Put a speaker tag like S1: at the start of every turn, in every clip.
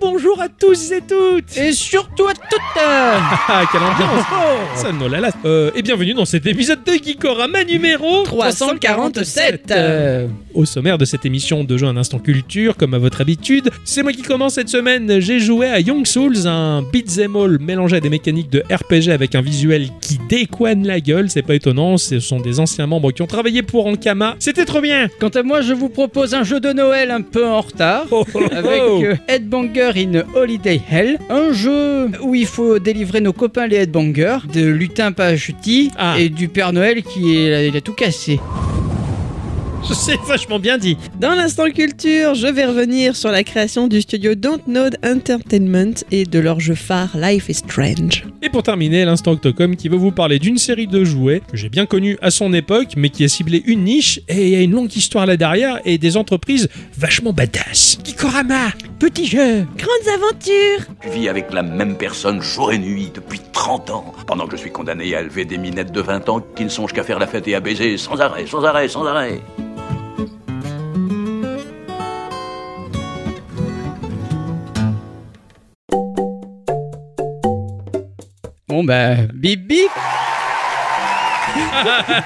S1: bonjour à tous et toutes
S2: Et surtout à toutes
S1: Ah, quelle ambiance Ça nous la lasse. Euh, et bienvenue dans cet épisode de Geekorama numéro
S2: 347.
S1: Euh, Au sommaire de cette émission de jeu Un Instant Culture, comme à votre habitude, c'est moi qui commence cette semaine. J'ai joué à Young Souls, un beat'em all mélangé à des mécaniques de RPG avec un visuel qui décoigne la gueule. C'est pas étonnant, ce sont des anciens membres qui ont travaillé pour Ankama. C'était trop bien
S2: Quant à moi, je vous propose un jeu de Noël un peu en retard.
S1: Oh, oh, oh.
S2: Avec euh, Headbanger in Holiday Hell, un jeu où il faut délivrer nos copains les Headbangers, de lutin parachutis
S1: Ah.
S2: et du Père Noël qui est, il a- il a tout cassé.
S1: C'est vachement bien dit
S3: Dans l'instant culture, je vais revenir sur la création du studio Dontnod Entertainment et de leur jeu phare Life is Strange.
S1: Et pour terminer, l'instant Octocom qui veut vous parler d'une série de jouets que j'ai bien connue à son époque, mais qui a ciblé une niche et il y a une longue histoire là derrière et des entreprises vachement badass. Kikorama, petit jeu.
S3: Grandes aventures
S4: Je vis avec la même personne jour et nuit depuis 30 ans, pendant que je suis condamné à élever des minettes de 20 ans qui ne songent qu'à faire la fête et à baiser sans arrêt, sans arrêt, sans arrêt.
S2: Bon bah, bip bip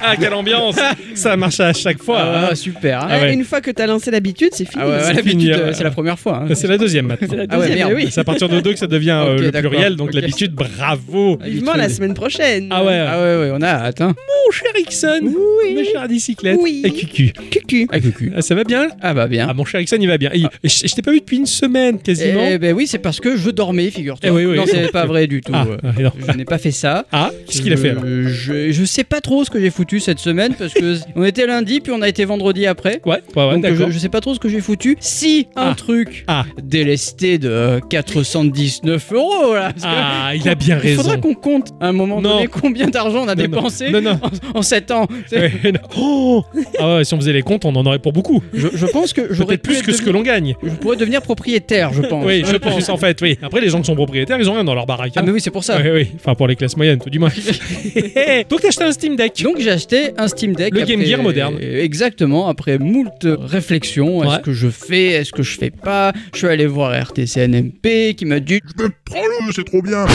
S1: Ah quelle ambiance Ça marche à chaque fois.
S2: Ah,
S1: hein.
S2: super hein.
S1: Ah ouais.
S3: Une fois que t'as lancé l'habitude, c'est fini.
S2: Ah ouais,
S1: c'est
S2: ouais, l'habitude,
S1: fini,
S2: euh,
S1: ouais.
S2: c'est la première fois. hein.
S1: C'est la deuxième maintenant.
S3: La
S2: Ah ouais,
S3: deuxième,
S2: merde.
S3: mais oui.
S1: C'est à partir de deux que ça devient euh,
S2: Ok,
S1: le
S2: d'accord.
S1: pluriel, donc
S2: Ok.
S1: l'habitude, bravo.
S2: Ah, il est
S3: Vivement
S2: trop
S3: la
S2: bien.
S3: semaine prochaine.
S1: Ah ouais,
S2: Ah ouais, ouais, on a hâte, hein.
S1: mon cher Ixon,
S3: Oui.
S1: mon cher bicyclette
S3: Oui.
S1: et Cucu.
S3: Cucu.
S2: Ah, cucu.
S1: Ah, ça va bien
S2: Ah bah bien.
S1: Ah mon cher Ixon, il va bien. Il- Je, je t'ai pas vu depuis une semaine quasiment.
S2: Eh ben oui, c'est parce que je dormais, figure-toi.
S1: Eh oui, oui.
S2: Non, c'est pas vrai du tout.
S1: Ah,
S2: euh.
S1: ah, non.
S2: Je n'ai pas fait ça.
S1: Ah, qu'est-ce qu'il a
S2: Je-
S1: fait alors
S2: je, je sais pas trop ce que j'ai foutu cette semaine parce que on était lundi puis on a été vendredi après.
S1: Ouais, ouais, ouais,
S2: Donc
S1: d'accord.
S2: je, je sais pas trop ce que j'ai foutu. Si un
S1: Ah.
S2: truc
S1: Ah.
S2: délesté de euh, 419 euros là. parce que
S1: Ah, il a bien
S2: Il
S1: raison.
S2: faudra qu'on compte à un moment
S1: Non.
S2: donné combien d'argent on a
S1: Non, non.
S2: dépensé
S1: Non, non.
S2: En, 7 ans. C'est-
S1: Ouais, non. Oh ah ouais, si on faisait les comptes, on en aurait pour beaucoup.
S2: Je, je pense que j'aurais
S1: Peut-être
S2: pu
S1: plus
S2: être
S1: que ce que
S2: devenu-
S1: l'on gagne.
S2: Je pourrais devenir propriétaire, je pense.
S1: Oui, je pense en fait, oui. Après, les gens qui sont propriétaires, ils ont rien dans leur baraque.
S2: Ah
S1: hein.
S2: mais oui, c'est pour ça.
S1: Ouais, oui. Enfin, pour les classes moyennes, tout du moins. Donc, t'as acheté un Steam Deck.
S2: Donc j'ai acheté un Steam Deck.
S1: Le Game
S2: après-
S1: Gear moderne.
S2: Exactement, après moult réflexions. Est-ce
S1: Ouais.
S2: que je fais Est-ce que je fais pas Je suis allé voir RTCNMP qui m'a dit...
S5: Mais prends-le, c'est trop bien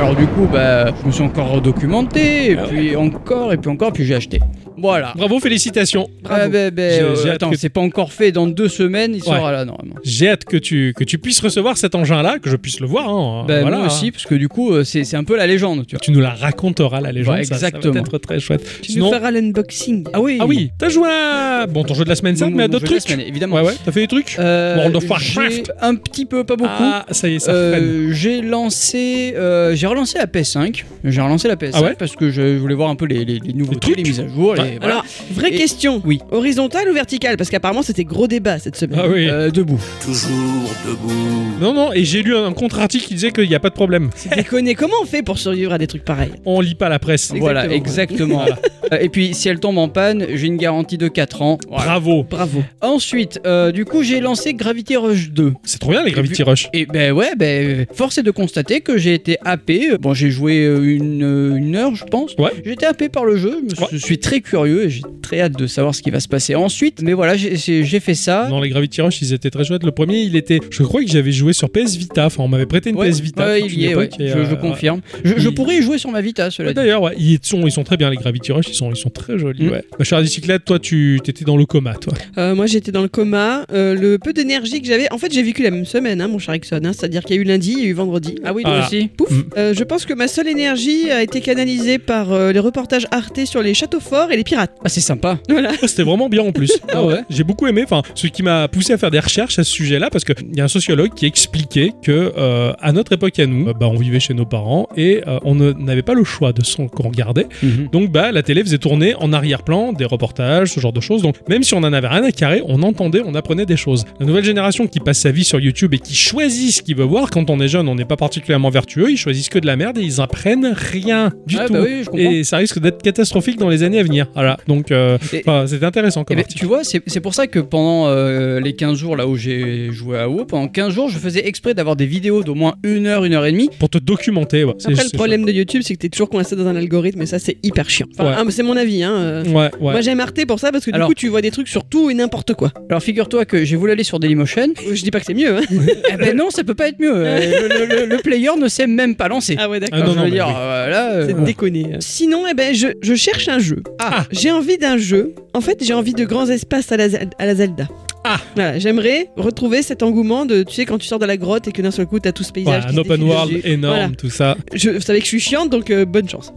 S2: Alors du coup, bah, je me suis encore documenté, et
S1: Ah ouais.
S2: puis encore, et puis encore, puis j'ai acheté. Voilà.
S1: Bravo, félicitations.
S2: Ah, bah, bah,
S1: J'ai-
S2: euh,
S1: j'ai hâte
S2: attends,
S1: que-
S2: c'est pas encore fait, dans deux semaines, il sera là normalement.
S1: J'ai hâte que tu, que tu puisses recevoir cet engin-là, que je puisse le voir. hein.
S2: Bah,
S1: Voilà.
S2: moi aussi, parce que du coup, euh, c'est c'est un peu la légende, tu vois.
S1: Tu nous la raconteras, la légende.
S2: Ouais,
S1: ça- Ça,
S2: exactement.
S1: va être très chouette.
S3: Tu
S1: Sinon-
S3: nous feras l'unboxing.
S2: Ah oui
S1: Ah oui, t'as joué à. Bon, ton jeu de la semaine,
S2: Mon-
S1: ça,
S2: mon-
S1: mais à
S2: mon
S1: d'autres
S2: jeu de la
S1: trucs.
S2: semaine, évidemment.
S1: Ouais, ouais, t'as fait des trucs
S2: Euh,
S1: World of Warcraft.
S2: j'ai Un petit peu, pas beaucoup.
S1: Ah, ça y est, ça freine.
S2: Euh, j'ai lancé, euh, j'ai relancé la PS5. J'ai relancé la PS5
S1: Ah ouais
S2: parce que je voulais voir un peu les, les, les nouveautés,
S1: trucs
S2: les, mises à jour. les-
S1: Ouais.
S2: voilà.
S3: Alors, vraie
S2: Et-
S3: question.
S2: Oui.
S3: Horizontale ou verticale Parce qu'apparemment, c'était gros débat cette semaine.
S1: Ah oui.
S2: Euh, debout.
S4: Toujours debout.
S1: Non, non, et j'ai lu un contre-article qui disait qu'il n'y a pas de problème.
S3: Déconner, comment on fait pour survivre à des trucs pareils
S1: On lit pas la presse.
S2: Voilà, exactement. Euh, Et puis, si elle tombe en panne, j'ai une garantie de 4 ans. Voilà.
S1: Bravo.
S3: Bravo.
S2: Ensuite, euh, du coup, j'ai lancé Gravity Rush 2.
S1: C'est trop bien les Gravity
S2: puis-
S1: Rush.
S2: Et ben ouais, ben, force est de constater que j'ai été happé. Bon, j'ai joué euh, une, euh, une heure, je pense.
S1: Ouais.
S2: J'ai été happé par le jeu. Je me suis-
S1: Ouais.
S2: Je suis très curieux et j'ai très hâte de savoir ce qui va se passer ensuite. Mais voilà, j'ai- j'ai j'ai fait ça.
S1: Non, les Gravity Rush, ils étaient très chouettes. Le premier, il était. Je crois que j'avais joué sur PS Vita. Enfin, on m'avait prêté une
S2: Ouais,
S1: PS Vita.
S2: ouais,
S1: toute
S2: il
S1: une
S2: y est, ouais.
S1: époque,
S2: je,
S1: et, euh,
S2: je confirme. Je, je
S1: il-
S2: pourrais y jouer sur ma Vita, cela
S1: ouais,
S2: dit.
S1: D'ailleurs, ouais, ils sont, ils sont très bien les Gravity Rush. Ils sont, ils sont très jolis.
S2: Mm.
S1: Ouais. Ma chère bicyclette, toi, tu t'étais dans le coma, toi.
S3: Euh, moi, j'étais dans le coma. Euh, le peu d'énergie que j'avais. En fait, j'ai vécu la même semaine, hein, mon cher Ixon. hein. C'est-à-dire qu'il y a eu lundi, il y a eu vendredi.
S2: Ah oui,
S1: toi
S2: toi
S1: Voilà.
S2: aussi.
S3: Pouf.
S1: Mm.
S3: Euh, je pense que ma seule énergie a été canalisée par euh, les reportages Arte sur les châteaux forts et les pirates.
S2: Ah, c'est sympa.
S3: Voilà.
S1: Ouais, C'était vraiment bien en plus.
S2: Ah ouais
S1: J'ai beaucoup aimé. Enfin, ce qui m'a poussé à faire des recherches à ce sujet-là, parce qu'il y a un sociologue qui expliquait que euh, à notre époque à nous, euh, bah, on vivait chez nos parents et euh, on ne- n'avait pas le choix de ce qu'on regardait.
S2: Mhm.
S1: Donc bah la télé faisait tourner en arrière-plan des reportages, ce genre de choses. Donc même si on en avait rien à carrer, on entendait, on apprenait des choses. La nouvelle génération qui passe sa vie sur YouTube et qui choisit ce qu'il veut voir quand on est jeune, on n'est pas particulièrement vertueux, ils choisissent que de la merde et ils apprennent rien du
S2: Ah,
S1: tout.
S2: bah oui, je comprends.
S1: et ça risque d'être catastrophique dans les années à venir. Voilà, donc euh,
S2: Et-
S1: enfin, c'était intéressant
S2: Eh
S1: comme
S2: ben,
S1: article.
S2: tu vois, c'est c'est pour ça que pendant euh, les 15 jours là où j'ai joué à WoW, pendant 15 jours, je faisais exprès d'avoir des vidéos d'au moins une heure, une heure et demie.
S1: Pour te documenter, ouais. C'est-
S3: Après, le
S1: c'est-
S3: problème de YouTube, c'est que t'es toujours coincé dans un algorithme et ça, c'est hyper chiant. Enfin,
S1: Ouais.
S3: ah, mais c'est mon avis. Hein. euh.
S1: Ouais, ouais.
S3: Moi, j'aime Arte pour ça parce que du
S2: Alors-
S3: coup, tu vois des trucs sur tout et n'importe quoi.
S2: Alors figure-toi que j'ai voulu aller sur Dailymotion.
S3: Je dis pas que c'est mieux. Hein.
S2: eh ben non, ça peut pas être mieux. Euh, le, le- le- le player ne s'est même pas lancé.
S3: Ah ouais,
S1: Ah
S3: d'accord.
S1: non,
S2: je
S1: non,
S2: veux
S1: mais
S2: dire,
S1: oui.
S2: euh, là, euh,
S3: C'est déconné. Sinon, eh ben, je, je cherche un jeu.
S2: Ah.
S3: J'ai envie d'un jeu. En fait, j'ai envie de grands espaces à la, Zel- à la Zelda.
S1: Ah.
S3: Voilà, j'aimerais retrouver cet engouement de, tu sais, quand tu sors de la grotte et que d'un seul coup, t'as tout ce
S1: Ouais,
S3: paysage. qui
S1: un
S3: se
S1: open
S3: défile
S1: world
S3: dessus.
S1: énorme,
S3: Voilà.
S1: tout ça.
S3: Je, vous savez que je suis chiante, donc euh, bonne chance.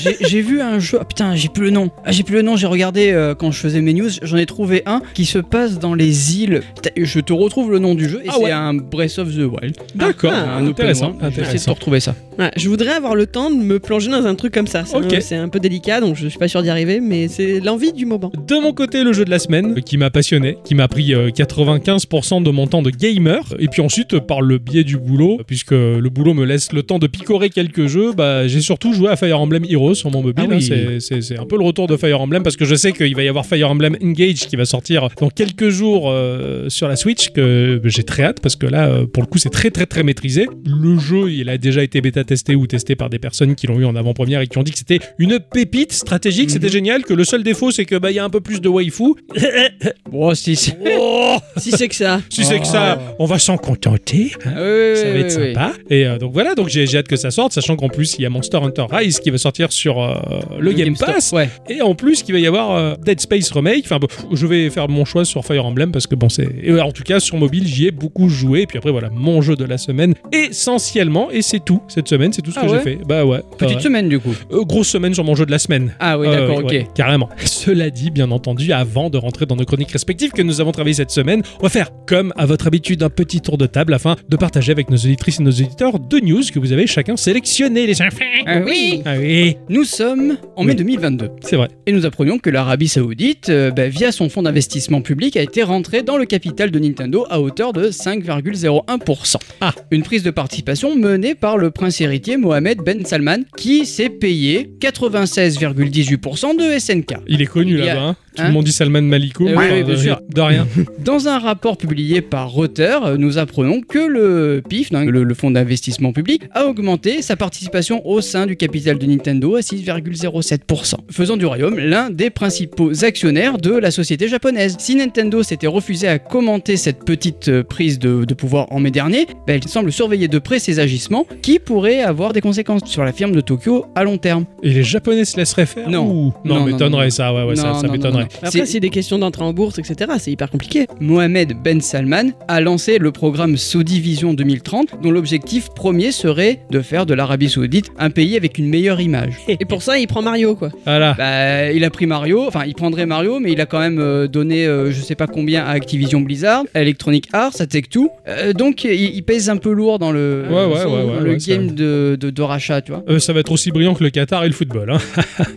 S2: j'ai- j'ai vu un jeu. Ah putain, j'ai plus le nom. Ah, j'ai plus le nom. J'ai regardé euh, quand je faisais mes news. J'en ai trouvé un qui se passe dans les îles. Putain, je te retrouve le nom du jeu. Et
S1: Ah
S2: c'est
S1: ouais.
S2: un Breath of the Wild.
S1: D'accord,
S3: Ah,
S2: un open
S1: intéressant.
S2: world. Je vais essayer de te
S1: intéressant.
S2: retrouver ça.
S3: Voilà, je voudrais avoir le temps de me plonger dans un truc comme ça. C'est un-
S1: Ok.
S3: C'est un, peu délicat, donc je suis pas sûre d'y arriver, mais c'est l'envie du moment.
S1: De mon côté, le jeu de la semaine euh, qui m'a passionné, qui m'a pris euh, 95% de mon temps de gamer. Et puis ensuite, euh, par le biais du boulot, euh, puisque le boulot me laisse le temps de picorer quelques jeux, bah, j'ai surtout joué à Fire Emblem Heroes sur mon mobile.
S2: Ah oui.
S1: hein. C'est- c'est c'est un peu le retour de Fire Emblem parce que je sais qu'il va y avoir Fire Emblem Engage qui va sortir dans quelques jours euh, sur la Switch, que j'ai très hâte parce que là, euh, pour le coup, c'est très très très maîtrisé. Le jeu, il a déjà été bêta testé ou testé par des personnes qui l'ont eu en avant-première et qui ont dit que c'était une pépite stratégique, c'était
S2: Mhm.
S1: génial, que le seul défaut, c'est que bah, il y a un peu plus de waifu.
S2: Oh, si, si.
S1: Oh,
S3: si c'est que ça.
S1: si c'est que ça, on va s'en contenter.
S2: Ah,
S1: hein. Ça va être sympa. Et euh, donc voilà, donc j'ai j'ai hâte que ça sorte, sachant qu'en plus il y a Monster Hunter Rise qui va sortir sur euh, le, Game, Pass,
S2: Ouais.
S1: et en plus qu'il va y avoir euh, Dead Space Remake. Enfin, bon, je vais faire mon choix sur Fire Emblem parce que bon, c'est et, euh, en tout cas sur mobile j'y ai beaucoup joué. Et puis après voilà, mon jeu de la semaine essentiellement, et c'est tout cette semaine, c'est tout ce
S2: Ah
S1: que
S2: ouais
S1: j'ai fait. Bah ouais,
S2: Petite
S1: Ouais.
S2: semaine du coup.
S1: Euh, grosse semaine sur mon jeu de la semaine.
S2: Ah oui,
S1: Ah
S2: d'accord,
S1: oui,
S2: ok.
S1: ouais, carrément. Cela dit, bien entendu, avant de rentrer dans nos chroniques respectives que nous avons travaillées cette semaine, on va faire, comme à votre habitude, un petit tour de table afin de partager avec nos auditrices et nos auditeurs deux news que vous avez chacun sélectionnées, les enfants.
S2: Ah oui.
S1: Ah oui,
S2: Nous sommes en mai
S1: Oui.
S2: 2022
S1: c'est vrai.
S2: et nous apprenions que l'Arabie Saoudite, euh, bah, via son fonds d'investissement public, a été rentrée dans le capital de Nintendo à hauteur de 5,01%.
S1: Ah.
S2: Une prise de participation menée par le prince héritier Mohamed Ben Salman qui s'est payé 96,18% de SNK.
S1: Il est connu
S2: Il y a-
S1: là-bas. hein. Tout
S2: hein
S1: le monde dit Salman Malikou.
S2: Eh oui, oui, bien
S1: de-
S2: sûr.
S1: De rien.
S2: Dans un rapport publié par Reuters, euh, nous apprenons que le PIF, donc le, le fonds d'investissement public, a augmenté sa participation au sein du capital de Nintendo à 6,07%, faisant du royaume l'un des principaux actionnaires de la société japonaise. Si Nintendo s'était refusé à commenter cette petite euh, prise de, de pouvoir en mai dernier, bah, elle semble surveiller de près ces agissements qui pourraient avoir des conséquences sur la firme de Tokyo à long terme.
S1: Et les Japonais se laisseraient faire
S2: Non.
S1: ou-
S2: Non,
S1: Non,
S2: non,
S1: m'étonnerait
S2: non.
S1: ça. Ah Ouais, ouais, ça,
S2: Non,
S1: ça
S2: non, non,
S1: m'étonnerait.
S2: non.
S3: Après,
S2: C'est-
S3: s'il y a des questions d'entrée en bourse, etc., c'est hyper compliqué.
S2: Mohamed Ben Salman a lancé le programme Saudi Vision 2030, dont l'objectif premier serait de faire de l'Arabie Saoudite un pays avec une meilleure image.
S3: Et pour ça, il prend Mario, quoi.
S1: Voilà.
S2: Bah, il a pris Mario, enfin il prendrait Mario, mais il a quand même euh, donné euh, je sais pas combien à Activision Blizzard, à Electronic Arts, à Take-Two. Euh, donc il, il pèse un peu lourd dans le,
S1: Ouais, ouais,
S2: dans
S1: ouais, ouais,
S2: le
S1: ouais,
S2: game de, de, de rachat, tu vois.
S1: Euh, ça va être aussi brillant que le Qatar et le football. hein.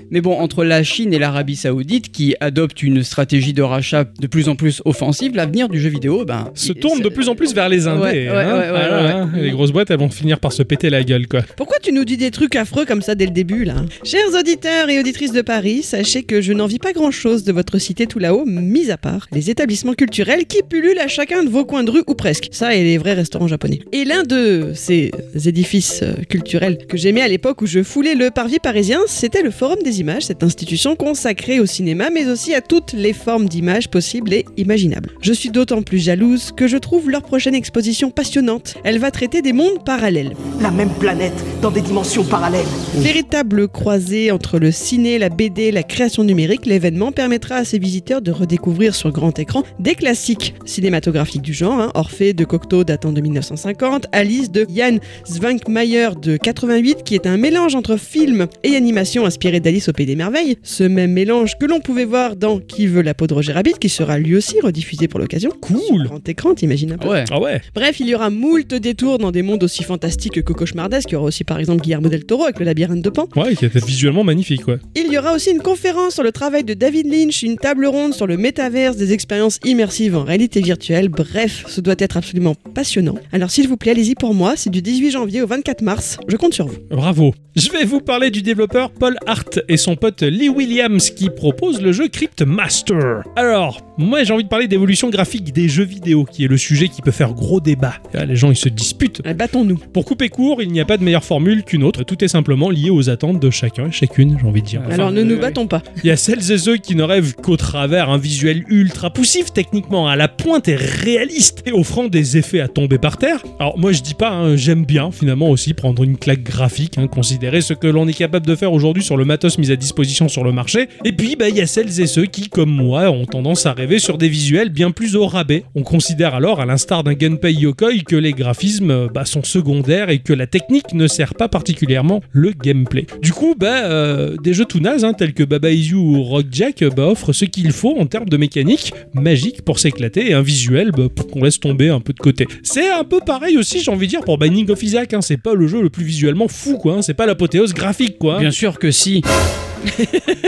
S2: Mais bon, entre la Chine et l'Arabie Saoudite qui adoptent une stratégie de rachat de plus en plus offensive, l'avenir du jeu vidéo, ben,
S1: Se
S2: il-
S1: tourne de
S2: ça-
S1: plus en plus vers les Indés.
S2: Ouais, ouais,
S1: hein.
S2: ouais, ouais,
S1: Voilà,
S2: ouais.
S1: hein. Et Les grosses boîtes, elles vont finir par se péter la gueule, quoi.
S3: Pourquoi tu nous dis des trucs affreux comme ça dès le début là Chers auditeurs et auditrices de Paris, sachez que je n'envie pas grand-chose de votre cité tout là-haut, mis à part les établissements culturels qui pullulent à chacun de vos coins de rue ou presque. Ça et les vrais restaurants japonais. Et l'un de ces édifices euh, culturels que j'aimais à l'époque où je foulais le parvis parisien, c'était le Forum des images, cette institution consacrée au cinéma mais aussi à toutes les formes d'images possibles et imaginables. Je suis d'autant plus jalouse que je trouve leur prochaine exposition passionnante. Elle va traiter des mondes parallèles.
S5: la même planète dans des dimensions parallèles.
S3: Véritable croisée entre le ciné, la BD, la création numérique, l'événement permettra à ses visiteurs de redécouvrir sur grand écran des classiques cinématographiques du genre, hein, Orphée de Cocteau datant de 1950, Alice de Jan Zwankmayer de 88 qui est un mélange entre film et animation inspiré d'Alice au Pays des Merveilles, ce même mélange que l'on pouvait voir dans Qui veut la peau de Roger Rabbit qui sera lui aussi rediffusé diffusée pour l'occasion.
S1: Cool.
S3: Grand écran, t'imagines un peu.
S2: Ah ouais.
S1: Ah ouais.
S3: Bref, il y aura moult détours dans des mondes aussi fantastiques que cauchemardesques. Il y aura aussi par exemple Guillermo del Toro avec le labyrinthe de Pan.
S1: Ouais, qui était visuellement magnifique, ouais.
S3: Il y aura aussi une conférence sur le travail de David Lynch, une table ronde sur le métaverse, des expériences immersives en réalité virtuelle. Bref, ce doit être absolument passionnant. Alors s'il vous plaît, allez-y pour moi, c'est du 18 janvier au 24 mars. Je compte sur vous.
S1: Bravo. Je vais vous parler du développeur Paul Hart et son pote Lee Williams qui propose le jeu Crypt Master. Alors, moi j'ai envie de parler d'évolution graphique des jeux vidéo qui est le sujet qui peut faire gros débat. Ah, Les gens ils se disputent.
S3: Allez, Eh, Battons-nous.
S1: Pour couper court, il n'y a pas de meilleure formule qu'une autre. Tout est simplement lié aux attentes de chacun et chacune, j'ai envie de dire.
S2: Ouais. Enfin,
S3: Alors ne nous
S2: oui.
S3: battons pas.
S1: Il y a celles et ceux qui ne rêvent qu'au travers un visuel ultra poussif techniquement, à la pointe et réaliste, et offrant des effets à tomber par terre. Alors moi je dis pas, hein, j'aime bien finalement aussi prendre une claque graphique, hein, considérer ce que l'on est capable de faire aujourd'hui sur le matos mis à disposition sur le marché. Et puis bah, il y a celles et ceux qui, comme moi, ont tendance à rêver sur des visuels bien plus au rabais. On considère alors, à l'instar d'un Gunpei Yokoi, que les graphismes euh, bah, sont secondaires et que la technique ne sert pas particulièrement le gameplay. Du coup, bah, euh, des jeux tout nazes hein, tels que Baba Is You ou Rock Jack euh, bah, offrent ce qu'il faut en termes de mécanique magique pour s'éclater et un visuel bah, pour qu'on laisse tomber un peu de côté. C'est un peu pareil aussi, j'ai envie de dire, pour Binding of Isaac. hein. c'est pas le jeu le plus visuellement fou, quoi. hein. c'est pas l'apothéose graphique, quoi.
S2: Bien sûr que si.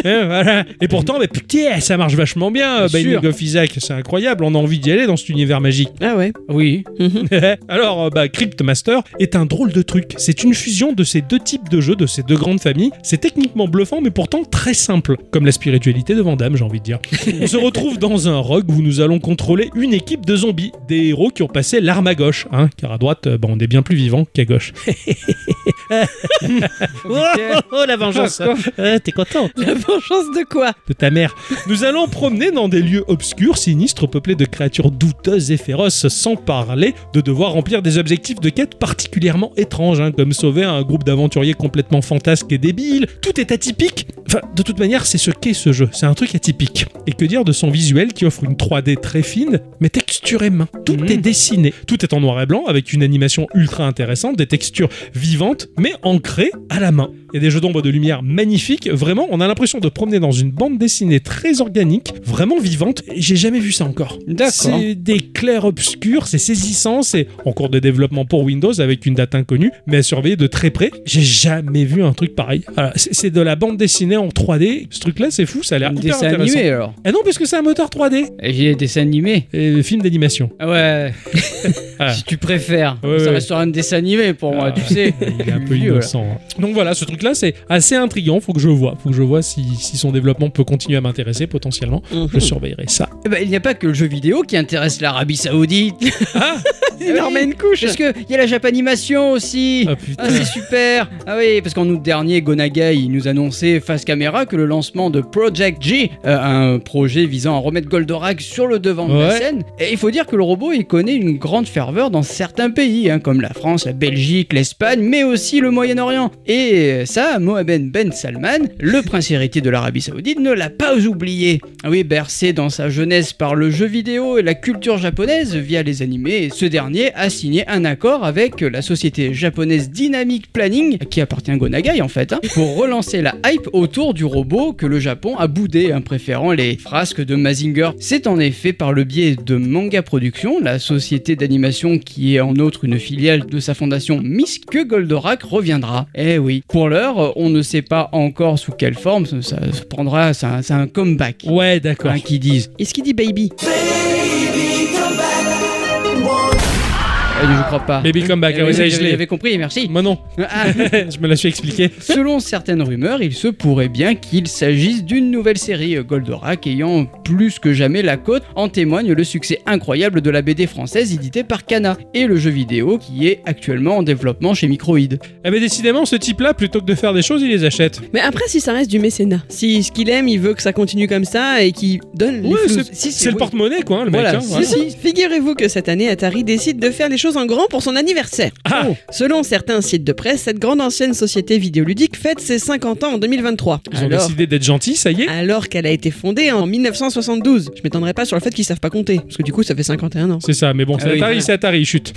S1: Hein, voilà. Et pourtant, mais putain, ça marche vachement bien, euh,
S2: Bien
S1: Binding
S2: sûr.
S1: of Isaac. C'est incroyable, on a envie d'y aller dans cet univers magique.
S3: Ah ouais.
S2: Oui.
S1: Alors, euh, bah, Crypt Master est un drôle de truc. C'est une fusion de ces deux types de jeux, de ces deux grandes familles. C'est techniquement bluffant, mais pourtant très simple. Comme la spiritualité de Van Damme, j'ai envie de dire. On se retrouve dans un rogue où nous allons contrôler une équipe de zombies, des héros qui ont passé l'arme à gauche, hein, car à droite, euh, bah, on est bien plus vivant qu'à gauche. oh, oh, oh, la vengeance Euh, T'es content
S3: La vengeance de quoi
S1: de ta mère. Nous allons promener dans des lieux obscurs, sinistres, peuplés de créatures douteuses et féroces, sans parler de devoir remplir des objectifs de quête particulièrement étranges, hein, comme sauver un groupe d'aventuriers complètement fantasques et débiles. Tout est atypique. Enfin, de toute manière, c'est ce qu'est ce jeu. C'est un truc atypique. Et que dire de son visuel qui offre une 3D très fine, mais texturée main. Tout
S2: Mhm.
S1: est dessiné. Tout est en noir et blanc, avec une animation ultra intéressante, des textures vivantes, mais ancrées à la main. Il y a des jeux d'ombre et de lumière magnifiques. Vraiment, on a l'impression de promener dans une bande dessinée très organique, vraiment vivante. Et J'ai jamais vu ça encore.
S2: D'accord.
S1: C'est des clairs obscurs, c'est saisissant, c'est en cours de développement pour Windows avec une date inconnue, mais à surveiller de très près. J'ai jamais vu un truc pareil. Voilà, c'est c'est de la bande dessinée en 3D. Ce truc-là, c'est fou, ça a l'air hyper
S2: Dessin
S1: intéressant.
S2: animé alors.
S1: Ah non, parce que c'est un moteur 3D.
S2: Et j'ai dessin animé.
S1: Et film d'animation.
S2: Ah Ouais.
S1: Ah.
S2: Si tu préfères.
S1: Ouais,
S2: ça
S1: ouais.
S2: restera un dessin animé pour moi,
S1: Ah.
S2: tu sais.
S1: Il est un peu
S2: Vieux, là.
S1: innocent. hein. Donc voilà, ce truc-là, c'est assez intriguant. Faut que je vois. Faut que je vois si, si son développement peut continuer à m'intéresser potentiellement.
S2: Mhm.
S1: Je surveillerai ça.
S2: Eh ben, il n'y a pas que le jeu vidéo qui intéresse l'Arabie Saoudite.
S1: Ah.
S2: Ah
S3: Il en
S2: Oui.
S3: remet une couche.
S2: Parce que il y a la Japanimation aussi.
S1: Ah
S2: Ah,
S1: putain.
S2: c'est super Ah oui, parce qu'en août dernier, Gonagai il nous annonçait face caméra que le lancement de Project G, euh, un projet visant à remettre Goldorak sur le devant de la
S1: Ouais.
S2: scène, et il faut dire que le robot, il connaît une grande ferveur dans certains pays, hein, comme la France, la Belgique, l'Espagne, mais aussi le Moyen-Orient. Et ça, Mohamed Ben Salman, le prince héritier de l'Arabie Saoudite, ne l'a pas oublié. Ah oui, bercé dans sa jeunesse par le jeu vidéo et la culture japonaise via les animés, ce dernier a signé un accord avec la société japonaise Dynamic Planning, qui appartient à Gonagai en fait, hein, pour relancer la hype autour du robot que le Japon a boudé, hein, préférant les frasques de Mazinger. C'est en effet par le biais de Manga Production, la société d'animation qui est en outre une filiale de sa fondation MISC, que Goldorak reviendra. Eh oui, pour l'heure, on ne sait pas encore sous quelle forme ça, ça se prendra, c'est un, c'est un comeback.
S1: Ouais, d'accord.
S2: Hein, qui disent.
S3: Est-ce qu'il dit baby
S2: Euh, je crois pas.
S1: Baby come back,
S2: Eh
S1: ah oui,
S2: oui,
S1: ça y est, je
S2: j'avais
S1: l'ai.
S2: j'avais compris, merci.
S1: Moi Bah non,
S2: Ah,
S1: je me la suis expliqué.
S2: selon certaines rumeurs, il se pourrait bien qu'il s'agisse d'une nouvelle série euh, Goldorak ayant plus que jamais la côte, en témoigne le succès incroyable de la BD française éditée par Kana et le jeu vidéo qui est actuellement en développement chez Microïd.
S1: Ah mais décidément, ce type-là, plutôt que de faire des choses, il les achète.
S3: Mais après, si ça reste du mécénat, si ce qu'il aime, il veut que ça continue comme ça et qu'il donne les
S1: Ouais,
S3: flous.
S1: c'est
S2: Si,
S1: c'est le
S2: oui.
S1: porte-monnaie, quoi, hein, le
S2: Voilà,
S1: mec. hein,
S2: si,
S1: voilà.
S2: si.
S3: Figurez-vous que cette année, Atari décide de faire les choses chose en grand pour son anniversaire.
S1: Ah
S2: Oh,
S3: Selon certains sites de presse, cette grande ancienne société vidéoludique fête ses 50 ans en 2023.
S1: Ils ont
S3: Alors,
S1: décidé d'être gentils, ça
S2: Ah.
S1: y est.
S3: alors qu'elle a été fondée en 1972. Je m'étonnerais pas sur le fait qu'ils savent pas compter, parce que du coup ça fait 51 ans.
S1: C'est ça, mais bon, c'est
S2: Ah oui.
S1: Atari, c'est Atari, chute.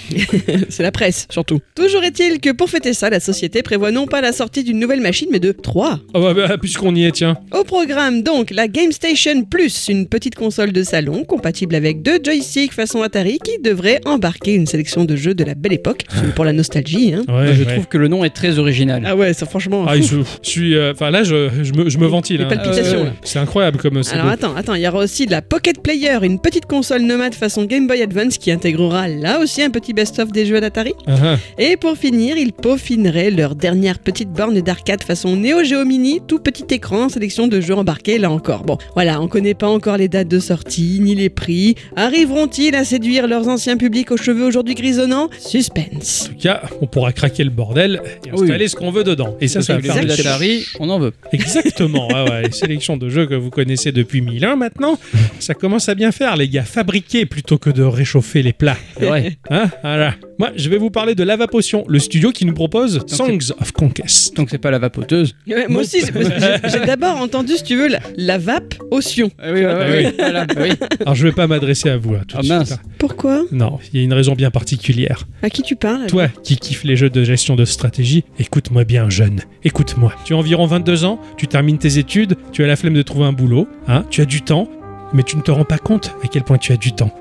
S3: C'est la presse, surtout. Toujours est-il que pour fêter ça, la société prévoit non pas la sortie d'une nouvelle machine, mais de trois.
S1: Ah bah, bah, puisqu'on y est, tiens.
S3: Au programme, donc, la GameStation Plus, une petite console de salon compatible avec deux joysticks façon Atari qui devrait embarquer une sélection de jeux de la belle époque, C'est pour la nostalgie. Hein.
S1: Ouais,
S2: je
S1: ouais.
S2: trouve que le nom est très original.
S3: Ah ouais, ça franchement.
S1: Ah,
S3: fou.
S1: je, je suis. euh, Enfin, là, je, je me, je me ventile.
S3: Les
S1: hein.
S3: palpitations,
S1: Euh,
S3: là.
S1: C'est incroyable comme. c'est
S3: Alors
S1: beau.
S3: attends, attends, il y aura aussi de la Pocket Player, une petite console nomade façon Game Boy Advance qui intégrera là aussi un petit best-of des jeux d'Atari.
S1: Ah, ah.
S3: Et pour finir, ils peaufineraient leur dernière petite borne d'arcade façon Neo Geo Mini, tout petit écran, sélection de jeux embarqués là encore. Bon, voilà, on connaît pas encore les dates de sortie, ni les prix. Arriveront-ils à séduire leurs anciens publics aux cheveux aujourd'hui grisonnants Suspense.
S1: En tout cas, on pourra craquer le bordel et
S2: Oui.
S1: installer ce qu'on veut dedans. Et ça,
S2: Parce
S1: ça va
S2: que les
S1: faire
S2: jeux
S1: le schéma.
S2: d'Atari, on en veut.
S1: Exactement. Ah ouais, les sélections de jeux que vous connaissez depuis 1000 ans maintenant, ça commence à bien faire, les gars. Fabriquer plutôt que de réchauffer les plats.
S2: C'est vrai.
S1: Hein voilà. Moi, je vais vous parler de Lava Potion, le studio qui nous propose Songs of Conquest.
S2: Tant que c'est pas la vapoteuse.
S3: Ouais, moi aussi, j'ai- j'ai j'ai d'abord entendu, si tu veux, la, la vape au sion.
S2: oui,
S1: ouais,
S2: oui. Voilà, Ah oui.
S1: Alors, je vais pas m'adresser à vous là, tout
S2: Ah,
S1: de suite,
S2: mince.
S1: hein.
S3: Pourquoi
S1: Non, il y a une raison bien particulière.
S3: À qui tu parles
S1: Toi qui kiffes les jeux de gestion de stratégie, écoute-moi bien, jeune. Écoute-moi. Tu as environ 22 ans, tu termines tes études, tu as la flemme de trouver un boulot, hein, tu as du temps, mais tu ne te rends pas compte à quel point tu as du temps.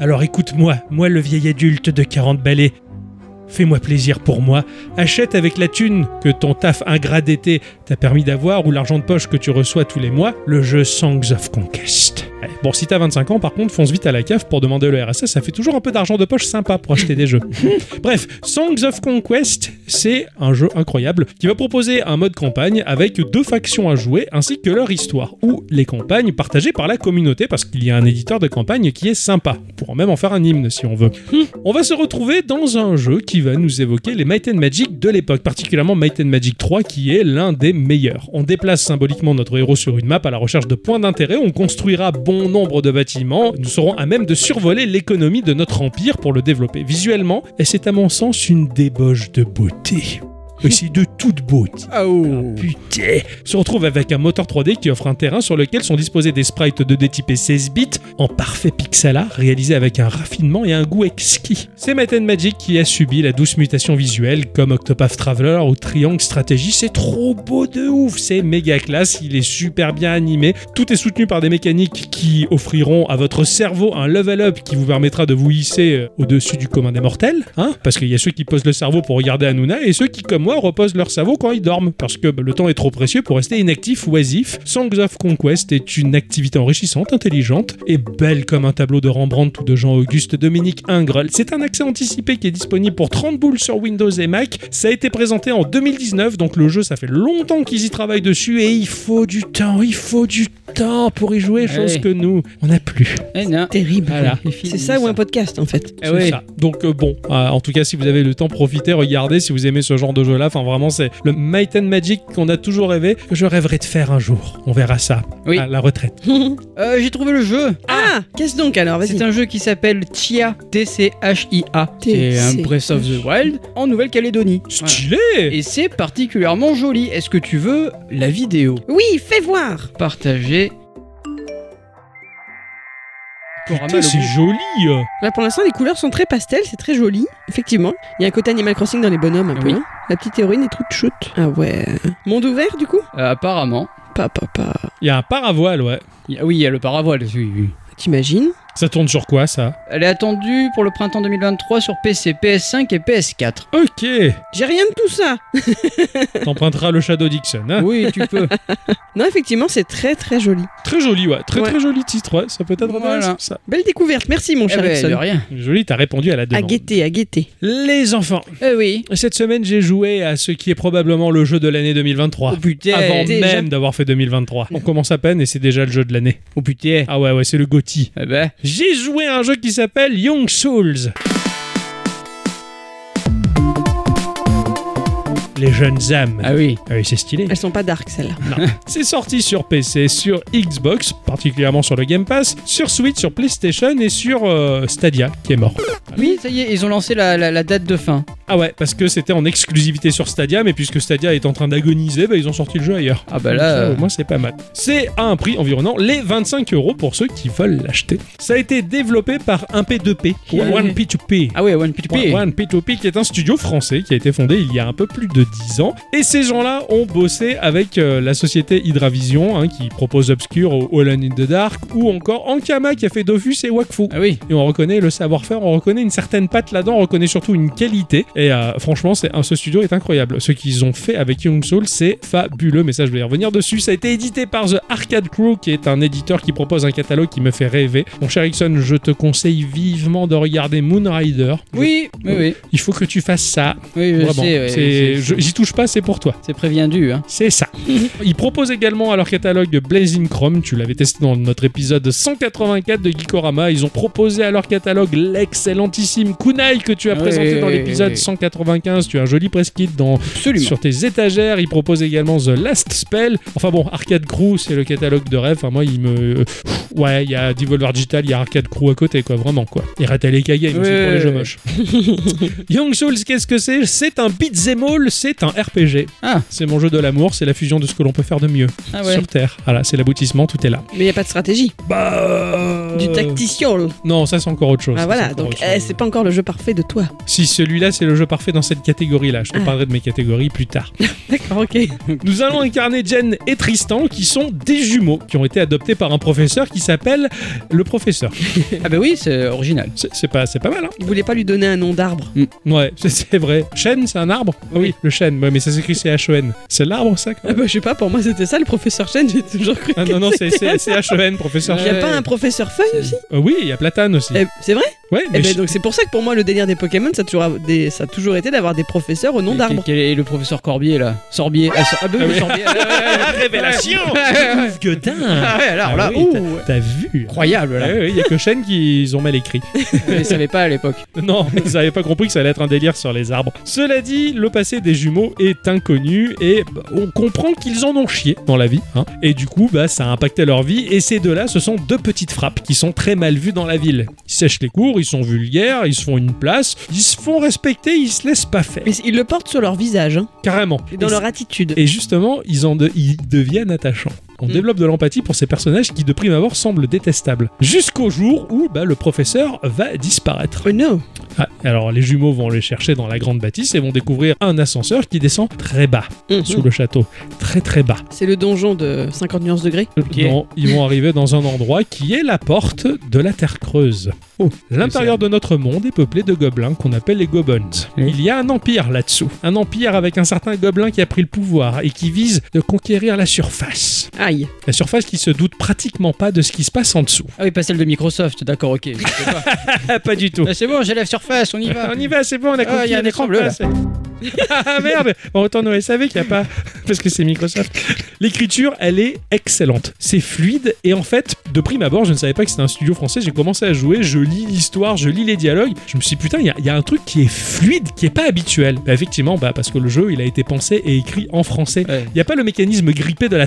S1: Alors écoute-moi, moi le vieil adulte de 40 balais. Fais-moi plaisir pour moi. Achète avec la thune que ton taf ingrat d'été t'a permis d'avoir ou l'argent de poche que tu reçois tous les mois, le jeu Songs of Conquest. Ouais. Bon, si t'as 25 ans, par contre, fonce vite à la cave pour demander le RSA, ça fait toujours un peu d'argent de poche sympa pour acheter des jeux. Bref, Songs of Conquest, c'est un jeu incroyable qui va proposer un mode campagne avec deux factions à jouer ainsi que leur histoire ou les campagnes partagées par la communauté parce qu'il y a un éditeur de campagne qui est sympa. On pourra même en faire un hymne si on veut. On va se retrouver dans un jeu qui va nous évoquer les Might and Magic de l'époque, particulièrement Might and Magic 3 qui est l'un des meilleurs. On déplace symboliquement notre héros sur une map à la recherche de points d'intérêt, on construira bon nombre de bâtiments, nous serons à même de survoler l'économie de notre empire pour le développer visuellement, et c'est à mon sens une débauche de beauté. Et c'est de toute beauté.
S2: Ah, oh.
S1: Putain On se retrouve avec un moteur 3D qui offre un terrain sur lequel sont disposés des sprites 2D typés 16 bits en parfait pixel art réalisé avec un raffinement et un goût exquis. C'est Might and Magic qui a subi la douce mutation visuelle comme Octopath Traveler ou Triangle Strategy. C'est trop beau de ouf C'est méga classe, il est super bien animé. Tout est soutenu par des mécaniques qui offriront à votre cerveau un level up qui vous permettra de vous hisser euh, au-dessus du commun des mortels. Hein parce qu'il y a ceux qui posent le cerveau pour regarder Hanouna et ceux qui, comme moi, reposent leur cerveau quand ils dorment. Parce que bah, le temps est trop précieux pour rester inactif ou oisif. Songs of Conquest est une activité enrichissante, intelligente et belle comme un tableau de Rembrandt ou de Jean-Auguste Dominique Ingres. C'est un accès anticipé qui est disponible pour 30 boules sur Windows et Mac. Ça a été présenté en 2019, donc le jeu, ça fait longtemps qu'ils y travaillent dessus et il faut du temps, il faut du temps pour y jouer, chose
S2: Ouais.
S1: que nous, on n'a plus.
S2: Eh, non.
S3: Terrible.
S1: Ah,
S2: Voilà.
S3: Ah C'est ça ou un podcast en fait
S2: Eh
S1: C'est
S2: oui.
S1: ça. Donc euh, bon, euh, en tout cas, si vous avez le temps, profitez, regardez. Si vous aimez ce genre de jeu-là, enfin vraiment, c'est le Might and Magic qu'on a toujours rêvé, que je rêverais de faire un jour. On verra ça
S2: Oui.
S1: à la retraite.
S2: Euh, J'ai trouvé le jeu.
S3: Ah, qu'est-ce donc alors Vas-y.
S2: C'est un jeu qui s'appelle Chia, T-C-H-I-A. C'est un Breath of the Wild en Nouvelle-Calédonie. Voilà.
S1: Stylé
S2: Et c'est particulièrement joli. Est-ce que tu veux la vidéo
S3: Oui, fais voir
S2: partagée Pour
S1: Putain, c'est joli euh.
S3: Là Bah, pour l'instant les couleurs sont très pastel, c'est très joli, effectivement. Il y a un côté Animal Crossing dans les bonhommes un peu.
S2: Oui.
S3: hein. La petite héroïne est toute shoot. Ah ouais. Monde ouvert du coup
S2: Euh, Apparemment.
S3: Pas, pas, pas.
S1: Il y a un paravoile, ouais.
S2: Il y a- Oui, il y a le paravoile. oui, oui.
S3: T'imagines
S1: Ça tourne sur quoi, ça
S2: Elle est attendue pour le printemps 2023 sur PC, PS5 et PS4.
S1: Ok
S3: J'ai rien de tout ça
S1: T'emprunteras le Shadow Dixon. hein.
S2: Oui, tu peux.
S3: Non, effectivement, c'est très très joli.
S1: Très joli, ouais. Très
S3: Ouais.
S1: très joli titre, ouais. Ça peut être
S2: Voilà.
S1: intéressant, ça.
S3: Belle découverte, merci mon
S2: Eh
S3: cher
S2: ben, de
S3: Ixon.
S2: rien.
S1: Joli, t'as répondu à la
S3: À
S1: demande.
S3: guetter, à guetter.
S1: Les enfants,
S2: Eh oui.
S1: cette semaine, j'ai joué à ce qui est probablement le jeu de l'année 2023.
S2: Oh putain.
S1: avant
S2: Déjà-
S1: même d'avoir fait 2023. On commence à peine et c'est déjà le jeu de l'année.
S2: Oh putain.
S1: Ah ouais, ouais, c'est le Gotti.
S2: Eh ben.
S1: J'ai joué à un jeu qui s'appelle Young Souls. les jeunes âmes.
S2: Ah oui.
S1: Ah oui, c'est stylé.
S3: Elles sont pas dark celles-là.
S1: C'est sorti sur PC, sur Xbox, particulièrement sur le Game Pass, sur Switch, sur PlayStation et sur euh, Stadia, qui est mort.
S2: Oui, Ah, ça y est, ils ont lancé la, la- la date de fin.
S1: Ah ouais, parce que c'était en exclusivité sur Stadia, mais puisque Stadia est en train d'agoniser, bah, ils ont sorti le jeu ailleurs.
S2: Ah bah là,
S1: Ça,
S2: euh,
S1: au moins c'est pas mal. C'est à un prix environnant les 25 euros pour ceux qui veulent l'acheter. Ça a été développé par 1P2P,
S2: Yeah.
S1: One P2P.
S2: Ah ouais, One P2P.
S1: One P2P qui est un studio français qui a été fondé il y a un peu plus de 10 ans et ces gens-là ont bossé avec euh, la société Hydravision hein, qui propose Obscure ou All in the Dark ou encore Ankama qui a fait Dofus et Wakfu
S2: Ah oui.
S1: et on reconnaît le savoir-faire, on reconnaît une certaine patte là-dedans, on reconnaît surtout une qualité. Et euh, franchement, c'est un- ce studio est incroyable. Ce qu'ils ont fait avec Young Soul, c'est fabuleux. Mais ça, je vais y revenir dessus. Ça a été édité par The Arcade Crew, qui est un éditeur qui propose un catalogue qui me fait rêver. Mon cher Ixon, je te conseille vivement de regarder Moonrider.
S2: Oui, oui, oui.
S1: Il faut que tu fasses ça.
S2: Oui, je
S1: Vraiment.
S2: sais. ouais,
S1: C'est-
S2: c'est-
S1: je- J'y touche pas, c'est pour toi.
S2: C'est préviendu, hein.
S1: C'est ça. Ils proposent également à leur catalogue de Blazing Chrome, tu l'avais testé dans notre épisode 184 de Geekorama, ils ont proposé à leur catalogue l'excellentissime Kunai que tu as
S2: Ouais,
S1: présenté dans
S2: ouais,
S1: l'épisode
S2: ouais.
S1: 195, tu as un joli press kit dans,
S2: Absolument.
S1: sur tes étagères, ils proposent également The Last Spell, enfin bon, Arcade Crew c'est le catalogue de rêve, enfin moi il me... Ouais, il y a Devolver Digital, il y a Arcade Crew à côté quoi, vraiment quoi. Et Rataleka Game aussi
S2: Ouais,
S1: pour les jeux
S2: ouais.
S1: moches. Young Souls, qu'est-ce que c'est C'est un beat'em all, c'est un RPG.
S2: Ah.
S1: C'est mon jeu de l'amour, c'est la fusion de ce que l'on peut faire de mieux
S2: Ah ouais.
S1: sur Terre. Voilà, c'est l'aboutissement, tout est là.
S3: Mais il n'y a pas de stratégie.
S1: Bah.
S2: euh,
S3: Du tacticiol.
S1: Non, ça c'est encore autre chose.
S3: Ah
S1: Ça, c'est
S3: voilà,
S1: encore
S3: donc
S1: autre chose.
S3: eh, c'est pas encore le jeu parfait de toi.
S1: Si celui-là c'est le jeu parfait dans cette catégorie-là, je te
S3: Ah.
S1: parlerai de mes catégories plus tard.
S3: D'accord, ok.
S1: Nous allons incarner Jen et Tristan qui sont des jumeaux qui ont été adoptés par un professeur qui s'appelle le professeur.
S2: Ah bah oui, c'est original.
S1: C'est c'est pas, c'est pas mal, hein
S3: Vous voulez pas lui donner un nom d'arbre
S1: Ouais, c'est- c'est vrai. Chêne, c'est un arbre Ah Oui, le chêne. Ouais, mais ça s'écrit C-H-E-N. C'est l'arbre, ça quand
S3: Ah bah je sais pas, pour moi c'était ça le professeur Chen, j'ai toujours cru
S1: Ah
S3: que
S1: non, non, c'est
S3: c'était un
S1: c'est H-E-N, professeur.
S3: Il n'y a pas un professeur feuille aussi
S1: Euh, oui, il y a Platane aussi.
S3: Eh, C'est vrai
S1: Ouais,
S3: Eh
S1: mais
S3: ben,
S1: je-
S3: donc c'est pour ça que pour moi le délire des Pokémon ça a toujours, des- ça a toujours été d'avoir des professeurs au nom
S2: Et
S3: d'arbre.
S2: quel- Quel est le professeur Corbier là Sorbier. Ah, so- ah bah
S1: Ah
S2: oui,
S1: oui.
S2: Sorbier. ouais, ouais, ouais.
S3: euh,
S1: révélation
S2: Ouais,
S1: Putain
S2: Ah ouais, alors
S1: Ah
S2: là,
S1: oui,
S2: ouh,
S1: T'as vu
S2: incroyable
S1: Ah
S2: là.
S1: oui, oui, Il y a que Shen qui ils ont mal écrit.
S2: Je ne savais pas à l'époque.
S1: Non, ils n'avaient pas compris que ça allait être un délire sur les arbres. Cela dit, le passé des jumeaux est inconnu et bah, on comprend qu'ils en ont chié dans la vie. hein. Et du coup, bah, ça a impacté leur vie. Et ces deux-là, ce sont deux petites frappes qui sont très mal vues dans la ville. Ils sèchent les cours, ils sont vulgaires, ils se font une place, ils se font respecter, ils se laissent pas faire.
S3: Mais ils le portent sur leur visage, hein,
S1: Carrément.
S3: et dans
S1: Et
S3: leur attitude.
S1: Et justement, ils, en de- ils deviennent attachants. On
S2: Mm.
S1: développe de l'empathie pour ces personnages qui, de prime abord, semblent détestables. Jusqu'au jour où bah, le professeur va disparaître.
S3: Oh non
S1: Ah, alors, les jumeaux vont le chercher dans la grande bâtisse et vont découvrir un ascenseur qui descend très bas,
S3: Mhm.
S1: sous le château. Très, très bas.
S3: C'est le donjon de 50 nuances degrés.
S1: Non, ils vont arriver dans un endroit qui est la porte de la Terre Creuse. Oh, L'intérieur de notre monde est peuplé de gobelins qu'on appelle les goblins.
S2: Oui.
S1: Il y a un empire là-dessous. Un empire avec un certain gobelin qui a pris le pouvoir et qui vise de conquérir la surface.
S3: Aïe.
S1: La surface qui se doute pratiquement pas de ce qui se passe en dessous.
S2: Ah oui, pas celle de Microsoft, d'accord, ok. Je sais pas.
S1: Ah, pas du tout.
S2: Ah, c'est bon, j'ai la surface, on y va.
S1: On y va, c'est bon, on a
S2: Ah,
S1: compris.
S2: il y a un
S1: la
S2: écran bleu, là.
S1: surface. ah merde On retourne au SAV qu'il n'y a pas. Parce que c'est Microsoft. L'écriture, elle est excellente. C'est fluide et en fait, de prime abord, je ne savais pas que c'était un studio français. J'ai commencé à jouer, je lis l'histoire, je lis les dialogues. Je me suis dit, putain, il y a- il y, a un truc qui est fluide, qui est pas habituel. Bah, effectivement, bah, parce que le jeu, il a été pensé et écrit en français.
S2: Ouais.
S1: Il n'y a pas le mécanisme grippé de la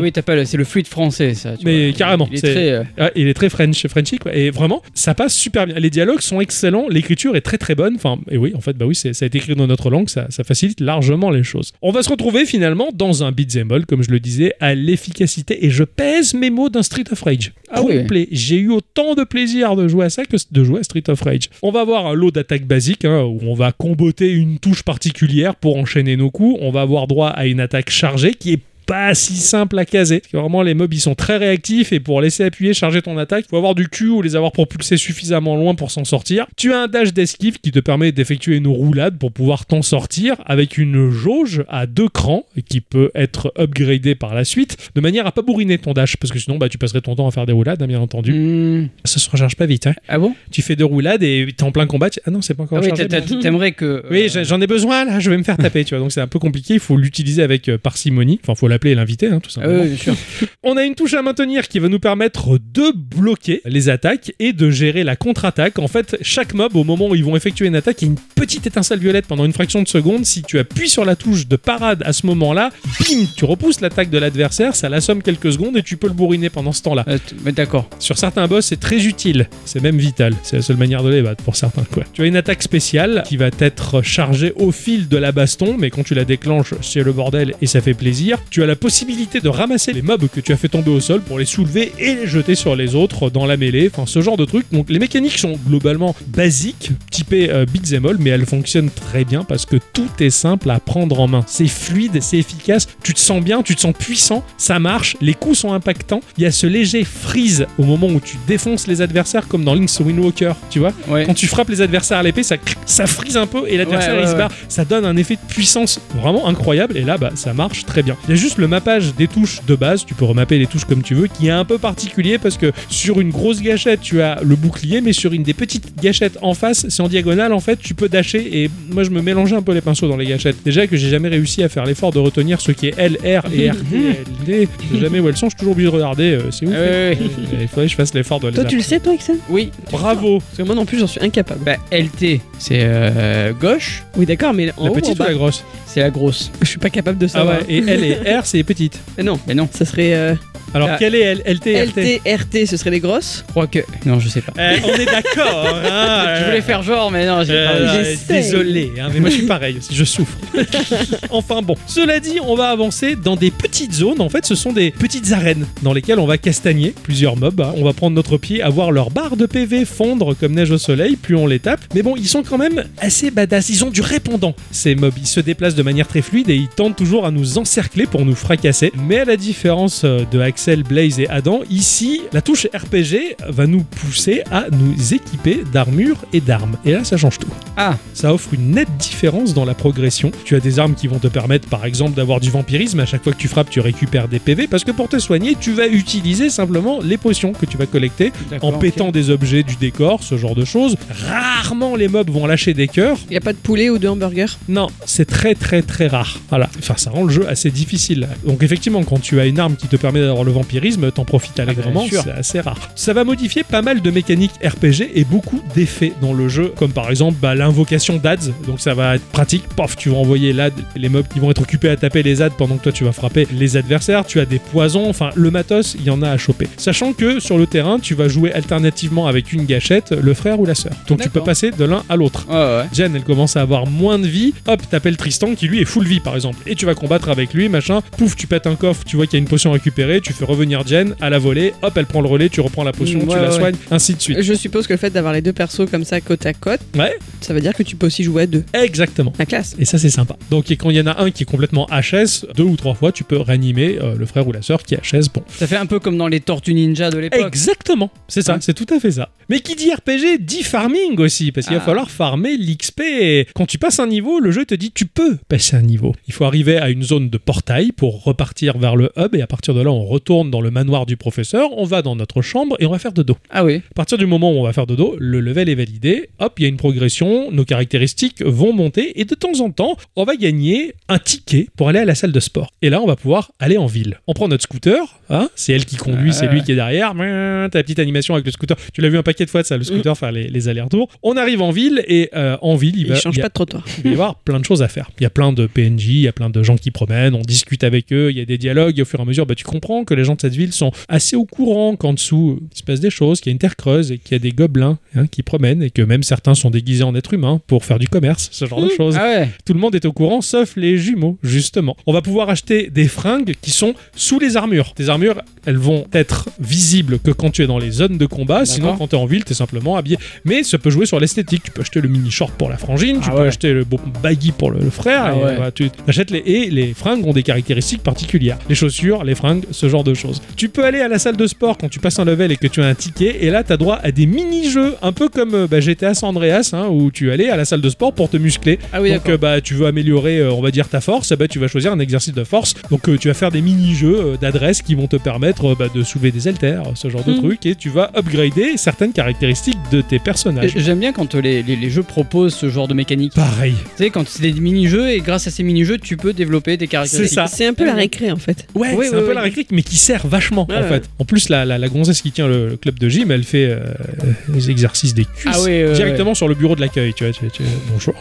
S2: Oui, t'as pas le- c'est le fluide français, ça. tu
S1: Mais
S2: vois.
S1: carrément,
S2: Il est
S1: c'est-
S2: très, euh,
S1: Ah, il est très French, Frenchy quoi. Et vraiment, ça passe super bien. Les dialogues sont excellents, l'écriture est très très bonne. Enfin, et oui, en fait, bah oui, c'est- ça a été écrit dans notre langue, ça, ça facilite largement les choses. On va se retrouver finalement dans un beat'em all, comme je le disais, à l'efficacité. Et je pèse mes mots d'un Street of Rage.
S2: Ah oui.
S1: Complet. J'ai eu autant de plaisir de jouer à ça que de jouer à Street of Rage. On va avoir un lot d'attaques basiques hein, où on va comboter une touche particulière pour enchaîner nos coups. On va avoir droit à une attaque chargée qui est pas si simple à caser. Parce que vraiment, les mobs, ils sont très réactifs et pour laisser appuyer, charger ton attaque, il faut avoir du cul ou les avoir propulsés suffisamment loin pour s'en sortir. Tu as un dash d'esquive qui te permet d'effectuer une roulade pour pouvoir t'en sortir avec une jauge à deux crans qui peut être upgradée par la suite de manière à pas bourriner ton dash parce que sinon, bah, tu passerais ton temps à faire des roulades, hein, bien entendu.
S2: hmm,
S1: Ça se recharge pas vite. hein.
S2: Ah bon
S1: Tu fais deux roulades et t'es en plein combat. tu- Ah non, c'est pas encore
S2: Ah oui,
S1: rechargé,
S2: t'as- t'as-
S1: mais-
S2: t'aimerais que.
S1: oui,
S2: euh,
S1: j'en- j'en ai besoin là, je vais me faire taper, tu vois. Donc c'est un peu compliqué, il faut l'utiliser avec euh, parcimonie. Enfin, faut la appeler l'invité, hein, tout simplement.
S2: Ah oui, bien sûr.
S1: On a une touche à maintenir qui va nous permettre de bloquer les attaques et de gérer la contre-attaque. En fait, chaque mob, au moment où ils vont effectuer une attaque, il y a une petite étincelle violette pendant une fraction de seconde. Si tu appuies sur la touche de parade à ce moment-là, bim, tu repousses l'attaque de l'adversaire, ça l'assomme quelques secondes et tu peux le bourriner pendant ce temps-là.
S2: Euh, t- mais D'accord.
S1: Sur certains boss, c'est très utile. C'est même vital. C'est la seule manière de les battre pour certains. Quoi. Tu as une attaque spéciale qui va être chargée au fil de la baston, mais quand tu la déclenches, c'est le bordel et ça fait plaisir. Tu as la possibilité de ramasser les mobs que tu as fait tomber au sol pour les soulever et les jeter sur les autres dans la mêlée. Enfin, ce genre de truc. Donc, les mécaniques sont globalement basiques, typées euh, beats and all, mais elles fonctionnent très bien parce que tout est simple à prendre en main. C'est fluide, c'est efficace. Tu te sens bien, tu te sens puissant, ça marche. Les coups sont impactants. Il y a ce léger freeze au moment où tu défonces les adversaires, comme dans Link's Wind Walker. Tu vois,
S2: Ouais.
S1: quand tu frappes les adversaires à l'épée, ça, cric- ça frise un peu et l'adversaire
S2: Ouais, ouais,
S1: il se
S2: ouais.
S1: barre. Ça donne un effet de puissance vraiment incroyable et là, bah, ça marche très bien. Il y a juste le mappage des touches de base, tu peux remapper les touches comme tu veux, qui est un peu particulier parce que sur une grosse gâchette, tu as le bouclier, mais sur une des petites gâchettes en face, c'est en diagonale en fait, tu peux dasher et moi je me mélangeais un peu les pinceaux dans les gâchettes. Déjà que j'ai jamais réussi à faire l'effort de retenir ce qui est L, R et R, D, L, D. Je sais jamais où elles sont, je suis toujours obligé de regarder, euh, c'est ouf.
S2: Ah ouais, ouais, ouais.
S1: Il faudrait que je fasse l'effort de les
S3: Toi, tu le sais, toi, Excel
S2: Oui.
S1: apprendre. Bravo
S3: Parce que moi non plus, j'en suis incapable.
S2: Bah, LT, c'est euh, gauche,
S3: Oui, d'accord, mais
S2: Oh,
S1: La
S3: en haut, en
S1: petite ou
S2: bah.
S3: bas,
S1: la grosse
S2: c'est la grosse.
S3: je suis pas capable de
S1: Ah
S3: savoir.
S1: ouais, et L et R, c'est les petites.
S3: Mais non,
S2: Mais non,
S3: ça serait euh,
S1: Alors,
S2: Ah.
S1: quelle est L, LT, RT
S3: LT, RT, ce serait les grosses.
S2: je crois que. Non, je sais pas.
S1: Eh, On est d'accord hein,
S2: Je
S1: euh,
S2: voulais faire genre, mais non, j'ai
S1: euh,
S2: pas.
S3: J'essaye.
S1: désolé, hein, mais moi je suis pareil, aussi, je souffre. enfin bon, cela dit, on va avancer dans des petites zones. En fait, ce sont des petites arènes dans lesquelles on va castagner plusieurs mobs. hein. On va prendre notre pied, avoir leur barre de PV fondre comme neige au soleil, puis on les tape. Mais bon, ils sont quand même assez badass. Ils ont du répondant. Ces mobs, ils se déplacent de manière très fluide et ils tentent toujours à nous encercler pour nous fracasser. Mais à la différence euh, de Axel, Blaze et Adam, ici, la touche RPG va nous pousser à nous équiper d'armures et d'armes. Et là, ça change tout
S2: Ah,
S1: ça offre une nette différence dans la progression. Tu as des armes qui vont te permettre par exemple d'avoir du vampirisme, à chaque fois que tu frappes tu récupères des PV, parce que pour te soigner tu vas utiliser simplement les potions que tu vas collecter en
S2: d'accord, ok.
S1: pétant des objets du décor, ce genre de choses. Rarement les mobs vont lâcher des cœurs.
S3: Il y a pas de poulet ou de hamburger.
S1: Non, c'est très très très rare. Voilà. Enfin, ça rend le jeu assez difficile. Donc effectivement, quand tu as une arme qui te permet d'avoir le vampirisme, t'en profites allègrement,
S2: Ah, bah, bien sûr.
S1: c'est assez rare. Ça va modifier pas mal de mécaniques RPG et beaucoup d'effets dans le jeu, comme par exemple bah, l'invocation d'ADS. Donc ça va être pratique, paf, tu vas envoyer l'AD, les mobs qui vont être occupés à taper les AD pendant que toi tu vas frapper les adversaires, tu as des poisons, enfin le matos, il y en a à choper. Sachant que sur le terrain, tu vas jouer alternativement avec une gâchette, le frère ou la sœur. Donc tu peux
S2: D'accord.
S1: passer de l'un à l'autre.
S2: Ouais, ouais.
S1: Jen, elle commence à avoir moins de vie. Hop, t'appelles Tristan qui lui est full vie par exemple. Et tu vas combattre avec lui, machin. Pouf, tu pètes un coffre, tu vois qu'il y a une potion récupérée, tu fais revenir Jen à la volée. Hop, elle prend le relais, tu reprends la potion,
S2: Mm,
S1: tu
S2: ouais,
S1: la
S2: ouais.
S1: soignes, ainsi de suite.
S3: Je suppose que le fait d'avoir les deux persos comme ça côte à côte,
S1: Ouais,
S3: ça veut dire que tu peux aussi jouer à deux.
S1: exactement.
S3: La classe.
S1: Et ça, c'est sympa. Donc, et quand il y en a un qui est complètement HS, deux ou trois fois, tu peux réanimer euh, le frère ou la sœur qui est HS. Bon,
S2: Ça fait un peu comme dans les Tortues Ninja de l'époque.
S1: Exactement, c'est ça,
S2: Hein
S1: c'est tout à fait ça. Mais qui dit RPG dit farming aussi, parce qu'il va
S2: Ah.
S1: falloir farmer l'XP. Quand tu passes un niveau, le jeu te dit tu peux passer un niveau. Il faut arriver à une zone de portail pour repartir vers le hub, et à partir de là, on retourne dans le manoir du professeur, on va dans notre chambre et on va faire dodo.
S2: Ah oui.
S1: À partir du moment où on va faire dodo, le level est validé, hop, il y a une progression, nos caractéristiques vont monter et de temps en temps, on va gagner un ticket pour aller à la salle de sport. Et là, on va pouvoir aller en ville. On prend notre scooter, hein, c'est elle qui conduit,
S2: Ah,
S1: c'est
S2: ouais.
S1: lui qui est derrière, Mouin, ta petite animation avec le scooter. Tu l'as vu un paquet de fois de ça, le
S3: Mm.
S1: scooter faire les, les allers-retours. On arrive en ville et euh, en ville, il,
S3: Il
S1: va,
S3: change
S1: il y a-
S3: pas de trottoir.
S1: il va y avoir plein de choses à faire. Il y a plein de PNJ, il y a plein de gens qui promènent, on discute avec eux, il y a des dialogues, et au fur et à mesure, bah, tu comprends que les gens de cette ville sont assez au courant qu'en dessous, euh, il se passe des choses, qu'il y a une terre creuse et qu'il y a des gobelins hein, qui promènent et que même certains sont déguisés en êtres humains pour faire du commerce, ce genre de choses.
S2: Ah ouais.
S1: Tout le monde est au courant, sauf les jumeaux, justement. On va pouvoir acheter des fringues qui sont sous les armures. Tes armures, elles vont être visibles que quand tu es dans les zones de combat. Sinon,
S2: D'accord.
S1: quand tu es en ville, tu es simplement habillé. Mais ça peut jouer sur l'esthétique. Tu peux acheter le mini short pour la frangine, tu
S2: Ah
S1: peux
S2: ouais.
S1: acheter le bon baggy pour le, le frère.
S2: Ah
S1: et,
S2: ouais.
S1: voilà, tu achètes les et les fringues ont des caractéristiques particulières. Les chaussures, les fringues, ce genre de de choses. Tu peux aller à la salle de sport quand tu passes un level et que tu as un ticket, et là, tu as droit à des mini-jeux, un peu comme euh, bah, GTA San Andreas, hein, où tu allais à la salle de sport pour te muscler.
S2: Ah oui,
S1: Donc,
S2: d'accord.
S1: euh, bah, tu veux améliorer, euh, on va dire, ta force, eh ben, tu vas choisir un exercice de force. Donc, euh, tu vas faire des mini-jeux euh, d'adresse qui vont te permettre euh, bah, de soulever des haltères, ce genre de
S2: Mhm.
S3: Mm.
S1: trucs, et tu vas upgrader certaines caractéristiques de tes personnages.
S2: J'aime bien quand les, les- les jeux proposent ce genre de mécanique.
S1: Pareil.
S2: Tu sais, quand c'est des mini-jeux et grâce à ces mini-jeux, tu peux développer des caractéristiques.
S1: ça.
S3: C'est un peu la récré en fait.
S1: Ouais,
S2: Oui,
S1: c'est
S2: oui,
S1: un peu
S2: oui.
S1: la réplique, mais qui sert vachement
S2: Ouais,
S1: en
S2: ouais.
S1: fait. En plus, la, la, la gonzesse qui tient le, le club de gym, elle fait euh, les exercices des cuisses
S2: Ah ouais, ouais,
S1: directement sur le bureau de l'accueil. Tu vois, tu- tu- bonjour.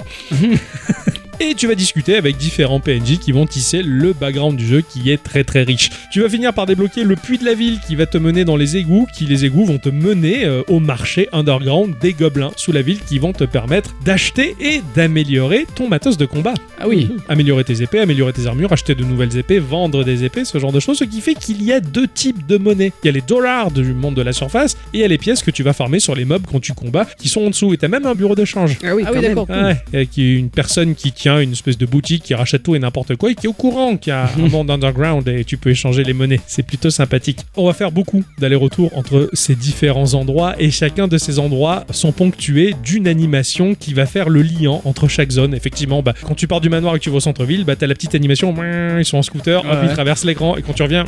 S1: Et tu vas discuter avec différents PNJ qui vont tisser le background du jeu qui est très très riche. Tu vas finir par débloquer le puits de la ville qui va te mener dans les égouts, qui les égouts vont te mener euh, au marché underground des gobelins sous la ville qui vont te permettre d'acheter et d'améliorer ton matos de combat
S2: Ah oui.
S1: améliorer tes épées, améliorer tes armures, acheter de nouvelles épées, vendre des épées, ce genre de choses, ce qui fait qu'il y a deux types de monnaie. Il y a les dollars du monde de la surface et il y a les pièces que tu vas farmer sur les mobs quand tu combats qui sont en dessous. Et t'as même un bureau d'échange.
S3: Ah oui,
S2: Ah oui, d'accord.
S1: Ouais, et qui est une personne qui tient une espèce de boutique qui rachète tout et n'importe quoi et qui est au courant qu'il y a un monde underground et tu peux échanger les monnaies. C'est plutôt sympathique. On va faire beaucoup d'allers-retours entre ces différents endroits et chacun de ces endroits sont ponctués d'une animation qui va faire le lien entre chaque zone. Effectivement, bah, quand tu pars du manoir et que tu vas au centre-ville, bah, t'as la petite animation, ils sont en scooter, hop,
S2: Ouais.
S1: ils traversent l'écran et quand tu reviens,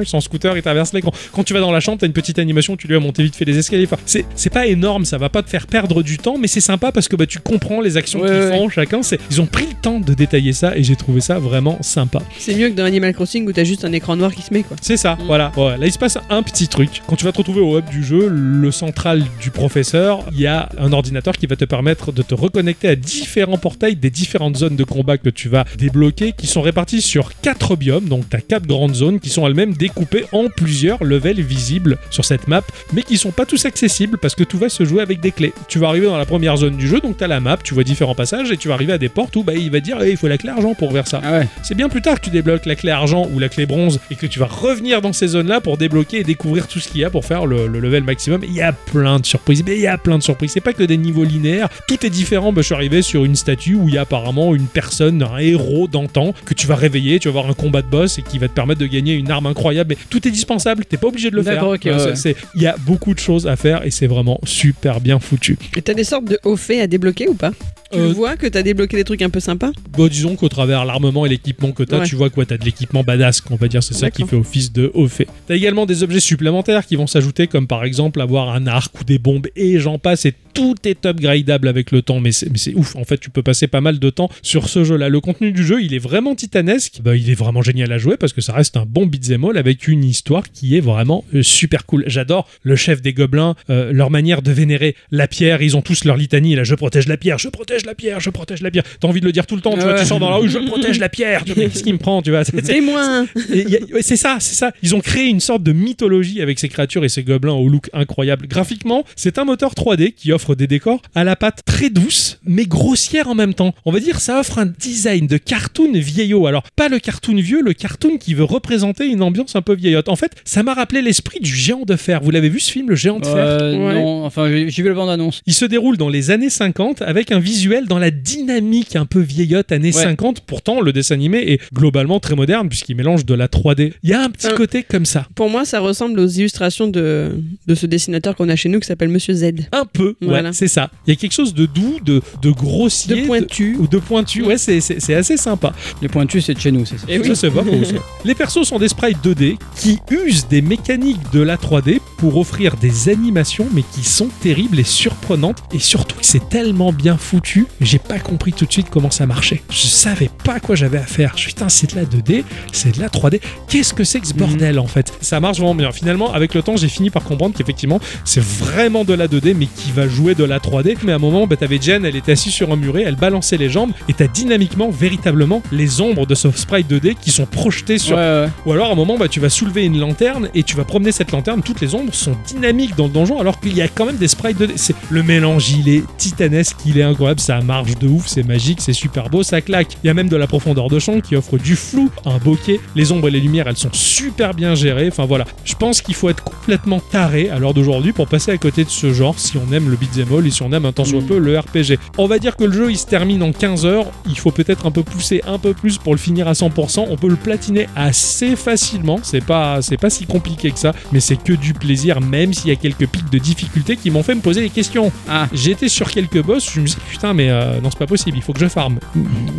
S1: ils sont en scooter, ils traversent l'écran. Quand tu vas dans la chambre, t'as une petite animation, tu lui as monté vite fait les escaliers. Enfin, c'est c'est pas énorme, ça va pas te faire perdre du temps, mais c'est sympa parce que bah, tu comprends les actions
S2: Ouais,
S1: qu'ils
S2: ouais.
S1: font chacun. C'est- Ils ont pris le temps de détailler ça et j'ai trouvé ça vraiment sympa.
S3: C'est mieux que dans Animal Crossing où t'as juste un écran noir qui se met quoi.
S1: C'est ça, voilà. Ouais, là, il se passe un petit truc. Quand tu vas te retrouver au hub du jeu, le central du professeur, il y a un ordinateur qui va te permettre de te reconnecter à différents portails des différentes zones de combat que tu vas débloquer, qui sont réparties sur quatre biomes. Donc, tu as quatre grandes zones qui sont elles-mêmes découpées en plusieurs levels visibles sur cette map, mais qui sont pas tous accessibles parce que tout va se jouer avec des clés. Tu vas arriver dans la première zone du jeu, donc tu as la map, tu vois différents passages et tu vas arriver à des portes où bah, il va dire Eh, il faut la clé argent pour ouvrir ça.
S2: Ah ouais.
S1: C'est bien plus tard que tu débloques la clé argent ou la clé bronze et que tu vas revenir dans ces zones-là pour débloquer et découvrir tout ce qu'il y a pour faire le, le level maximum. Il y a plein de surprises, mais il y a plein de surprises. C'est pas que des niveaux linéaires. Tout est différent. Bah, je suis arrivé sur une statue où il y a apparemment une personne, un héros d'antan que tu vas réveiller. Tu vas avoir un combat de boss et qui va te permettre de gagner une arme incroyable. Mais tout est dispensable. T'es pas obligé de le faire.
S2: D'accord, ok,
S1: Euh,
S2: ouais,
S1: c'est-
S2: ouais.
S1: c'est- Il y a beaucoup de choses à faire et c'est vraiment super bien foutu.
S3: Et t'as des sortes de hauts faits à débloquer ou pas Tu
S1: Euh,
S3: vois que t'as débloqué des trucs un peu sympas
S1: Bon, Bah, disons qu'au travers l'armement et l'équipement que t'as,
S3: Ouais.
S1: tu vois quoi, t'as de l'équipement badass, qu'on va dire, c'est ça qui
S3: D'accord.
S1: fait office de haut fait. T'as également des objets supplémentaires qui vont s'ajouter, comme par exemple avoir un arc ou des bombes, et j'en passe, et tout est upgradable avec le temps, mais c'est mais c'est ouf, en fait, tu peux passer pas mal de temps sur ce jeu-là. Le contenu du jeu, il est vraiment titanesque, Bah, il est vraiment génial à jouer, parce que ça reste un bon beat'em all avec une histoire qui est vraiment euh, super cool. J'adore le chef des gobelins, euh, leur manière de vénérer la pierre, ils ont tous leur litanie, là, je protège la pierre, je protège la pierre, je protège la pierre. T'as envie de le dire tout le temps, tu, vois,
S2: Ouais.
S1: tu sors dans la rue, je protège la pierre, tu vois, mais qu'est-ce qui me prend, tu vois c'est- c'est-
S3: Témoin
S1: et y a- ouais, C'est ça, c'est ça. Ils ont créé une sorte de mythologie avec ces créatures et ces gobelins au look incroyable. Graphiquement, c'est un moteur 3D qui offre des décors à la patte très douce, mais grossière en même temps. On va dire, ça offre un design de cartoon vieillot. Alors, pas le cartoon vieux, le cartoon qui veut représenter une ambiance un peu vieillotte. En fait, ça m'a rappelé l'esprit du géant de fer. Vous l'avez vu ce film, le géant de fer
S2: Euh,
S3: Ouais.
S2: Non, enfin, j'ai j'ai vu la bande-annonce.
S1: il se déroule dans les années 50 avec un visuel dans la dynamique un peu vieillotte années
S2: Ouais.
S1: 50. Pourtant, le dessin animé est globalement très moderne puisqu'il mélange de la 3D. Il y a un petit
S3: Hein.
S1: côté comme ça.
S3: Pour moi, ça ressemble aux illustrations de, de ce dessinateur qu'on a chez nous qui s'appelle Monsieur Z.
S1: Un peu, ouais,
S3: Voilà.
S1: c'est ça. Il y a quelque chose de doux, de, de grossier.
S3: De pointu.
S1: Ou de pointu, ouais, c'est- c'est c'est assez sympa.
S2: Les pointus, c'est de chez nous, c'est ça.
S1: Ça, c'est pas faux, ça. Les persos sont des sprites 2D qui usent des mécaniques de la 3D pour offrir des animations, mais qui sont terribles et surprenantes. Et surtout que c'est tellement bien foutu, j'ai pas compris tout de suite comment ça marchait. Je savais pas à quoi j'avais à faire. Je, Putain, c'est de la 2D, c'est de la 3D. Qu'est-ce que c'est que ce bordel en fait Ça marche vraiment bien. Finalement, avec le temps, j'ai fini par comprendre qu'effectivement, c'est vraiment de la 2D, mais qui va jouer de la 3D. Mais à un moment, bah, t'avais Jen, elle était assise sur un muret, elle balançait les jambes, et t'as dynamiquement, véritablement, les ombres de ce sprite 2D qui sont projetées sur.
S2: Ouais, ouais.
S1: Ou alors, à un moment, bah, tu vas soulever une lanterne et tu vas promener cette lanterne. Toutes les ombres sont dynamiques dans le donjon, alors qu'il y a quand même des sprites 2D. C'est le mélange, il est titanesque, il est incroyable, ça marche de ouf, c'est magique, c'est super beau, ça claque. Il y a même de la profondeur de champ qui offre du flou, un bokeh. Les ombres et les lumières, elles sont super bien gérées. Enfin voilà, je pense qu'il faut être complètement taré à l'heure d'aujourd'hui pour passer à côté de ce genre si on aime le beat beat'em all, et si on aime un tant soit peu le RPG. On va dire que le jeu il se termine en 15 heures, il faut peut-être un peu pousser un peu plus pour le finir à 100%, on peut le platiner assez facilement, c'est pas, c'est pas si compliqué que ça, mais c'est que du plaisir, même s'il y a quelques pics de difficulté qui m'ont fait me poser des questions.
S2: Ah.
S1: J'étais sur quelques boss, je me suis dit putain, mais euh, non, c'est pas possible, il faut que je farme.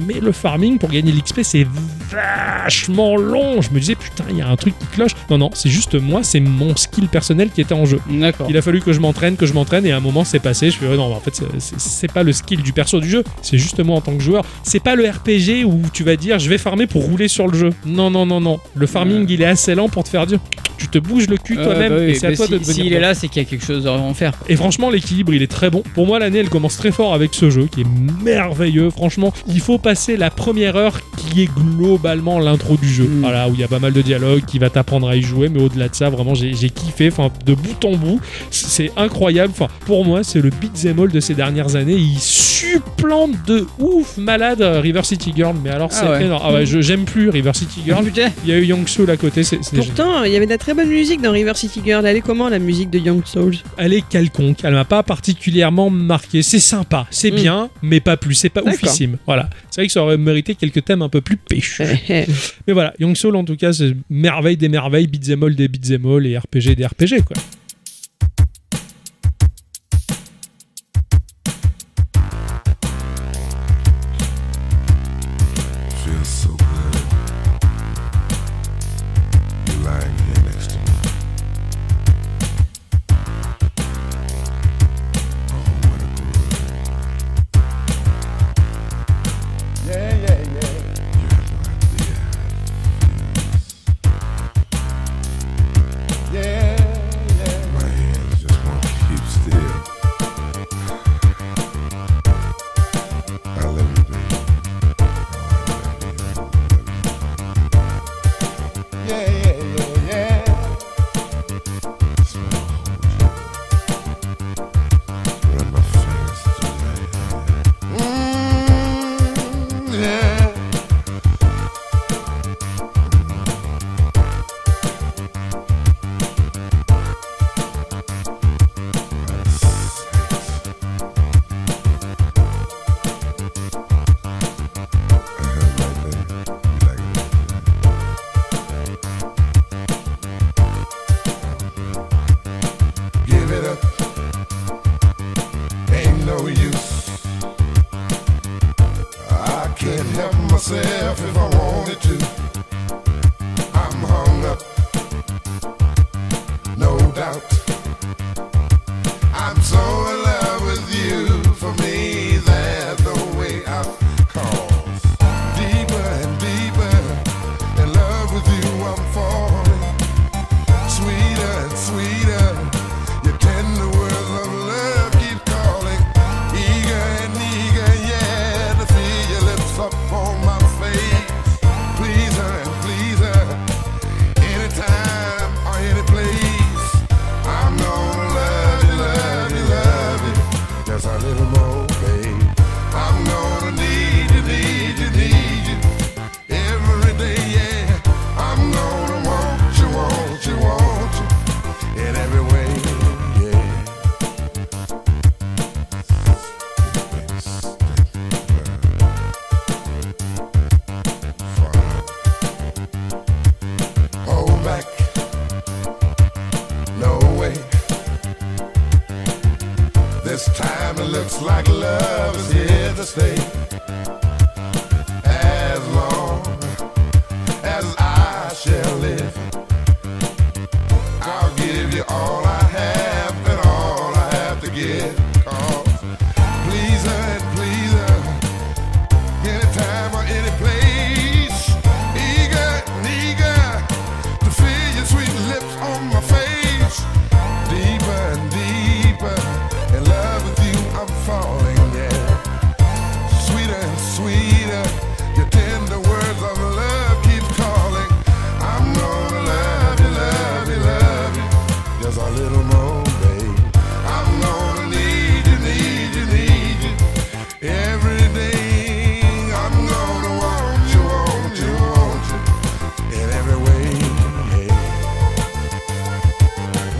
S1: Mais le farming pour gagner l'XP, c'est vachement long. Je me disais putain, il y a un truc qui cloche. Non, non, c'est juste moi, c'est mon skill personnel qui était en jeu.
S2: Mm, D'accord.
S1: Il a fallu que je m'entraîne, que je m'entraîne, et à un moment c'est passé. Je fais ouais, non, mais en fait c'est- c'est c'est pas le skill du perso du jeu, c'est juste moi en tant que joueur. C'est pas le RPG où tu vas dire je vais farmer pour rouler sur le jeu. Non, non, non, non. Le farming il est assez lent pour te faire dire tu te bouges le cul
S2: Euh,
S1: toi-même
S2: bah oui,
S1: et c'est à
S2: mais
S1: toi
S2: si,
S1: de devenir.
S2: S'il
S1: bon.
S2: est là, c'est qu'il y a quelque chose à en faire.
S1: Et franchement, l'équilibre, il est très bon. Pour moi, l'année, elle commence très fort avec ce jeu qui est merveilleux. Franchement, il faut passer la première heure qui est globalement l'intro du jeu.
S2: Mm.
S1: Voilà, où il y a pas mal de dialogues qui va t'apprendre à y jouer, mais au-delà de ça, vraiment, j'ai j'ai kiffé. Enfin, de bout en bout, c- c'est incroyable. Enfin, pour moi, c'est le beat'em all de ces dernières années. Il supplante de ouf malade euh, River City Girl. Mais alors,
S2: Ah
S1: c'est
S2: ouais.
S1: énorme. Ah ouais, je- j'aime plus River City
S2: Oh,
S1: Girl.
S2: putain.
S1: Il y a eu Young Soul à côté. c'est c'est-
S3: Pourtant, il y avait de la très bonne musique dans River City Girl. Elle est comment la musique de Young Souls
S1: elle est quelconque, elle m'a pas particulièrement marqué. C'est sympa, c'est
S3: Mm.
S1: bien, mais pas plus, c'est pas
S3: D'accord.
S1: oufissime. Voilà. C'est vrai que ça aurait mérité quelques thèmes un peu plus péchus.
S3: Eh, eh.
S1: Mais voilà, Young Soul en tout cas, c'est merveille des merveilles, beat'em all des beat'em all et RPG des RPG quoi.
S6: feels so good. You're lying here next to me. Oh, what a good. Yeah, yeah, yeah. You have no idea how it feels. Yeah, yeah. My hands just won't keep still. I love you, baby. Run my fingers through your hair. Give it up. Ain't no use. I can't help myself if I wanted to. I'm hung up. No doubt. I'm so in love with you. For me, that the way I calls. Deeper and deeper. In love with you, I'm falling sweeter and sweeter. Your tender words of love keep calling, eager and eager, yeah, to feel your lips up on my face. Pleaser and pleaser, anytime or any place. I'm gonna love you, love you, love you. Just a little more, babe. I'm gonna need you, need you, need you. Every day, yeah, I'm gonna want you, want you, want you in every way, yeah. Hold back, no way. This time it looks like love is here to stay. As long as I shall live, I'll give you all I have and all I have to give. Cause pleaser and pleaser, anytime or any place, eager and eager to feel your sweet lips on my face. Deeper and deeper, in love with you, I'm falling, yeah sweeter and sweeter. Your tender words of love keep calling. I'm gonna love you, love you, love you. Just a little more, babe. I'm gonna need you, need you, need you. Every day I'm gonna want you, want you, want you. In every way, yeah.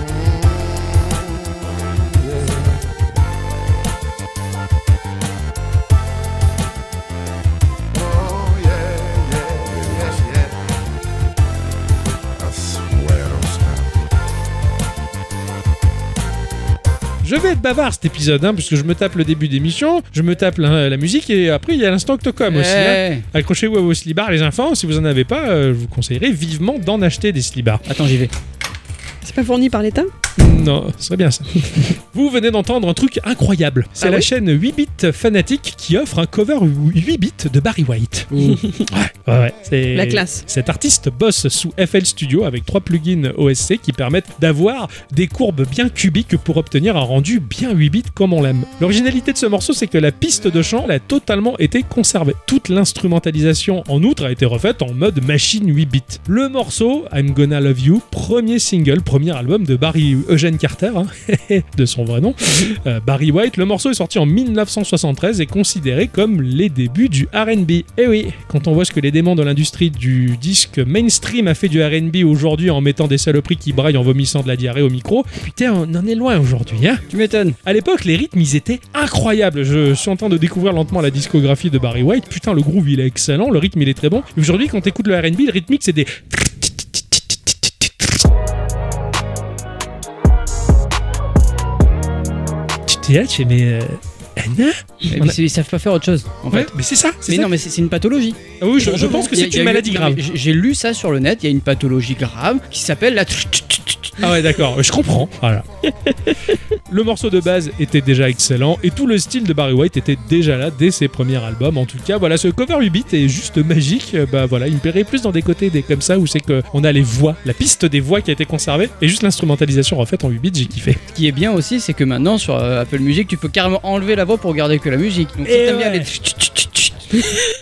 S6: Mm, yeah.
S1: Je vais être bavard cet épisode, hein, puisque je me tape le début d'émission, je me tape la, la musique et après il y a l'instant Octocom aussi. hein.
S2: Eh,
S1: Accrochez-vous à vos slibards, les enfants. Si vous en avez pas, euh, je vous conseillerais vivement d'en acheter des slibards.
S2: Attends, j'y vais.
S3: C'est pas fourni par l'État
S1: Non, ce serait bien ça. vous venez d'entendre un truc incroyable. C'est
S3: Ah
S1: la
S3: oui
S1: chaîne 8 bits fanatique qui offre un cover 8 bits de Barry White. Ouais, ouais, c'est-
S3: La classe.
S1: Cet artiste bosse sous FL Studio avec trois plugins OSC qui permettent d'avoir des courbes bien cubiques pour obtenir un rendu bien 8 bits comme on l'aime. L'originalité de ce morceau, c'est que la piste de chant elle a totalement été conservée. Toute l'instrumentalisation en outre a été refaite en mode machine 8 bits. Le morceau, I'm Gonna Love You, premier single, premier album de Barry Eugene Carter, hein, de son vrai nom, euh, Barry White. Le morceau est sorti en 1973 et considéré comme les débuts du RB. Et Eh oui, quand on voit ce que les démons de l'industrie du disque mainstream a fait du RB aujourd'hui en mettant des saloperies qui braillent en vomissant de la diarrhée au micro, putain, on en est loin aujourd'hui, hein
S2: Tu m'étonnes.
S1: à l'époque, les rythmes, ils étaient incroyables. Je suis en train de découvrir lentement la discographie de Barry White. Putain, le groove, il est excellent, le rythme, il est très bon. Et Aujourd'hui, quand t'écoutes le RB, le rythmique, c'est des. Tu t'es là, tu fais, mais. euh, Anna
S2: Eh,
S1: On a-
S2: mais c'est- Ils savent pas faire autre chose, en
S1: Ouais,
S2: fait.
S1: mais c'est ça, c'est
S2: Mais
S1: ça.
S2: non, mais c'est c'est une pathologie.
S1: Ah oui, je, je pense que
S2: Il y a-
S1: c'est
S2: il y a
S1: une
S2: eu-
S1: maladie
S2: non,
S1: grave.
S2: mais J'ai j'ai lu ça sur le net, il y a une pathologie grave qui s'appelle la... tch- tch- tch- tch- tch.
S1: Ah ouais, d'accord, je comprends. Voilà. le morceau de base était déjà excellent et tout le style de Barry White était déjà là dès ses premiers albums. En tout cas, voilà, ce cover 8 bits est juste magique. Euh, Bah voilà, il me plairait plus dans des côtés des comme ça où c'est que on a les voix, la piste des voix qui a été conservée et juste l'instrumentalisation refaite en 8 bits, j'ai kiffé.
S2: Ce qui est bien aussi, c'est que maintenant, sur euh, Apple Music, tu peux carrément enlever la voix pour garder que la musique. Donc si
S1: Eh
S2: t'aimes bien
S1: ouais.
S2: les... tch- tch- tch- tch- tch-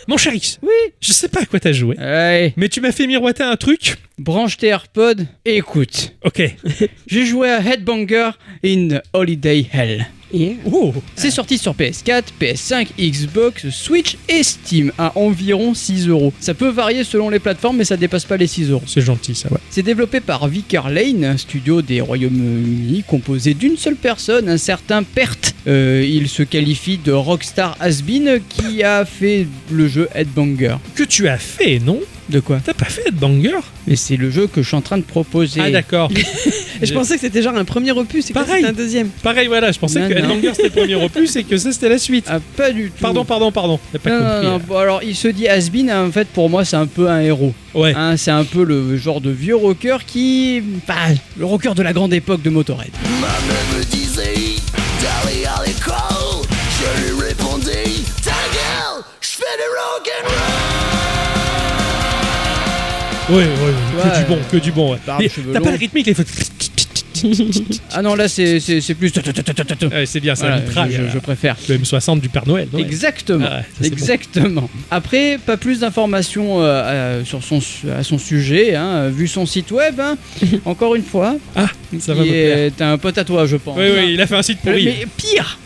S1: Mon cher X, oui, je sais pas à quoi t'as joué,
S2: Allez,
S1: mais tu m'as fait miroiter un truc.
S2: branche tes AirPods et écoute.
S1: Ok.
S2: J'ai joué à Headbanger in the Holiday Hell.
S1: Oh,
S2: C'est sorti sur PS4, PS5, Xbox, Switch et Steam à environ 6 euros. Ça peut varier selon les plateformes, mais ça dépasse pas les 6 euros.
S1: c'est gentil ça. Ouais.
S2: C'est développé par Vicar Lane, un studio des Royaumes-Unis composé d'une seule personne, un certain Pert. Euh, il se qualifie de Rockstar Has-Been qui a fait le jeu Headbanger.
S1: Que tu as fait, non
S2: De quoi
S1: T'as pas fait de banger
S2: Mais c'est le jeu que je suis en train de proposer.
S1: Ah d'accord.
S3: Et je pensais que c'était genre un premier opus et que
S1: Pareil.
S3: c'était un deuxième.
S1: Pareil, voilà, je pensais
S2: Non,
S1: que
S2: non.
S1: banger c'était le premier opus et que ça c'était la suite.
S2: Ah, pas du tout.
S1: Pardon, pardon, pardon. T'as pas
S2: Non, non,
S1: compris. hein.
S2: non, bon, alors il se dit Has-Been, hein, en fait pour moi c'est un peu un héros.
S1: Ouais.
S2: Hein, c'est un peu le genre de vieux rocker qui. Bah, le rocker de la grande époque de Motorhead.
S7: me disait d'aller à l'école. Je lui répondis, ta gueule, je fais du rock'n'roll.
S1: Ouais, ouais, ouais, que
S2: Ouais.
S1: du bon, que du bon. Ouais.
S2: Barbe,
S1: Et
S2: cheveux
S1: T'as pas
S2: longs.
S1: le rythmique, les
S2: Ah non, là c'est c'est- c'est plus.
S1: Ouais, c'est bien, ça
S2: Voilà,
S1: vitraille,
S2: je- je- je
S1: là.
S2: préfère.
S1: Le M60 du Père Noël. non
S2: Exactement.
S1: Ah ouais, ça, c'est bon.
S2: Exactement. Après, pas plus d'informations euh, euh, sur son su- à son sujet, hein, euh, vu son site web. hein. Encore une fois,
S1: Ah,
S2: qui
S1: ça va me plaire.
S2: est un pote à toi, je pense.
S1: Oui, oui, il a fait un site
S2: Euh,
S1: pourri.
S2: Mais pire,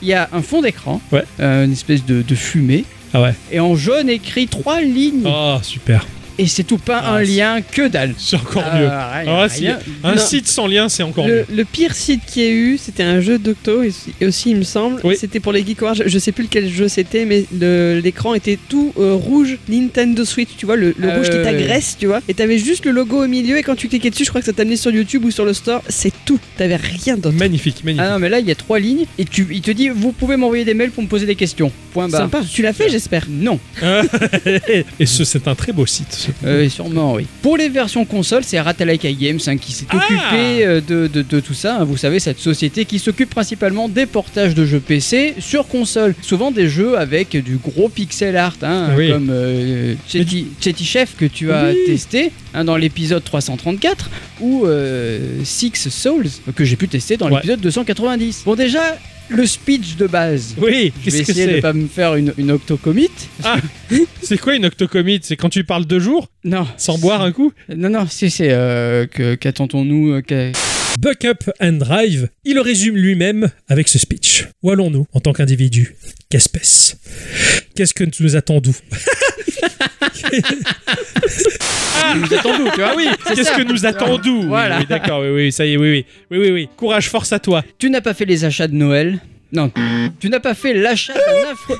S2: il y a un fond d'écran,
S1: Ouais.
S2: euh, une espèce de, de fumée,
S1: Ah ouais.
S2: et en jaune écrit trois lignes,
S1: Oh, super.
S2: et c'est tout pas
S1: Ah,
S2: un
S1: c'est-
S2: lien que dalle.
S1: C'est encore
S2: Ah,
S1: mieux.
S2: rien,
S1: Alors là, si-
S2: rien.
S1: un
S3: Non.
S1: site sans lien, c'est encore
S3: Le,
S1: mieux.
S3: le pire site qu'il y ait eu, c'était un jeu d'octo et et aussi, il me semble.
S1: Oui.
S3: C'était pour les Geek Wars. Je, je sais plus lequel jeu c'était, mais le- l'écran était tout euh, rouge Nintendo Switch. Tu vois, le, le
S2: Ah
S3: rouge qui
S2: ouais,
S3: t'agresse, tu vois. Et t'avais juste le logo au milieu. Et quand tu cliquais dessus, je crois que ça t'amenait sur YouTube ou sur le store. C'est tout. T'avais rien d'autre.
S1: Magnifique, magnifique.
S2: Ah non, mais là, il y a trois lignes, et tu, il te dit, vous pouvez m'envoyer des mails pour me poser des questions. Point barre.
S3: Sympa. Tu l'as fait, j'espère.
S2: Non.
S1: Et ce, c'est un très beau site. ce.
S2: Euh, sûrement, oui. Pour les versions console, c'est Ratalaika Games hein, qui s'est
S1: Ah
S2: occupé euh, de, de- de tout ça. hein. Vous savez, cette société qui s'occupe principalement des portages de jeux PC sur console. Souvent des jeux avec du gros pixel art, hein,
S1: Ah oui.
S2: comme euh, Chetty Chetty Chef que tu as testé hein, dans l'épisode 334 ou euh, Six Souls que j'ai pu tester dans
S1: Ouais.
S2: l'épisode 290. Bon, déjà, le speech de base.
S1: Oui,
S2: Je vais
S1: qu'est-ce que
S2: essayer de
S1: c'est
S2: pas me faire une, une octocomite.
S1: C'est quoi une octocomite C'est quand tu parles deux jours
S2: Non.
S1: sans boire un coup
S2: Non, non, si, c'est. euh, que- Qu'attendons-nous euh, qu'a-
S1: Buck Up and Drive, il le résume lui-même avec ce speech. Où allons-nous en tant qu'individu Qu'espèce Qu'est-ce que nous attendons Ah,
S2: nous attendons, tu vois. Oui,
S1: Qu'est-ce que nous attendons
S2: Voilà.
S1: Oui, oui, d'accord, oui, oui, ça y est, oui, oui, oui, oui, oui. Courage, force à toi.
S2: Tu n'as pas fait les achats de Noël. Non, tu n'as pas fait l'achat d'un affreux.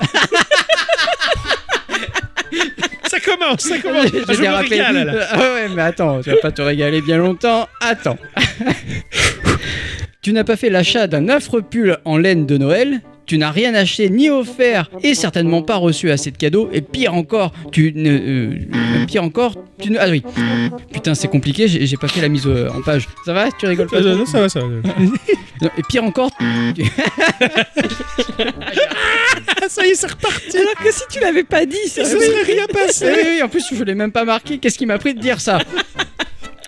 S1: Ça commence, ça commence. Ah, je me
S2: dérapé.
S1: régale, là.
S2: Ah ouais, mais attends, tu vas pas te régaler bien longtemps. Attends. Tu n'as pas fait l'achat d'un affreux pull en laine de Noël tu n'as rien acheté ni offert et certainement pas reçu assez de cadeaux et pire encore tu ne euh, pire encore tu ne ah oui putain c'est compliqué j'ai j'ai pas fait la mise euh, en page ça va tu rigoles pas
S1: Euh,
S2: trop
S1: non, ça va, ça va.
S2: Non, et pire encore tu-
S1: ça y est, c'est reparti.
S3: Alors que si tu l'avais pas dit, ça
S1: Il se
S3: aurait-
S1: serait rien
S2: Ah Oui,
S1: passé.
S2: oui, oui, en plus, je l'ai même pas marqué. Qu'est-ce qui m'a pris de dire ça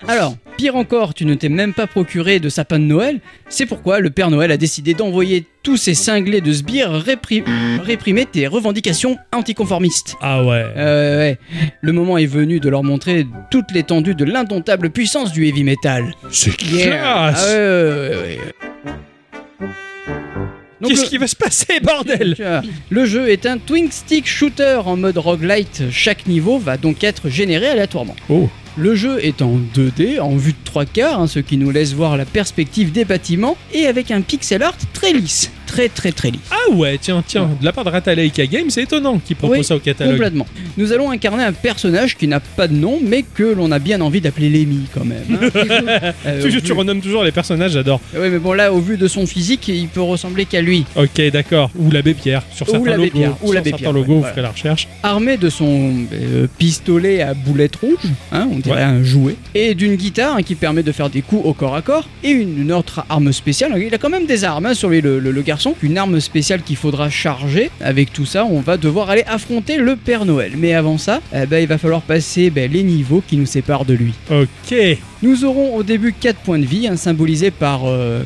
S2: Alors, pire encore, tu ne t'es même pas procuré de sapin de Noël. C'est pourquoi le Père Noël a décidé d'envoyer tous ces cinglés de sbires répri- réprimer tes revendications anticonformistes.
S1: Ah ouais.
S2: Euh, ouais. Le moment est venu de leur montrer toute l'étendue de l'indomptable puissance du heavy metal.
S1: C'est
S2: Ah,
S1: classe.
S2: ouais, ouais, ouais, ouais. Donc,
S1: Qu'est-ce
S2: le-
S1: qui va se passer, bordel
S2: tu vois, Le jeu est un twin stick shooter en mode roguelite. Chaque niveau va donc être généré aléatoirement.
S1: Oh.
S2: Le jeu est en 2D, en vue de 3 quarts, hein, ce qui nous laisse voir la perspective des bâtiments, et avec un pixel art très lisse. Très très très lisse.
S1: Ah ouais, tiens, tiens. De la part de Ratalaika Games, c'est étonnant qu'ils proposent
S2: Oui,
S1: ça au catalogue.
S2: Complètement. Nous allons incarner un personnage qui n'a pas de nom, mais que l'on a bien envie d'appeler Lémi quand même. hein. Euh, au
S1: Tu,
S2: vu-
S1: tu renommes toujours les personnages, j'adore.
S2: Ouais, mais bon là, au vu de son physique, il peut ressembler qu'à lui.
S1: Ok, d'accord. Ou l'abbé Pierre, sur
S2: Ou
S1: certains
S2: l'abbé
S1: logos.
S2: Pierre, ou
S1: sur
S2: l'abbé
S1: certains
S2: Pierre,
S1: logos,
S2: ouais,
S1: vous
S2: voilà.
S1: ferez la recherche.
S2: armé de son euh, pistolet à boulettes rouges, hein, on dirait
S1: Ouais.
S2: un jouet, et d'une guitare hein, qui permet de faire des coups au corps à corps, et une, une autre arme spéciale. Il a quand même des armes hein, sur lui, le, le- le garçon. Une arme spéciale qu'il faudra charger. Avec tout ça, on va devoir aller affronter le Père Noël. Mais avant ça, eh ben, il va falloir passer ben, les niveaux qui nous séparent de lui.
S1: Ok.
S2: Nous aurons au début 4 points de vie, hein, symbolisés par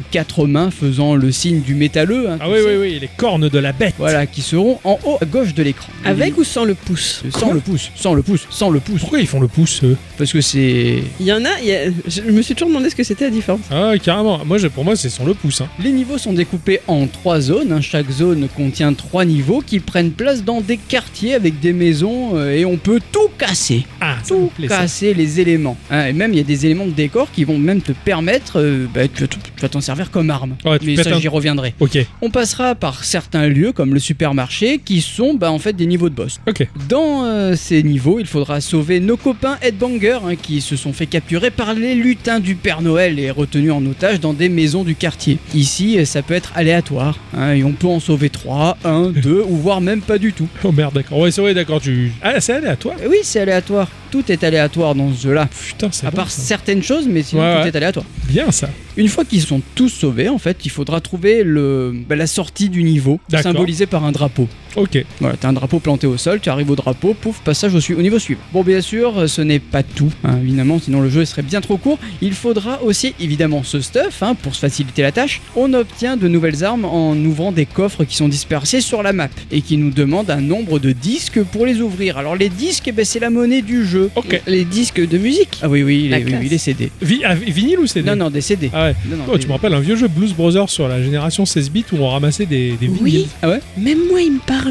S2: 4 mains faisant le signe du métalleux. hein,
S1: Ah
S2: tu
S1: oui,
S2: sais.
S1: oui, oui, les cornes de la bête.
S2: Voilà, qui seront en haut à gauche de l'écran.
S3: Avec ou sans le pouce
S2: Sans le pouce, sans le pouce, sans le pouce.
S1: Pourquoi ils font le pouce, eux
S2: Parce que c'est.
S3: Il y en a, il y a- je me suis toujours demandé ce que c'était la différence.
S1: Ah, ouais, carrément. Moi, je- pour moi, c'est sans le pouce. Hein.
S2: Les niveaux sont découpés en trois zones. hein. Chaque zone contient trois niveaux qui prennent place dans des quartiers avec des maisons euh, et on peut tout casser.
S1: Ah, ça me
S2: Tout
S1: plaît, ça.
S2: casser les éléments. hein. Et même, il y a des éléments de décor qui vont même te permettre. euh, bah, tu vas tout- tu vas t'en servir comme arme.
S1: Ouais, tu
S2: Mais
S1: pètes
S2: ça,
S1: un-
S2: j'y reviendrai.
S1: Ok,
S2: On passera par certains lieux comme le supermarché qui sont bah, en fait des niveaux de boss.
S1: ok.
S2: Dans euh, ces niveaux, il faudra sauver nos copains headbangers hein, qui se sont fait capturer par les lutins du Père Noël et retenus en otage dans des maisons du quartier. Ici, euh, ça peut être aléatoire hein, et on peut en sauver 3, 1, 2 ou voire même pas du tout.
S1: Oh merde, d'accord. Ouais, c'est ouais, d'accord. Tu... Ah, c'est aléatoire.
S2: Et Eh oui, c'est aléatoire. Tout est aléatoire dans ce jeu-là.
S1: Putain, c'est
S2: À
S1: bon,
S2: part
S1: ça.
S2: certaines choses, mais sinon
S1: Ouais,
S2: tout
S1: ouais.
S2: est aléatoire.
S1: bien ça.
S2: Une fois qu'ils sont tous sauvés, en fait, il faudra trouver le, bah, la sortie du niveau,
S1: D'accord.
S2: symbolisée par un drapeau.
S1: Ok.
S2: Voilà, t'as un drapeau planté au sol, tu arrives au drapeau, pouf, passage au, su- au niveau suivant. Bon, bien sûr, euh, ce n'est pas tout, hein, évidemment, sinon le jeu serait bien trop court. Il faudra aussi, évidemment, ce stuff, hein, pour se faciliter la tâche. On obtient de nouvelles armes en ouvrant des coffres qui sont dispersés sur la map et qui nous demandent un nombre de disques pour les ouvrir. Alors, les disques, eh ben, c'est la monnaie du jeu.
S1: Ok.
S3: Les disques de musique.
S2: Ah oui, oui,
S3: La
S2: les, oui, oui,
S3: classe.
S2: les CD.
S1: Vi- ah, vinyle ou CD
S2: Non, non, des CD.
S1: Ah ouais.
S2: Non, non,
S1: Oh,
S2: des-
S1: tu me rappelles un vieux jeu Blues Brothers sur la génération 16 bits où on ramassait des, des vinyles.
S2: Ah ouais
S3: Même moi, il me parle.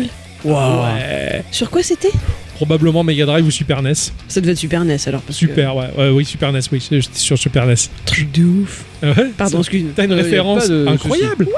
S2: Waouh.
S1: Ouais.
S3: Sur quoi c'était
S1: Probablement Mega Drive ou Super E NES.
S3: Ça devait être Super NES alors. Parce que-
S1: Super, ouais. ouais. Oui, Super NES, oui. J'étais sur Super NES.
S3: Truc de ouf.
S1: Ah ouais,
S3: Pardon,
S1: ça-
S3: excuse-moi.
S1: T'as une
S2: Euh, y a
S1: référence
S2: pas de
S1: incroyable.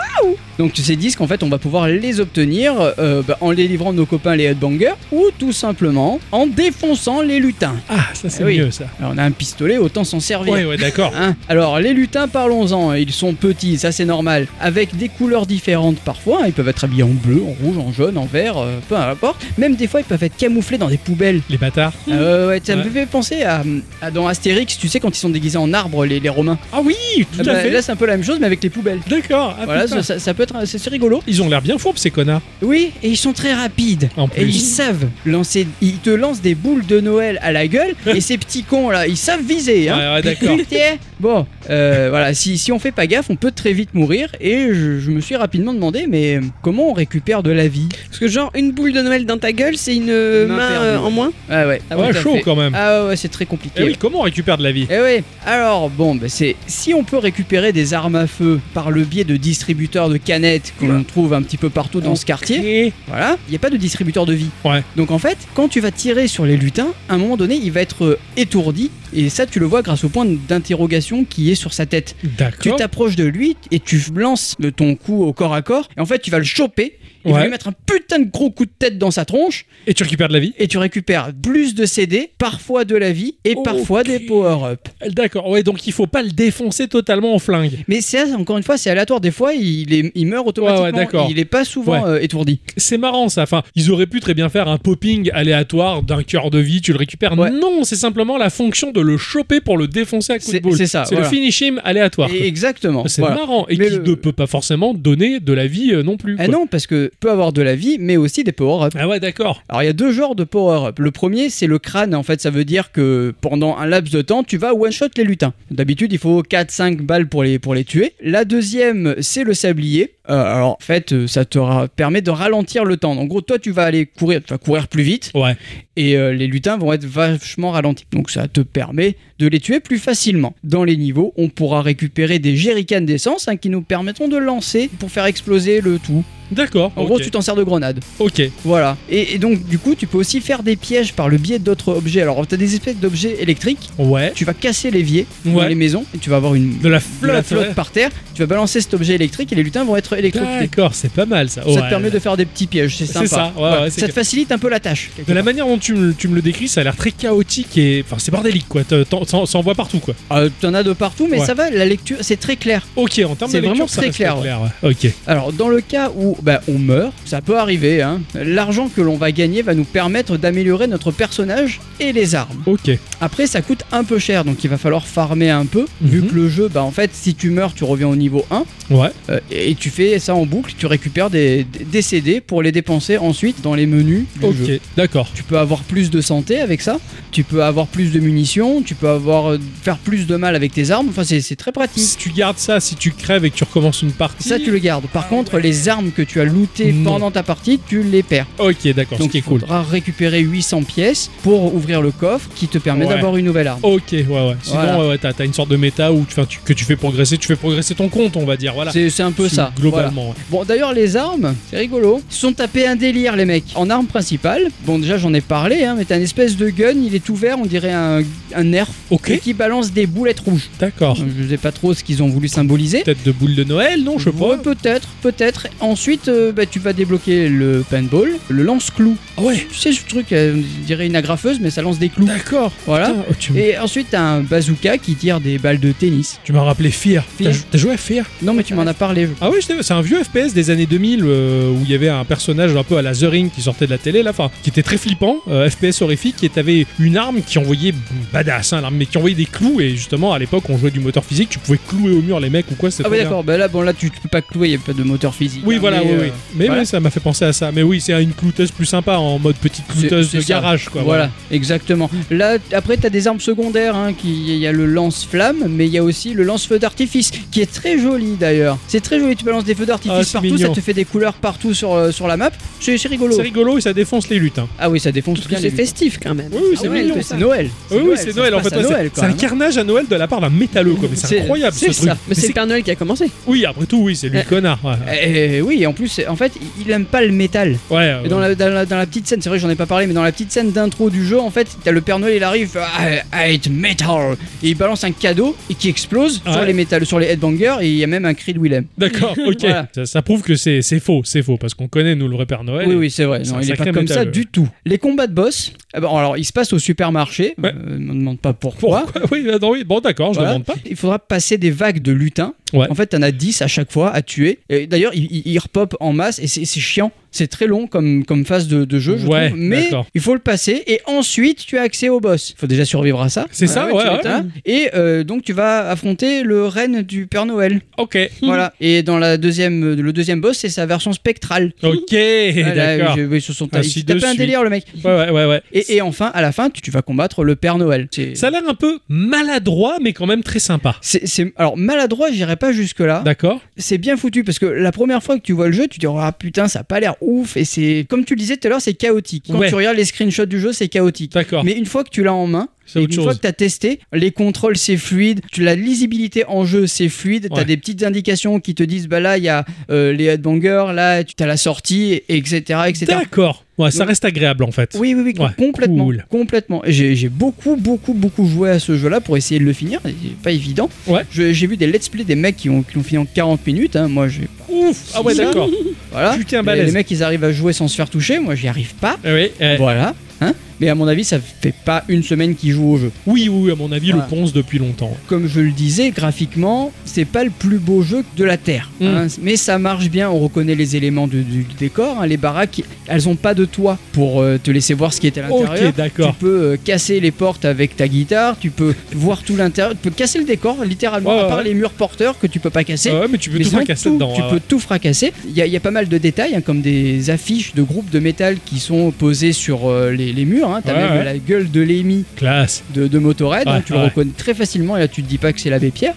S2: Donc ces disques, en fait, on va pouvoir les obtenir euh, bah, en les livrant de nos copains les headbangers ou tout simplement en défonçant les lutins.
S1: Ah, ça c'est
S2: Ah oui.
S1: mieux ça.
S2: Alors on a un pistolet, autant s'en servir.
S1: Ouais, ouais, d'accord.
S2: Hein Alors les lutins, parlons-en, ils sont petits, ça c'est normal, avec des couleurs différentes parfois, hein. ils peuvent être habillés en bleu, en rouge, en jaune, en vert, euh, peu importe, même des fois ils peuvent être camouflés dans des poubelles.
S1: Les bâtards.
S2: Euh, ouais, ça
S1: Mmh. Ouais.
S2: me fait penser à, à dans Astérix, tu sais quand ils sont déguisés en arbre les, les Romains.
S1: Ah oui, tout
S2: Ah
S1: à
S2: bah,
S1: fait.
S2: là c'est un peu la même chose mais avec les poubelles.
S1: D'accord. Ah,
S2: Voilà,
S1: putain.
S2: ça, ça- ça peut être un- c'est c'est rigolo.
S1: Ils ont l'air bien fourbes ces connards.
S2: Oui, et ils sont très rapides.
S1: En
S2: Et
S1: plus.
S2: ils savent lancer. Ils te lancent des boules de Noël à la gueule. et ces petits cons là, ils savent viser. Hein.
S1: Ouais, ouais, d'accord.
S2: Putain. Bon, euh, voilà, si, si on fait pas gaffe, on peut très vite mourir. Et je, je me suis rapidement demandé, mais euh, comment on récupère de la vie
S3: Parce que genre une boule de Noël dans ta gueule, c'est une euh,
S2: Main
S3: main
S2: perdue.
S3: euh, en moins.
S2: Ah ouais, ah
S1: ouais,
S2: tout à
S1: chaud
S2: fait.
S1: quand même.
S2: Ah ouais, ouais, c'est très compliqué.
S1: Eh oui, comment on récupère de la vie
S2: Eh ouais, alors bon, bah, c'est si on peut récupérer des armes à feu par le biais de distributeurs de canettes que l'on trouve un petit peu partout dans ce quartier,
S1: Eh,
S2: Voilà, il n'y a pas de distributeur de vie.
S1: Ouais.
S2: Donc en fait, quand tu vas tirer sur les lutins, à un moment donné, il va être euh, étourdi, et ça tu le vois grâce au point d'interrogation pression qui est sur sa tête. Tu
S1: D'accord.
S2: t'approches de lui et tu lances de ton coup au corps à corps. Et en fait, tu vas le choper. Il
S1: Ouais.
S2: va lui mettre un putain de gros coup de tête dans sa tronche
S1: Et tu récupères de la vie.
S2: et tu récupères plus de CD, parfois de la vie et
S1: Ok.
S2: parfois des power-up.
S1: D'accord. Ouais, donc il faut pas le défoncer totalement en flingue.
S2: Mais c'est encore une fois, c'est aléatoire. Des fois, il, est- il meurt automatiquement.
S1: Ouais, ouais, d'accord.
S2: il est pas souvent
S1: Ouais.
S2: euh, étourdi.
S1: C'est marrant ça. Enfin, ils auraient pu très bien faire un popping aléatoire d'un cœur de vie, tu le récupères.
S2: Ouais.
S1: Non, c'est simplement la fonction de le choper pour le défoncer à coup de
S2: C'est-
S1: boule.
S2: c'est ça,
S1: C'est
S2: voilà.
S1: le finish him aléatoire.
S2: Et
S1: quoi.
S2: exactement.
S1: C'est
S2: voilà.
S1: marrant et
S2: Mais
S1: qui
S2: le-
S1: ne peut pas forcément donner de la vie euh, non plus.
S2: Ah
S1: quoi.
S2: non, parce que peut avoir de la vie, mais aussi des power-up.
S1: Ah ouais, d'accord.
S2: Alors il y a deux genres de power-up. Le premier, c'est le crâne. En fait, ça veut dire que pendant un laps de temps, tu vas one-shot les lutins. D'habitude, il faut 4-5 balles pour les, pour les tuer. La deuxième, c'est le sablier. Euh, alors en fait, euh, ça te ra- permet de ralentir le temps. En gros, toi, tu vas aller courir, tu vas courir plus vite
S1: Ouais.
S2: et euh, les lutins vont être vachement ralentis. Donc ça te permet de les tuer plus facilement. Dans les niveaux, on pourra récupérer des jerrycans d'essence hein, qui nous permettront de lancer pour faire exploser le tout.
S1: D'accord.
S2: En
S1: ok.
S2: gros, tu t'en sers de grenade.
S1: Ok.
S2: Voilà. Et, et donc, du coup, tu peux aussi faire des pièges par le biais d'autres objets. Alors, tu as des espèces d'objets électriques.
S1: Ouais.
S2: Tu vas casser l'évier dans
S1: Ouais.
S2: les maisons et tu vas avoir une
S1: De la
S2: de la
S1: flotte.
S2: flotte
S1: ouais.
S2: par terre. Tu vas balancer cet objet électrique et les lutins vont être électrocutés.
S1: D'accord, c'est pas mal ça.
S2: Ça
S1: Ouais.
S2: te permet de faire des petits pièges, c'est sympa.
S1: C'est ça, ouais,
S2: Voilà.
S1: ouais, c'est
S2: ça
S1: que-
S2: te facilite un peu la tâche. quelque
S1: De la
S2: part.
S1: manière dont tu me, tu me le décris, ça a l'air très chaotique et. Enfin, c'est bordélique quoi. T'en- t'en- T'en t'en vois partout quoi.
S2: Euh, T'en as de partout, mais
S1: Ouais.
S2: ça va, la lecture, c'est très clair.
S1: Ok, en termes de
S2: C'est
S1: lecture,
S2: vraiment
S1: ça
S2: très
S1: reste
S2: clair,
S1: ouais. Ok.
S2: Alors, dans le cas où bah, on meurt, ça peut arriver, hein, l'argent que l'on va gagner va nous permettre d'améliorer notre personnage et les armes.
S1: Ok.
S2: Après, ça coûte un peu cher, donc il va falloir farmer un peu, vu
S1: Mhm.
S2: que le jeu, bah, en fait, si tu meurs, tu reviens au niveau 1,
S1: Ouais.
S2: euh, et tu fais ça en boucle, tu récupères des, des CD pour les dépenser ensuite dans les menus du jeu.
S1: Ok. D'accord.
S2: Tu peux avoir plus de santé avec ça, tu peux avoir plus de munitions, tu peux avoir euh, faire plus de mal avec tes armes, enfin c'est c'est très pratique.
S1: Si tu gardes ça, si tu crèves et que tu recommences une partie.
S2: Ça tu le gardes. Par contre, les armes que tu as lootées
S1: Non.
S2: pendant ta partie, tu les perds.
S1: Ok, d'accord. Ce
S2: Donc
S1: qui est
S2: il
S1: cool.
S2: faudra récupérer 800 pièces pour ouvrir le coffre qui te permet
S1: Ouais.
S2: d'avoir une nouvelle arme.
S1: Ok, ouais, ouais. Sinon, euh,
S2: Voilà.
S1: ouais, ouais, t'as t'as une sorte de méta où tu, enfin, tu- que tu fais progresser, tu fais progresser ton compte, on va dire. Voilà.
S2: C'est c'est un peu
S1: Sous-
S2: ça. voilà.
S1: Globalement. ouais.
S2: Bon, d'ailleurs, les armes, c'est rigolo. Ils se sont tapés un délire, les mecs. En arme principale, bon, déjà, j'en ai parlé, hein, mais t'as une espèce de gun, il est ouvert, on dirait un, un nerf,
S1: Ok.
S2: et Hum. qui balance des boulettes rouges.
S1: D'accord.
S2: Donc, je sais pas trop ce qu'ils ont voulu symboliser.
S1: Peut-être de boule de Noël, non Je sais
S2: Ouais,
S1: pas.
S2: peut-être, peut-être. Ensuite, euh, bah, tu vas débloquer le paintball, le lance-clou.
S1: Ah ouais.
S2: Tu sais, ce truc, euh, on dirait une agrafeuse, mais ça lance des clous.
S1: D'accord.
S2: Voilà.
S1: Putain, oh, tu m-
S2: Ah. Et ensuite, t'as un bazooka qui tire des balles de tennis.
S1: tu m'as rappelé Fear.
S2: Fear.
S1: T'as jou- T'as joué à Fear
S2: Non, mais tu m'en as parlé. je-
S1: Ah oui, je t'ai- c'est un vieux FPS des années 2000 euh, où il y avait un personnage un peu à la The Ring qui sortait de la télé, là, enfin, qui était très flippant, euh, FPS horrifique, et t'avais une arme qui envoyait badass, hein, l'arme, mais qui envoyait des clous. Et justement, à l'époque, on jouait du moteur physique, tu pouvais clouer au mur les mecs ou quoi, c'était
S2: Ah, oui, d'accord. Bah là, bon, là, tu, tu peux pas clouer, il a pas de moteur physique.
S1: Oui,
S2: hein,
S1: voilà,
S2: mais,
S1: oui,
S2: euh,
S1: oui. Mais
S2: voilà.
S1: oui, ça m'a fait penser à ça. Mais oui, c'est une clouteuse plus sympa en mode petite clouteuse
S2: c'est
S1: de
S2: ça.
S1: garage, quoi.
S2: Voilà, exactement. Là, t- après, t'as des armes secondaires. hein, qui- Il y a le lance-flamme, mais il y a aussi le lance-feu d'artifice, qui est très joli d'ailleurs. C'est très joli, tu balances des feux
S1: Ah,
S2: d'artifice
S1: c'est
S2: partout,
S1: mignon.
S2: ça te fait des couleurs partout sur, euh, sur la map. C'est c'est rigolo.
S1: C'est rigolo et ça défonce les hein. lutins.
S2: Ah oui, ça défonce
S3: Parce que
S2: bien
S3: c'est
S2: les
S3: festif quand même.
S1: Oui, oui,
S3: Ah
S1: c'est
S3: ouais,
S1: mignon,
S3: tout
S2: C'est
S3: ça.
S2: Noël.
S1: Oui, oui, c'est Noël. En fait,
S2: c'est
S1: ouais, c'est-
S2: Noël, hein.
S1: c'est un carnage à Noël de la part d'un métallo, quoi. Mais c'est
S2: C'est-
S1: incroyable ce
S2: c'est
S1: truc.
S2: ça.
S3: Mais c'est le Père Noël qui a commencé.
S1: Oui, après tout, oui, c'est lui le
S3: Eh.
S1: connard. Ouais, ouais.
S2: Et Eh, oui, et en plus, en fait, il- il aime pas le métal.
S1: ouais.
S2: Et dans, la, dans la- dans la petite scène, c'est vrai que j'en ai pas parlé, mais dans la petite scène d'intro du jeu, en fait, t'as le Père Noël, il arrive, I hate metal, et il balance un cadeau et qui explose
S1: Ah
S2: sur
S1: ouais.
S2: les métal, sur les headbangers, et il y a même un cri de Willem.
S1: D'accord, ok.
S2: Voilà.
S1: ça, ça prouve que c'est c'est faux, c'est faux, parce qu'on connaît, nous, le vrai Père Noël.
S2: oui, oui, c'est vrai,
S1: c'est
S2: non,
S1: un
S2: il est pas
S1: sacré
S2: comme ça
S1: métal,
S2: du tout. Les combats de boss, ah bon, alors, ils se passent au supermarché,
S1: Ouais.
S2: euh, ne me demande pas pourquoi.
S1: Pourquoi Oui, bah, non, oui, bon, d'accord, je
S2: Voilà.
S1: demande pas.
S2: Il faudra passer des vagues de lutins.
S1: Ouais.
S2: En fait, t'en as 10 à chaque fois à tuer. Et D'ailleurs, ils, ils- ils repopent en masse et c'est c'est chiant. C'est très long comme, comme phase de, de jeu, je
S1: Ouais,
S2: trouve. Mais
S1: d'accord.
S2: il faut le passer et ensuite tu as accès au boss. Il faut déjà survivre à ça.
S1: C'est ça,
S2: tu
S1: ouais, ouais.
S2: m'étonnes. Et euh, donc tu vas affronter le renne du Père Noël.
S1: Ok.
S2: Voilà. Et dans la deuxième, le deuxième boss, c'est sa version spectrale.
S1: Ok,
S2: Voilà,
S1: Eh, d'accord.
S2: je- Ah, oui, ils se sont
S1: Ainsi
S2: ils se
S1: de
S2: tapent un
S1: suite.
S2: délire, le mec.
S1: Ouais, ouais, ouais, ouais.
S2: Et, et enfin, à la fin, tu, tu vas combattre le Père Noël. C'est-
S1: Ça a l'air un peu maladroit, mais quand même très sympa.
S2: c'est- c'est- alors maladroit, j'irai pas jusque là.
S1: D'accord
S2: c'est bien foutu parce que la première fois que tu vois le jeu, tu te dis ah putain ça a pas l'air ouf et c'est comme tu le disais tout à l'heure c'est chaotique. Quand
S1: Ouais.
S2: tu regardes les screenshots du jeu c'est chaotique.
S1: D'accord.
S2: Mais une fois que tu l'as en main,
S1: C'est
S2: et
S1: autre
S2: une fois
S1: chose.
S2: que tu as testé, les contrôles c'est fluide, tu la lisibilité en jeu c'est fluide, tu
S1: Ouais.
S2: as des petites indications qui te disent bah là il y a euh, les headbangers, là tu as la sortie, etc. etc.
S1: D'accord. Ouais, ça
S2: Donc-
S1: reste agréable en fait.
S2: Oui, oui, oui,
S1: Ouais,
S2: complètement.
S1: cool.
S2: Complètement. J'ai j'ai beaucoup, beaucoup, beaucoup joué à ce jeu-là pour essayer de le finir. C'est pas évident.
S1: Ouais.
S2: Je- J'ai vu des let's play des mecs qui ont, qui l'ont fini en 40 minutes. hein. Moi, j'ai.
S1: Ouf, ah ouais,
S2: Ça.
S1: d'accord.
S2: Voilà.
S1: Putain,
S2: les, les
S1: balèze.
S2: mecs, ils arrivent à jouer sans se faire toucher. Moi, j'y arrive pas.
S1: Eh oui, eh,
S2: Voilà. Hein Mais à mon avis, ça fait pas une semaine qu'ils jouent au jeu.
S1: oui, oui, à mon avis,
S2: Voilà.
S1: le ponce depuis longtemps.
S2: Comme je le disais, graphiquement, c'est pas le plus beau jeu de la Terre.
S1: Mm.
S2: hein. Mais ça marche bien, on reconnaît les éléments du, du décor. hein. Les baraques, elles ont pas de toit pour euh, te laisser voir ce qui est à l'intérieur.
S1: Ok, d'accord.
S2: Tu peux euh, casser les portes avec ta guitare, tu peux voir tout l'intérieur, tu peux casser le décor littéralement,
S1: Ouais,
S2: à part
S1: ouais.
S2: les murs porteurs que tu peux pas casser.
S1: Ah ouais, mais tu peux
S2: Mais
S1: tout
S2: sinon,
S1: fracasser
S2: tout,
S1: dedans. hein.
S2: Tu
S1: ouais,
S2: peux
S1: ouais.
S2: tout fracasser. Il y, a- il y a pas mal de détails, hein, comme des affiches de groupes de métal qui sont posées sur euh, les, les murs. Hein. T'as
S1: Ouais,
S2: même
S1: ouais.
S2: la gueule de Lémi
S1: Classe.
S2: de, de Motorhead.
S1: Ouais,
S2: hein, tu
S1: ouais.
S2: le reconnais très facilement et là tu te dis pas que c'est l'abbé Pierre.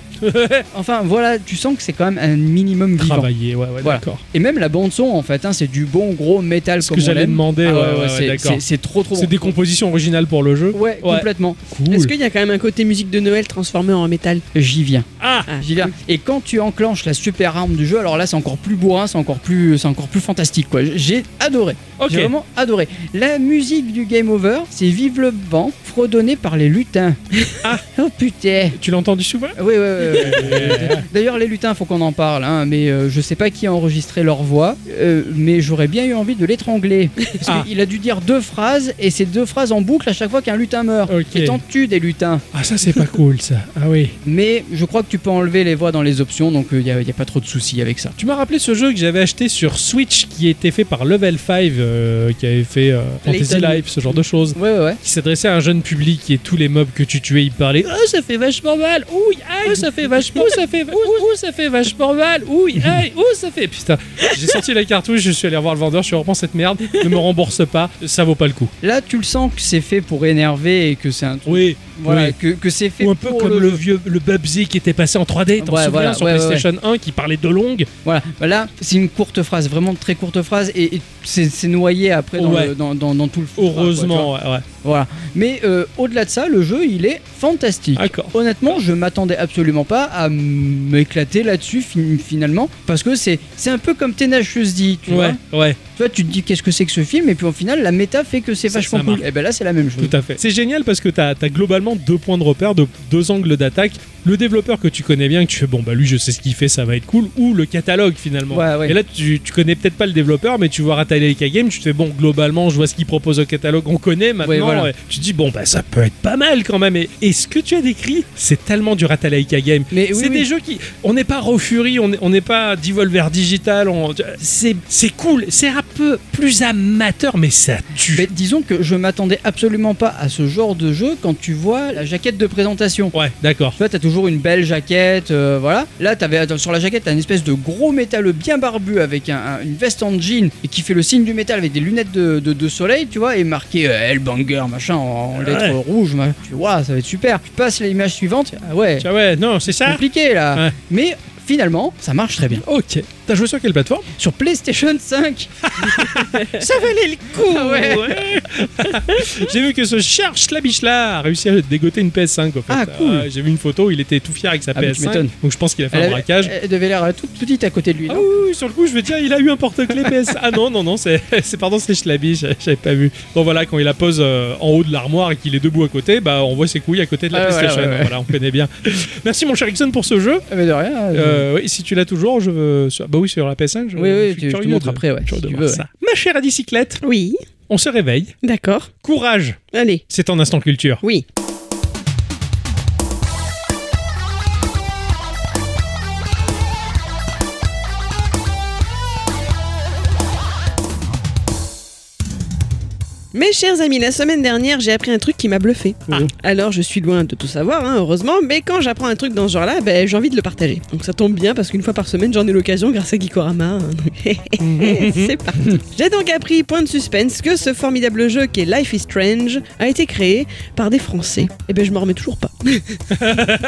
S2: enfin voilà, tu sens que c'est quand même un minimum vivant.
S1: Travailler, ouais, ouais,
S2: Voilà.
S1: d'accord.
S2: Et même la bande son en fait, hein, c'est du bon gros métal
S1: Ce
S2: comme
S1: que
S2: on
S1: j'allais
S2: l'aime.
S1: demander,
S2: Ah
S1: ouais,
S2: ouais,
S1: ouais,
S2: ouais, c'est- c'est-
S1: d'accord.
S2: c'est trop trop
S1: C'est
S2: bon.
S1: des compositions originales pour le jeu.
S2: Ouais,
S1: Ouais.
S2: complètement.
S1: Cool.
S3: Est-ce qu'il y a quand même un côté musique de Noël transformé en métal
S2: J'y viens.
S1: Ah
S3: Ah,
S2: J'y viens. Et quand tu enclenches la super arme du jeu, alors là c'est encore plus bourrin, c'est encore plus, c'est encore plus fantastique quoi. J'ai adoré.
S1: Ok.
S2: J'ai vraiment adoré. La musique du Game Over, c'est Vive le vent, fredonné par les lutins. Ah oh putain.
S1: Tu l'as entendu souvent
S2: Oui, oui, oui. D'ailleurs, les lutins, faut qu'on en parle, hein, mais euh, je sais pas qui a enregistré leur voix, euh, mais j'aurais bien eu envie de l'étrangler. Parce
S1: Ah.
S2: qu'il a dû dire deux phrases, et ces deux phrases en boucle à chaque fois qu'un lutin meurt.
S1: Ok.
S2: Et t'en tues des lutins.
S1: Ah, ça, c'est pas cool, ça. Ah oui.
S2: Mais je crois que tu peux enlever les voix dans les options, donc il n'y a, y a pas trop de soucis avec ça.
S1: Tu m'as rappelé ce jeu que j'avais acheté sur Switch qui était fait par Level 5, euh, qui avait fait euh, Fantasy
S3: Layton.
S1: Life, ce genre de choses.
S2: Ouais, ouais, ouais.
S1: Qui s'adressait à un jeune public et tous les mobs que tu tuais, ils parlaient Oh, ça fait vachement mal Ouh, aïe ça fait vachement, ça fait, ouh, ouh, ça fait vachement mal Ouh, aïe ouh, ça fait. Putain, j'ai sorti la cartouche, je suis allé voir le vendeur, je suis reprends cette merde, ne me rembourse pas, ça vaut pas le coup.
S2: Là, tu le sens que c'est fait pour énerver et que c'est un truc.
S1: Oui,
S2: Voilà,
S1: oui.
S2: que, que c'est fait
S1: Ou un peu
S2: pour
S1: comme le,
S2: le
S1: vieux le Bubsy qui était passé en 3D, t'en
S2: Ouais,
S1: souviens,
S2: voilà,
S1: sur
S2: ouais, ouais,
S1: PlayStation 1 qui parlait de longue.
S2: Voilà, Bah là, c'est une courte phrase, vraiment très courte phrase, et, et c'est c'est noyé après dans,
S1: Ouais.
S2: le- dans, dans- dans tout le foutoir, quoi, tu vois.
S1: Heureusement, ouais, ouais.
S2: voilà. Mais euh, au-delà de ça, le jeu, il est fantastique.
S1: D'accord.
S2: Honnêtement, je m'attendais absolument pas à m'éclater là-dessus fin- finalement, parce que c'est c'est un peu comme Tenacious D, tu vois.
S1: Ouais, ouais.
S2: Tu vois, tu te dis qu'est-ce que c'est que ce film, et puis au final, la méta fait que c'est
S1: Ça,
S2: vachement
S1: ça
S2: cool.
S1: marche.
S2: Et ben là, c'est la même chose.
S1: Tout à fait. C'est génial parce que t'as as globalement deux points de repère, de, deux angles d'attaque. Le développeur que tu connais bien, que tu fais bon bah lui je sais ce qu'il fait, ça va être cool, ou le catalogue finalement.
S2: Ouais, ouais.
S1: Et là tu, tu connais peut-être pas le développeur, mais tu vois Rataleika Game, tu te fais bon globalement je vois ce qu'il propose au catalogue, on connaît maintenant.
S2: Ouais, voilà.
S1: et tu te dis bon bah ça peut être pas mal quand même. Et, et ce que tu as décrit, c'est tellement du Rataleika Game.
S2: Mais oui,
S1: c'est
S2: oui.
S1: des jeux qui, on n'est pas Rofuri, on n'est- on n'est pas Devolver Digital, on- c'est c'est cool, c'est un peu plus amateur, mais ça tue.
S2: Mais disons que je m'attendais absolument pas à ce genre de jeu quand tu vois la jaquette de présentation.
S1: Ouais, d'accord.
S2: Tu vois, t'as toujours une belle jaquette, euh, voilà. Là, t'avais attends, sur la jaquette, t'as une espèce de gros métal bien barbu avec un- un- une veste en jean et qui fait le signe du métal avec des lunettes de, de- de soleil, tu vois, et marqué euh, Hellbanger, machin, en, en lettres
S1: Ouais.
S2: rouges. machin. Tu vois, ça va être super. Tu passes à l'image suivante, ah ouais,
S1: Ah ouais, non, c'est ça.
S2: compliqué là.
S1: Ouais.
S2: Mais finalement, ça marche très bien.
S1: Ok. T'as joué sur quelle plateforme
S2: Sur PlayStation 5, ça valait le coup, ah ouais.
S1: J'ai vu que ce cher Schlabichla a réussi à dégoter une PS5 en fait.
S2: Ah, cool.
S1: Ouais, J'ai vu une photo, il était tout fier avec sa
S2: Ah, mais tu
S1: PS5.
S2: m'étonnes.
S1: Donc je pense qu'il a fait
S2: Elle,
S1: un
S2: avait-
S1: braquage.
S2: elle devait l'air euh, toute petite à côté de lui.
S1: Ah
S2: non
S1: oui, oui, sur le coup, je veux dire, il a eu un porte-clés PS. Ah non, non, non, c'est c'est- pardon, c'est Schlabi, j'a- j'avais pas vu. Bon voilà, quand il la pose euh, en haut de l'armoire et qu'il est debout à côté, bah on voit ses couilles à côté de la
S2: Ah, voilà,
S1: PlayStation.
S2: ouais, ouais.
S1: Voilà, on connaît bien. Merci mon cher Ixon pour ce jeu.
S2: Ah, Mais de rien. euh,
S1: Euh, oui, si tu l'as toujours, je veux. sur- Bah oui, sur la PS5. Je,
S2: Oui,
S1: je
S2: oui,
S1: suis
S2: tu- je te
S1: curieux
S2: montre
S1: de-
S2: après, ouais,
S1: curieux
S2: si
S1: de
S2: tu
S1: voir
S2: veux,
S1: ça. Ma chère à bicyclette,
S3: Oui,
S1: on se réveille.
S3: d'accord.
S1: Courage,
S3: Allez,
S1: c'est ton instant culture.
S3: oui. Mes chers amis, la semaine dernière, j'ai appris un truc qui m'a bluffé. Alors, je suis loin de tout savoir, hein, heureusement, mais quand j'apprends un truc dans ce genre-là, ben, j'ai envie de le partager. Donc ça tombe bien parce qu'une fois par semaine, j'en ai l'occasion grâce à Gikorama. hein. C'est parti. J'ai donc appris, point de suspense, que ce formidable jeu qui est Life is Strange a été créé par des Français. Et ben, je m'en remets toujours pas.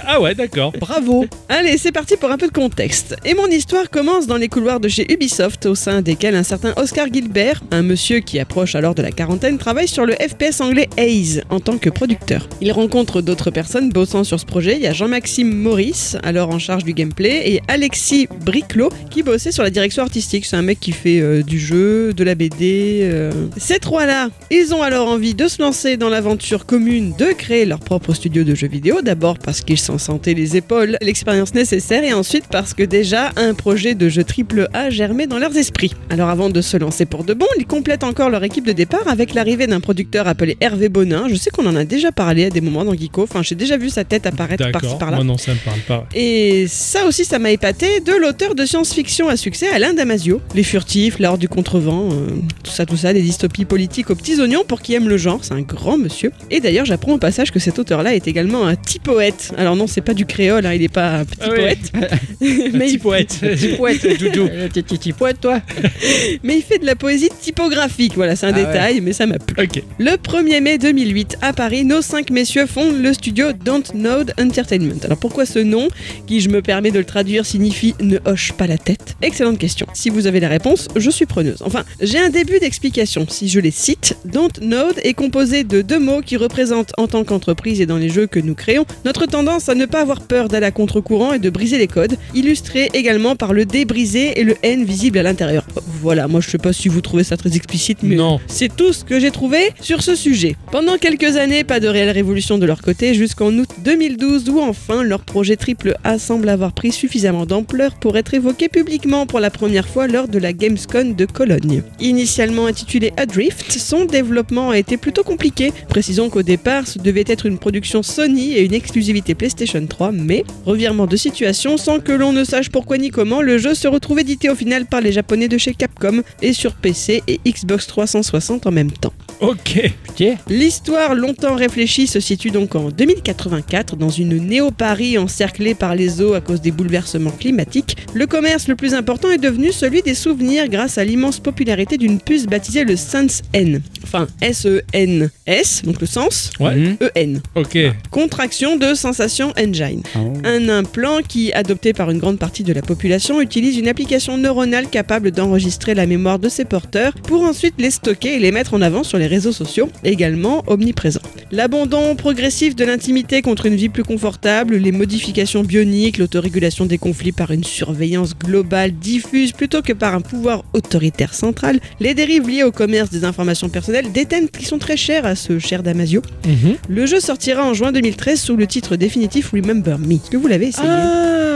S1: Ah ouais, d'accord.
S2: Bravo.
S3: Allez, c'est parti pour un peu de contexte. Et mon histoire commence dans les couloirs de chez Ubisoft, au sein desquels un certain Oscar Gilbert, un monsieur qui approche alors de la quarantaine, Cohen travaille sur le FPS anglais Haze en tant que producteur. Il rencontre d'autres personnes bossant sur ce projet. Il y a Jean-Maxime Maurice, alors en charge du gameplay, et Alexis Briclot qui bossait sur la direction artistique. C'est un mec qui fait euh, du jeu, de la BD. euh. Ces trois-là, ils ont alors envie de se lancer dans l'aventure commune de créer leur propre studio de jeux vidéo. D'abord parce qu'ils s'en sentaient les épaules, l'expérience nécessaire, et ensuite parce que déjà un projet de jeu triple A germait dans leurs esprits. Alors avant de se lancer pour de bon, ils complètent encore leur équipe de départ avec l'arrivée d'un producteur appelé Hervé Bonin. Je sais qu'on en a déjà parlé à des moments dans Geeko. Enfin, j'ai déjà vu sa tête apparaître par-ci
S1: D'accord.
S3: par-là.
S1: Moi non, ça me parle pas.
S3: Et ça aussi, ça m'a épaté de l'auteur de science-fiction à succès, Alain Damasio. Les furtifs, l'art du contrevent, euh, tout ça, tout ça, des dystopies politiques aux petits oignons pour qui aime le genre, c'est un grand monsieur. Et d'ailleurs, j'apprends au passage que cet auteur-là est également un petit poète. Alors non, c'est pas du créole, hein, il est pas un petit
S2: Ah ouais.
S3: poète. mais, il,
S1: poète.
S2: Petit
S1: Euh,
S2: poète, Joujou. Petit poète, toi.
S3: mais il fait de la poésie typographique, voilà, c'est un
S2: Ah ouais.
S3: détail, mais ça m'a plu.
S1: ok.
S3: Le 1er mai 2008, à Paris, nos cinq messieurs fondent le studio Don't Node Entertainment. Alors pourquoi ce nom, qui je me permets de le traduire, signifie ne hoche pas la tête Excellente question. Si vous avez la réponse, je suis preneuse. Enfin, j'ai un début d'explication. Si je les cite, Don't Node est composé de deux mots qui représentent, en tant qu'entreprise et dans les jeux que nous créons, notre tendance à ne pas avoir peur d'aller à contre-courant et de briser les codes, illustré également par le dé brisé et le N visible à l'intérieur. Voilà, moi je sais pas si vous trouvez ça très explicite, mais
S1: Non.
S3: c'est tout ce que j'ai trouvé sur ce sujet. Pendant quelques années, pas de réelle révolution de leur côté jusqu'en août 2012 où enfin leur projet triple A semble avoir pris suffisamment d'ampleur pour être évoqué publiquement pour la première fois lors de la Gamescon de Cologne. Initialement intitulé Adrift, son développement a été plutôt compliqué. Précisons qu'au départ, ce devait être une production Sony et une exclusivité PlayStation 3, mais revirement de situation sans que l'on ne sache pourquoi ni comment, le jeu se retrouve édité au final par les Japonais de chez Capcom et sur PC et Xbox 360 en même temps.
S1: Ok.
S2: Putain.
S3: L'histoire longtemps réfléchie se situe donc en 2084 dans une néo-Paris encerclée par les eaux à cause des bouleversements climatiques. Le commerce le plus important est devenu celui des souvenirs grâce à l'immense popularité d'une puce baptisée le Sense N. Enfin, S-E-N-S, donc le sens,
S1: Ouais.
S2: Mhm. Ah.
S3: E-N.
S1: Ok.
S3: Contraction de sensation engine. Un implant qui, adopté par une grande partie de la population, utilise une application neuronale capable d'enregistrer la mémoire de ses porteurs pour ensuite les stocker et les mettre en avant sur les réseaux sociaux, également omniprésents. L'abandon progressif de l'intimité contre une vie plus confortable, les modifications bioniques, l'autorégulation des conflits par une surveillance globale diffuse plutôt que par un pouvoir autoritaire central, les dérives liées au commerce des informations personnelles, des thèmes qui sont très chers à ce cher Damasio.
S1: Mhm.
S3: Le jeu sortira en juin 2013 sous le titre définitif Remember Me. Est-ce que vous l'avez essayé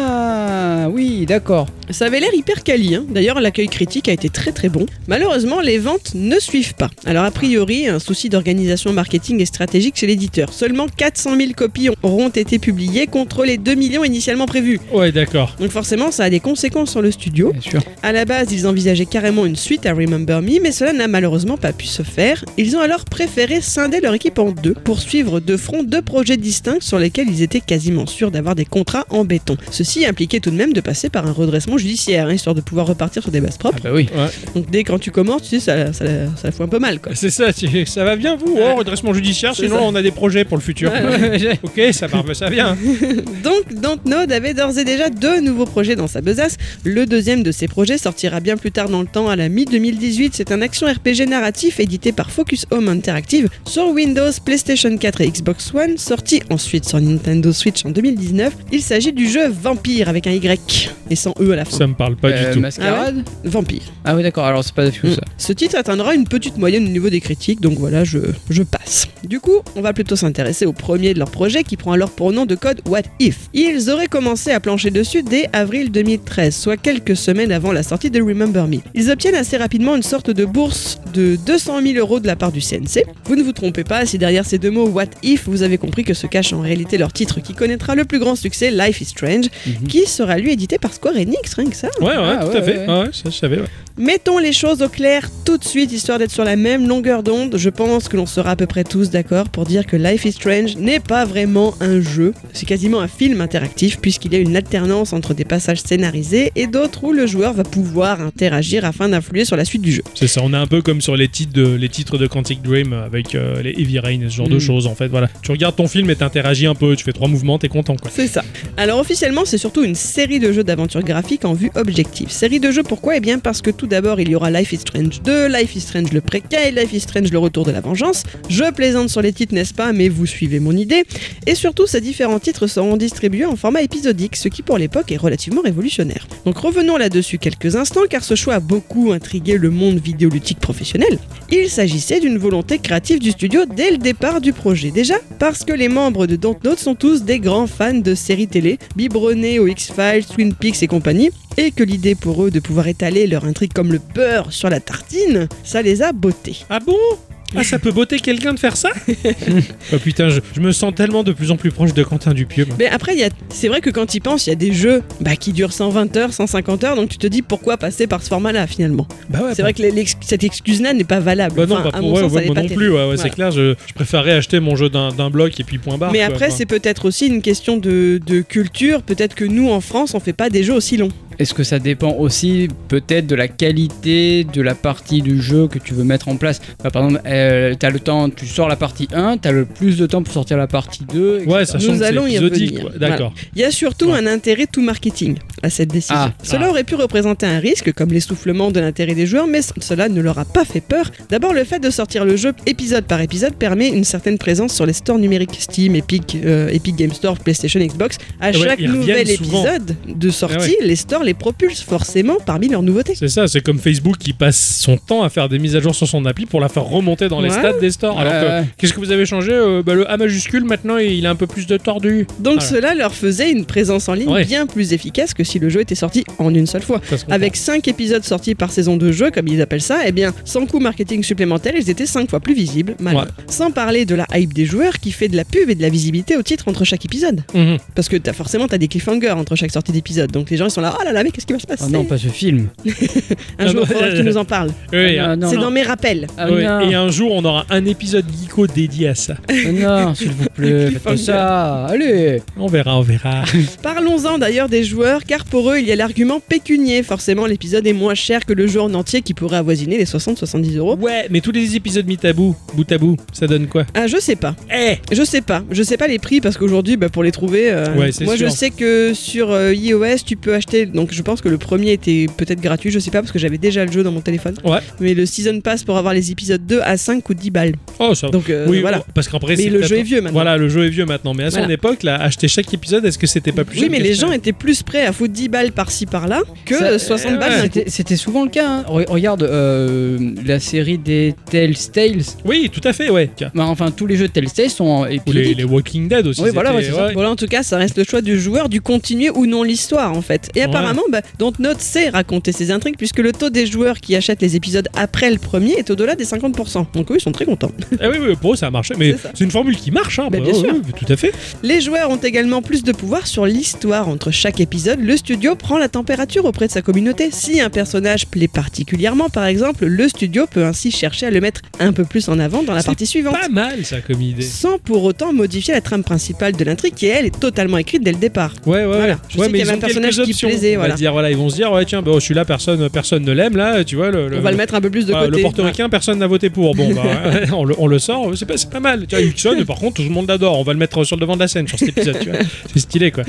S2: Ah, oui, d'accord.
S3: Ça avait l'air hyper quali. hein. D'ailleurs, l'accueil critique a été très très bon. Malheureusement, les ventes ne suivent pas. Alors, a priori, un souci d'organisation marketing et stratégique chez l'éditeur. Seulement 400 000 copies auront été publiées contre les 2 millions initialement prévus.
S1: Ouais, d'accord.
S3: Donc forcément, ça a des conséquences sur le studio.
S2: Bien sûr.
S3: À la base, ils envisageaient carrément une suite à Remember Me, mais cela n'a malheureusement pas pu se faire. Ils ont alors préféré scinder leur équipe en deux pour suivre de front deux projets distincts sur lesquels ils étaient quasiment sûrs d'avoir des contrats en béton. Ceci impliquait tout de même de passer par un redressement judiciaire, hein, histoire de pouvoir repartir sur des bases
S2: Ah
S3: propres.
S2: bah oui.
S3: Donc dès quand tu commences, tu sais, ça, ça, ça fout un peu mal, quoi.
S1: C'est ça, tu- ça va bien vous
S2: Ah.
S1: Oh, redressement judiciaire,
S3: C'est
S1: sinon
S3: ça.
S1: on a des projets pour le futur. ok, ça va, ça vient.
S3: Donc, Dontnod avait d'ores et déjà deux nouveaux projets dans sa besace. Le deuxième de ces projets sortira bien plus tard dans le temps, à la mi-2018. C'est un action RPG narratif édité par Focus Home Interactive sur Windows, PlayStation 4 et Xbox One, sorti ensuite sur Nintendo Switch en 2019. Il s'agit du jeu Vampire avec un Y et sans E à la fin. Ah
S1: Ça me parle pas
S2: Euh,
S1: du tout.
S2: Mascarade
S3: Vampire.
S2: Ah oui, d'accord. Alors, c'est pas du tout ça.
S3: Mm. Ce titre atteindra une petite moyenne au niveau des critiques, donc voilà, je, je passe. Du coup, on va plutôt s'intéresser au premier de leur projet qui prend alors pour nom de code What If. Ils auraient commencé à plancher dessus dès avril 2013, soit quelques semaines avant la sortie de Remember Me. Ils obtiennent assez rapidement une sorte de bourse de 200 000 euros de la part du CNC. Vous ne vous trompez pas, si derrière ces deux mots What If, vous avez compris que se cache en réalité leur titre qui connaîtra le plus grand succès, Life is Strange,
S2: Mhm.
S3: qui sera lui édité par Square Enix, rien que ça.
S1: Ouais, ouais,
S2: Ah,
S1: tout
S2: ouais,
S1: à fait.
S2: ouais.
S1: Ouais, ouais, ça, je savais. ouais.
S3: Mettons les choses au clair tout de suite, histoire d'être sur la même longueur d'onde. Je pense que l'on sera à peu près tous d'accord pour dire que Life is Strange n'est pas vraiment un jeu. C'est quasiment un film interactif, puisqu'il y a une alternance entre des passages scénarisés et d'autres où le joueur va pouvoir interagir afin d'influer sur la suite du jeu.
S1: C'est ça, on est un peu comme sur les titres de, les titres de Quantic Dream avec euh, les Heavy Rain et ce genre de
S2: Mm.
S1: choses en fait. Voilà. Tu regardes ton film et t'interagis un peu, tu fais trois mouvements, t'es content quoi.
S3: C'est ça. Alors officiellement, c'est surtout une série de jeux d'aventure graphique en vue objective. Série de jeux pourquoi Eh bien parce que tout Tout d'abord, il y aura Life is Strange 2, Life is Strange le préquel, Life is Strange le retour de la vengeance. Je plaisante sur les titres, n'est-ce pas Mais vous suivez mon idée. Et surtout, ces différents titres seront distribués en format épisodique, ce qui pour l'époque est relativement révolutionnaire. Donc revenons là-dessus quelques instants, car ce choix a beaucoup intrigué le monde vidéoludique professionnel. Il s'agissait d'une volonté créative du studio dès le départ du projet. Déjà, parce que les membres de Dontnod sont tous des grands fans de séries télé, biberonnés aux X-Files, Twin Peaks et compagnie, et que l'idée pour eux de pouvoir étaler leur intrigue comme le beurre sur la tartine, ça les a bottés.
S1: Ah bon ah, ça peut botter quelqu'un de faire ça Oh putain, je, je me sens tellement de plus en plus proche de Quentin Dupieux. moi.
S3: Mais après, il y a- c'est vrai que quand tu penses, il y a des jeux bah, qui durent 120 heures, 150 heures, donc tu te dis pourquoi passer par ce format-là finalement.
S1: Bah ouais,
S3: c'est vrai que l'ex- cette excuse-là n'est pas valable.
S1: Bah non,
S3: Enfin,
S1: pas
S3: à
S1: pour
S3: mon
S1: ouais,
S3: sens,
S1: ouais,
S3: elle est
S1: moi
S3: pas
S1: non
S3: terrible.
S1: plus. Ouais, ouais, C'est
S3: Voilà.
S1: clair, je, je préférerais acheter mon jeu d'un d'un bloc et puis point barre.
S3: Mais
S1: quoi,
S3: après,
S1: enfin.
S3: c'est peut-être aussi une question de, de culture. Peut-être que nous, en France, on fait pas des jeux aussi longs.
S2: Est-ce que ça dépend aussi peut-être de la qualité de la partie du jeu que tu veux mettre en place Bah, Par exemple, euh, t'as le temps, tu sors la partie 1, t'as le plus de temps pour sortir la partie 2. etc.
S1: Ouais, sachant
S3: Nous
S1: que
S3: allons
S1: c'est
S3: y
S1: épisodique.
S3: revenir.
S1: quoi. D'accord.
S3: Il y a surtout
S1: Ouais.
S3: un intérêt tout marketing à cette décision.
S2: Ah,
S3: cela
S1: ah.
S3: aurait pu représenter un risque, comme l'essoufflement de l'intérêt des joueurs, mais c- cela ne leur a pas fait peur. D'abord, le fait de sortir le jeu épisode par épisode permet une certaine présence sur les stores numériques Steam, Epic, euh, Epic Game Store, PlayStation, Xbox. À
S1: ouais,
S3: chaque
S1: ils reviennent
S3: nouvel
S1: souvent.
S3: épisode de sortie, les stores les propulsent forcément parmi leurs nouveautés.
S1: C'est ça, c'est comme Facebook qui passe son temps à faire des mises à jour sur son appli pour la faire remonter dans les
S3: Ouais.
S1: stats des stores. Alors que,
S2: Ouais, ouais.
S1: qu'est-ce que vous avez changé Euh, bah, Le A majuscule, maintenant, il a un peu plus de tordu. Voilà.
S3: Donc cela leur faisait une présence en ligne
S1: Ah Ouais.
S3: bien plus efficace que si le jeu était sorti en une seule fois.
S1: Ça se comprend.
S3: Avec 5 épisodes sortis par saison de jeu, comme ils appellent ça, eh bien, sans coût marketing supplémentaire, ils étaient 5 fois plus visibles, malin.
S1: Ouais.
S3: Sans parler de la hype des joueurs qui fait de la pub et de la visibilité au titre entre chaque épisode.
S1: Mhm.
S3: Parce que as, forcément, t'as des cliffhangers entre chaque sortie d'épisode. Donc les gens, ils sont là, oh là là, mais qu'est-ce qui va se passer
S2: Oh non, pas ce film.
S3: Un jour,
S1: Ah bah,
S3: faudra que tu nous en parles.
S1: Oui, hein.
S2: Ah, non,
S3: C'est
S2: non.
S3: dans mes rappels.
S2: Ah,
S1: oui,
S2: non.
S1: Et un jour, on aura un épisode geeko dédié à ça.
S2: Ah non, s'il vous plaît, faites pas ça. Allez.
S1: On verra, on verra.
S3: Parlons-en d'ailleurs des joueurs, car pour eux, il y a l'argument pécunier. Forcément, l'épisode est moins cher que le jeu en entier qui pourrait avoisiner les 60-70 euros.
S1: ouais, mais tous les épisodes mis à bout, bout à bout, ça donne quoi
S3: Ah, je sais pas.
S1: Eh
S3: Je sais pas. Je sais pas les prix parce qu'aujourd'hui, bah, pour les trouver, euh,
S1: Ouais, c'est
S3: moi
S1: sûr.
S3: je sais que sur euh, iOS, tu peux acheter. Donc je pense que le premier était peut-être gratuit, je sais pas parce que j'avais déjà le jeu dans mon téléphone.
S1: Ouais.
S3: Mais le Season Pass pour avoir les épisodes 2 à 5 ou 10 balles.
S1: Oh, ça
S3: Donc euh,
S1: oui,
S3: voilà.
S1: oh, parce qu'après,
S3: Mais
S1: c'est
S3: le
S1: peut-être-
S3: jeu est vieux maintenant.
S1: Voilà, le jeu est vieux maintenant. Mais à son
S3: Voilà.
S1: époque, là, acheter chaque épisode, est-ce que c'était pas plus
S3: Oui,
S1: cher
S3: mais
S1: que
S3: les
S1: ça
S3: gens étaient plus prêts à foutre 10 balles par-ci par-là que
S2: Ça-
S3: euh, 60
S1: euh,
S3: balles.
S1: ouais.
S3: d'un coup.
S2: C'était- C'était souvent le cas. hein. Re- Regarde euh, la série des Tales Tales.
S1: Oui, tout à fait, ouais.
S2: Bah, enfin, tous les jeux Tales Tales sont en
S1: Ou les,
S2: épisodiques.
S1: les Walking Dead aussi.
S2: Oui, voilà,
S1: c'était-
S2: ouais, c'est ça.
S3: Voilà, en tout cas, ça reste le choix du joueur du continuer ou non l'histoire en fait. Et
S1: Ouais.
S3: apparemment, bah, Dontnod sait raconter ses intrigues puisque le taux des joueurs qui achètent les épisodes après le premier est au-delà des 50%. Donc eux, ils sont très contents.
S1: Ah oui, oui, pour eux, ça a marché. Mais
S3: C'est ça.
S1: c'est une formule qui marche, hein.
S3: Bah,
S1: bah,
S3: bien
S1: oui,
S3: sûr.
S1: oui, tout à fait.
S3: Les joueurs ont également plus de pouvoir sur l'histoire. Entre chaque épisode, le studio prend la température auprès de sa communauté. Si un personnage plaît particulièrement, par exemple, le studio peut ainsi chercher à le mettre un peu plus en avant dans la
S1: C'est
S3: partie suivante.
S1: Pas mal, ça, comme idée.
S3: Sans pour autant modifier la trame principale de l'intrigue qui, elle, est totalement écrite dès le départ.
S1: Ouais, ouais,
S3: Voilà.
S1: ouais.
S3: Je
S1: Ouais,
S3: sais
S1: mais
S3: qu'il y
S1: ils
S3: avait
S1: ont
S3: un personnage
S1: quelques
S3: qui
S1: options.
S3: plaisait,
S1: On va
S3: voilà.
S1: dire, voilà, ils vont se dire, ouais, tiens, bah, celui-là, personne, personne ne l'aime, là, tu vois. Le,
S3: On va le mettre un peu plus de
S1: voilà,
S3: côté.
S1: le portoricain, personne n'a voté pour. Bon, bah, ouais, on, le, on le sort, c'est pas, c'est pas mal. Tu vois, Hudson, par contre, tout le monde l'adore. On va le mettre sur le devant de la scène sur cet épisode, tu vois. C'est stylé, quoi.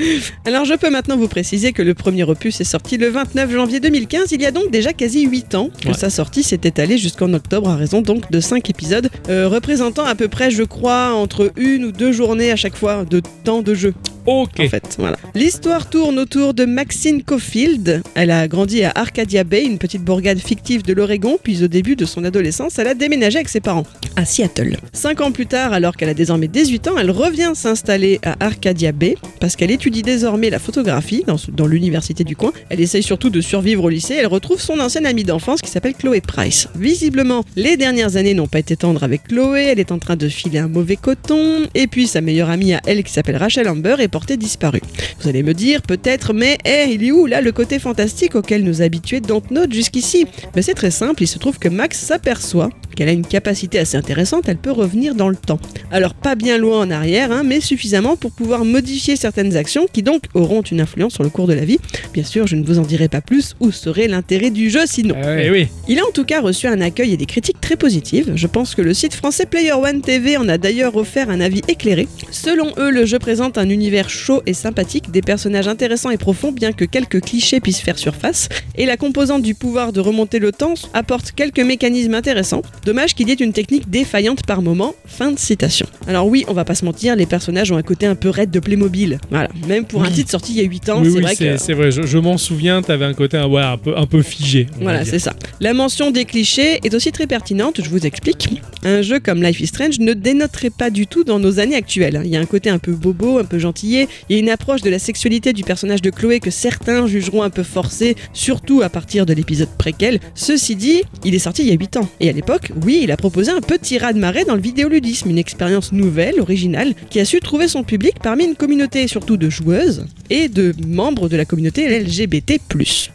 S3: Alors je peux maintenant vous préciser que le premier opus est sorti le 29 janvier 2015, il y a donc déjà quasi 8 ans que
S1: Ouais.
S3: sa sortie s'est étalée jusqu'en octobre à raison donc de 5 épisodes, euh, représentant à peu près je crois entre une ou deux journées à chaque fois de temps de jeu
S1: Ok.
S3: en fait. Voilà. L'histoire tourne autour de Maxine Caulfield. Elle a grandi à Arcadia Bay, une petite bourgade fictive de l'Oregon, puis au début de son adolescence, elle a déménagé avec ses parents à Seattle. Cinq ans plus tard, alors qu'elle a désormais 18 ans, elle revient s'installer à Arcadia Bay parce qu'elle étudie désormais la photographie dans, ce- dans l'université du coin. Elle essaye surtout de survivre au lycée. Elle retrouve son ancienne amie d'enfance qui s'appelle Chloé Price. Visiblement, les dernières années n'ont pas été tendres avec Chloé. Elle est en train de filer un mauvais coton. Et puis, sa meilleure amie à elle qui s'appelle Rachel Amber est portée disparue. Vous allez me dire, peut-être, mais hé, il est où là le côté Ben, fantastique auquel nous habituait Dontnod jusqu'ici Mais c'est très simple, il se trouve que Max s'aperçoit puisqu'elle a une capacité assez intéressante, elle peut revenir dans le temps. Alors pas bien loin en arrière, hein, mais suffisamment pour pouvoir modifier certaines actions qui donc auront une influence sur le cours de la vie. Bien sûr, je ne vous en dirai pas plus, où serait l'intérêt du jeu sinon.
S2: Ah
S1: Eh oui.
S3: Il a en tout cas reçu un accueil et des critiques très positives. Je pense que le site français Player One TV en a d'ailleurs offert un avis éclairé. Selon eux, le jeu présente un univers chaud et sympathique, des personnages intéressants et profonds, bien que quelques clichés puissent faire surface, et la composante du pouvoir de remonter le temps apporte quelques mécanismes intéressants. Dommage qu'il y ait une technique défaillante par moment. Fin de citation. Alors oui, on va pas se mentir, les personnages ont un côté un peu raide de Playmobil. Voilà. Même pour un titre sorti il y a 8 ans,
S1: oui,
S3: c'est
S1: oui,
S3: vrai
S1: c'est
S3: que.
S1: c'est vrai. Je, je m'en souviens, t'avais un côté ouais, un, peu, un peu figé. on va
S3: Voilà,
S1: dire.
S3: c'est ça. La mention des clichés est aussi très pertinente, je vous explique. Un jeu comme Life is Strange ne dénoterait pas du tout dans nos années actuelles. Il y a un côté un peu bobo, un peu gentillé, il y a une approche de la sexualité du personnage de Chloé que certains jugeront un peu forcée, surtout à partir de l'épisode préquel. Ceci dit, il est sorti il y a 8 ans. Et à l'époque, oui, il a proposé un petit raz-de-marée dans le vidéoludisme, une expérience nouvelle, originale, qui a su trouver son public parmi une communauté surtout de joueuses et de membres de la communauté LGBT+.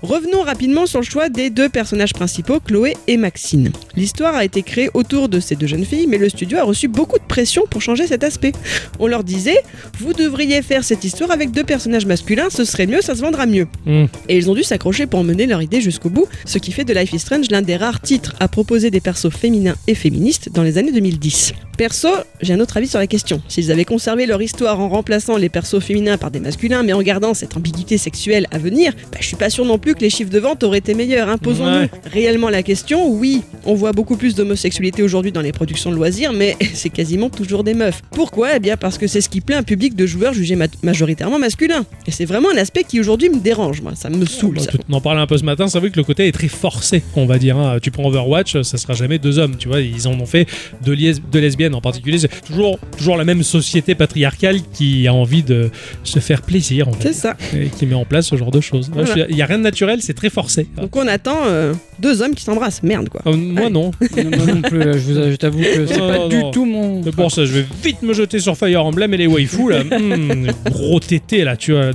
S3: Revenons rapidement sur le choix des deux personnages principaux, Chloé et Maxine. L'histoire a été créée autour de ces deux jeunes filles, mais le studio a reçu beaucoup de pression pour changer cet aspect. On leur disait, vous devriez faire cette histoire avec deux personnages masculins, ce serait mieux, ça se vendra mieux.
S1: Mm.
S3: Et ils ont dû s'accrocher pour mener leur idée jusqu'au bout, ce qui fait de Life is Strange l'un des rares titres à proposer des persos féminins et féministes dans les années 2010. Perso, j'ai un autre avis sur la question. S'ils avaient conservé leur histoire en remplaçant les persos féminins par des masculins, mais en gardant cette ambiguïté sexuelle à venir, bah, je suis pas sûr non plus que les chiffres de vente auraient été meilleurs. hein. Posons-nous
S1: Ouais.
S3: réellement la question. Oui, on voit beaucoup plus d'homosexualité aujourd'hui dans les productions de loisirs, mais c'est quasiment toujours des meufs. Pourquoi Eh bien parce que c'est ce qui plaît à un public de joueurs jugés ma- majoritairement masculins. Et c'est vraiment un aspect qui aujourd'hui me dérange, moi. Ça
S1: Ah,
S3: me saoule. ça.
S1: On en parlait un peu ce matin, c'est vrai que le côté est très forcé, on va dire. hein. Tu prends Overwatch, ça sera jamais deux hommes, tu vois. Ils en ont fait deux, lies- deux lesbiennes en particulier. C'est toujours, toujours la même société patriarcale qui a envie de se faire plaisir, en
S3: C'est ça.
S1: et qui met en place ce genre de choses. Moi, je suis- Il n'y a rien de naturel, c'est très forcé.
S3: Donc on attend euh, deux hommes qui s'embrassent. Merde, quoi.
S1: Euh, moi, non.
S2: Non, moi non plus, euh, je vous- je t'avoue que c'est
S1: Non,
S2: pas
S1: non,
S2: du
S1: non.
S2: tout mon.
S1: Mais bon, ça, je vais vite me jeter sur Fire Emblem et les waifus, là. Hmm, gros tété, là, tu vois.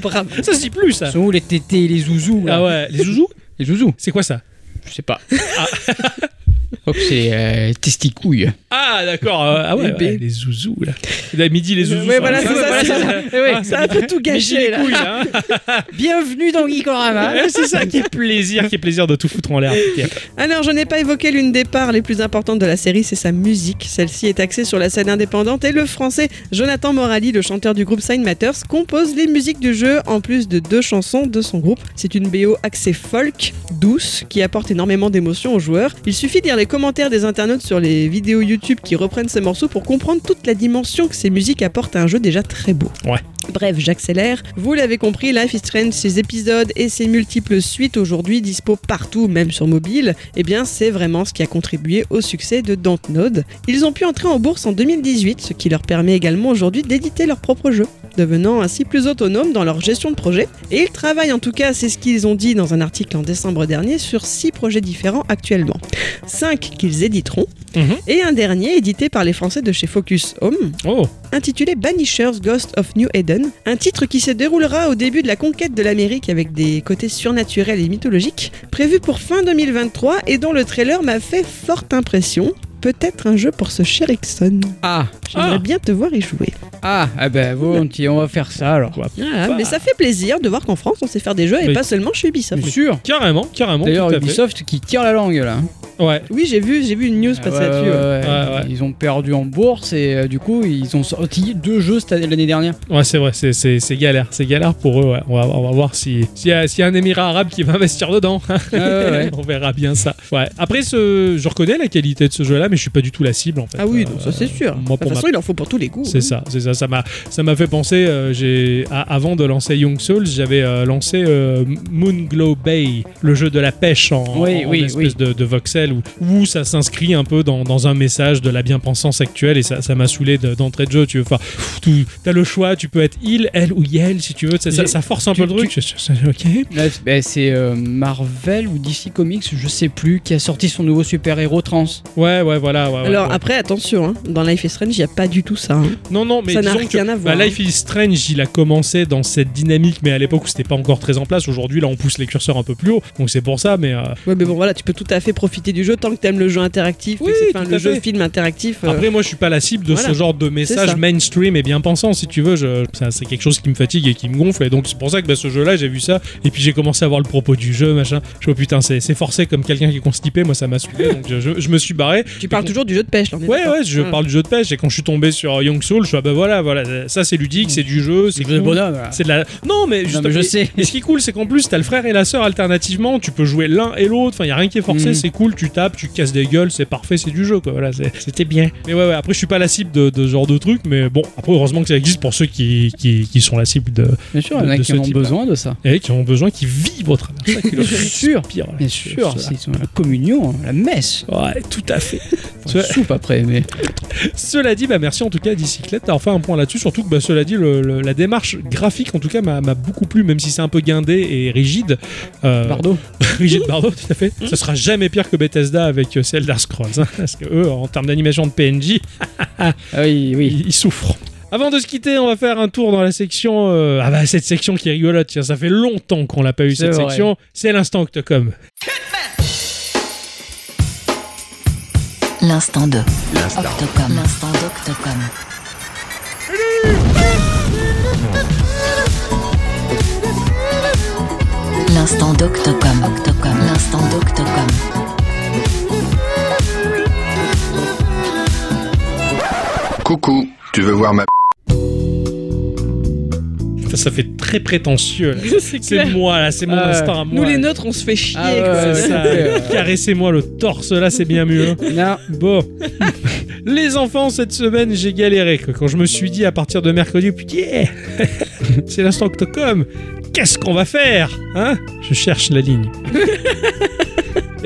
S3: Bravo.
S1: Ça se dit plus, ça.
S2: Sont où les tétés et les zouzous là
S1: Ah ouais, Ah. les zouzous
S2: Les zouzous
S1: C'est quoi ça
S2: Je sais pas. Hop, c'est euh, testicouille.
S1: Ah, d'accord. euh, ah ouais,
S2: Les bébés.
S1: ouais, les zouzous, là. Et À midi, les zouzous.
S3: Ouais,
S1: sont-
S3: voilà, c'est
S1: Ah,
S3: ça, c'est ça.
S2: Eh ouais.
S1: Ah,
S3: Ça a un peu tout gâché,
S1: Midi, les
S3: là.
S1: couilles, là, hein.
S2: Bienvenue dans Geekorama.
S1: Ouais, c'est ça qui est plaisir, qui est plaisir de tout foutre en l'air. Pierre.
S3: Alors, je n'ai pas évoqué l'une des parts les plus importantes de la série, c'est sa musique. Celle-ci est axée sur la scène indépendante et le français Jonathan Morali, le chanteur du groupe Sign Matters, compose les musiques du jeu en plus de deux chansons de son groupe. C'est une BO axée folk, douce, qui apporte énormément d'émotions aux joueurs. Il suffit de lire les commentaires des internautes sur les vidéos YouTube qui reprennent ces morceaux pour comprendre toute la dimension que ces musiques apportent à un jeu déjà très beau. Bref, j'accélère. Vous l'avez compris, Life is Strange, ses épisodes et ses multiples suites aujourd'hui dispo partout, même sur mobile, eh bien c'est vraiment ce qui a contribué au succès de Dontnod. Ils ont pu entrer en bourse en 2018, ce qui leur permet également aujourd'hui d'éditer leurs propres jeux, devenant ainsi plus autonomes dans leur gestion de projet. Et ils travaillent en tout cas, c'est ce qu'ils ont dit dans un article en décembre dernier, sur six projets différents actuellement. Cinq qu'ils éditeront,
S1: Mhm.
S3: et un dernier édité par les Français de chez Focus Home,
S1: Oh,
S3: intitulé Banishers Ghost of New Eden, un titre qui se déroulera au début de la conquête de l'Amérique avec des côtés surnaturels et mythologiques, prévu pour fin 2023 et dont le trailer m'a fait forte impression. Peut-être un jeu pour ce cher Ixon.
S2: Ah,
S3: J'aimerais
S1: Ah.
S3: bien te voir y jouer.
S2: ah, ah ben volontiers, on va faire ça alors.
S3: Voilà,
S1: Bah.
S3: mais ça fait plaisir de voir qu'en France on sait faire des jeux et
S1: Oui.
S3: pas seulement chez Ubisoft.
S2: Bien sûr.
S1: carrément, carrément.
S2: D'ailleurs,
S1: tout à fait.
S2: Ubisoft qui tire la langue là.
S1: Ouais.
S3: Oui, j'ai vu, j'ai vu une news
S2: Ah,
S3: passer
S2: ouais,
S3: là-dessus.
S2: ouais,
S3: ouais.
S2: ouais.
S1: Ouais, ouais.
S2: Ils ont perdu en bourse et euh, du coup, ils ont sorti deux jeux cette année- l'année dernière.
S1: Ouais, c'est vrai, c'est- c'est c'est galère, c'est galère pour eux. ouais. On, va, on va voir si- s'il y, a- s'il y a un émirat arabe qui va investir dedans.
S2: Ah, ouais, ouais.
S1: on verra bien ça. Ouais. Après, ce, je reconnais la qualité de ce jeu-là, mais je suis pas du tout la cible en fait.
S3: Ah oui,
S1: Euh,
S3: donc ça c'est sûr.
S1: moi,
S3: de toute
S1: pour ma-
S3: façon, il en faut pour tous les hein. goûts.
S2: Mhm.
S1: C'est ça, c'est ça. Ça m'a, ça m'a fait penser. euh, j'ai à- avant de lancer Young Souls, j'avais euh, lancé euh, Moonglow Bay, le jeu de la pêche en,
S2: Oui,
S1: en- en
S2: oui,
S1: espèce De, de voxel où, où ça s'inscrit un peu dans, dans un message de la bien-pensance actuelle et ça, ça m'a saoulé de- d'entrée de jeu. Tu veux, enfin, pff, tout- t'as le choix. Tu peux être il, elle ou yel si tu veux. Ça, ça- ça force un
S2: Tu-
S1: peu le truc. Je- je- ok.
S2: Là, c'est- ben, c'est euh, Marvel ou DC Comics, je sais plus, qui a sorti son nouveau super-héros trans.
S1: Ouais, ouais, voilà. ouais, ouais,
S3: Alors
S1: ouais.
S3: après, attention, hein, dans Life is Strange, il n'y a pas du tout ça. hein.
S1: Non, non, mais
S3: Ça n'a
S1: disons que,
S3: rien à voir,
S1: bah,
S3: hein.
S1: Life is Strange, il a commencé dans cette dynamique, mais à l'époque où c'était pas encore très en place. Aujourd'hui, là, on pousse les curseurs un peu plus haut, donc c'est pour ça. Mais euh,
S3: Ouais, mais bon, voilà, tu peux tout à fait profiter du jeu tant que t'aimes le jeu interactif.
S1: Oui,
S3: et que c'est- enfin,
S1: tout
S3: le
S1: à
S3: jeu
S1: fait.
S3: film interactif. euh,
S1: Après, moi, je suis pas la cible de
S3: Voilà.
S1: ce genre de message
S3: ça.
S1: mainstream et bien pensant, si tu veux. Je, ça, c'est quelque chose qui me fatigue et qui me gonfle. Et donc, c'est pour ça que bah, ce jeu-là, j'ai vu ça. Et puis, j'ai commencé à voir le propos du jeu, machin. Je me suis dit, putain, c'est, c'est forcé comme quelqu'un qui est constipé. Moi, ça m'a saoulé. donc, je, je- je me suis barré.
S3: tu parles toujours du jeu de pêche. Là, on est
S1: Ouais,
S3: d'accord.
S1: ouais, je
S3: Ah.
S1: parle du jeu de pêche. Et quand je suis tombé sur Young Soul, je suis ah, bah voilà, voilà. Ça, c'est ludique, c'est Hmm. du jeu, c'est
S2: C'est le
S1: cool.
S2: bonhomme. là.
S1: C'est de la. Non, mais juste.
S2: mais je sais.
S1: Et ce qui est cool, c'est qu'en plus, t'as le frère et la sœur alternativement. Tu peux jouer l'un et l'autre. Enfin, y a rien qui est forcé.
S2: Mm.
S1: C'est cool. Tu tapes, tu casses des gueules. C'est parfait. C'est du jeu, quoi. Voilà. c'est- C'était bien. Mais ouais, ouais. Après, je suis pas la cible de, de ce genre de truc. Mais bon, après, heureusement que ça existe pour ceux qui, qui, qui sont la cible de.
S2: Bien sûr, il y en a
S1: de
S2: qui
S1: ce
S2: en ont
S1: type-là.
S2: besoin de ça.
S1: Et qui ont besoin, qui vivent au travers. ça, qui leur-
S2: Bien sûr.
S1: Pire, voilà.
S2: Bien sûr,
S1: Ceux-là.
S2: c'est ils ont la communion, hein, la messe.
S1: Ouais, tout à fait.
S2: Enfin,
S1: Ce-
S2: soupe après, mais.
S1: Cela dit, bah merci en tout cas à Dicyclette d'avoir fait un point là-dessus. Surtout que bah, cela dit, le- le- la démarche graphique en tout cas m'a m'a beaucoup plu, même si c'est un peu guindé et rigide. Euh,
S2: Bardo.
S1: Brigitte Bardot, tout à fait. Ce sera jamais pire que Bethesda avec euh, celle Elder Scrolls, hein, parce que eux, en termes d'animation de PNJ,
S2: Ah oui, oui.
S1: ils, ils souffrent. Avant de se quitter, on va faire un tour dans la section. euh, Ah bah cette section qui est rigolote, tiens, ça fait longtemps qu'on l'a pas eu
S2: C'est
S1: cette
S2: vrai.
S1: section. C'est l'instant Octocom.
S8: L'instant 2. Octocom. L'instant d'Octocom. L'instant d'Octocom. Octocom. L'instant d'Octocom.
S9: Coucou, tu veux voir ma...
S1: Ça, ça fait très prétentieux. là.
S3: c'est
S1: C'est
S3: clair.
S1: moi là, c'est mon
S2: Ah,
S1: instant à moi.
S3: Nous les neutres, on se fait chier.
S2: Ah
S3: quoi.
S2: ouais,
S1: C'est
S2: ouais.
S1: ça. Caressez-moi le torse là, c'est bien mieux. hein.
S2: Non.
S1: Bon. Les enfants, cette semaine, j'ai galéré. quoi. Quand je me suis dit à partir de mercredi, putain, c'est l'instant Octocom. Qu'est-ce qu'on va faire Hein Je cherche la ligne.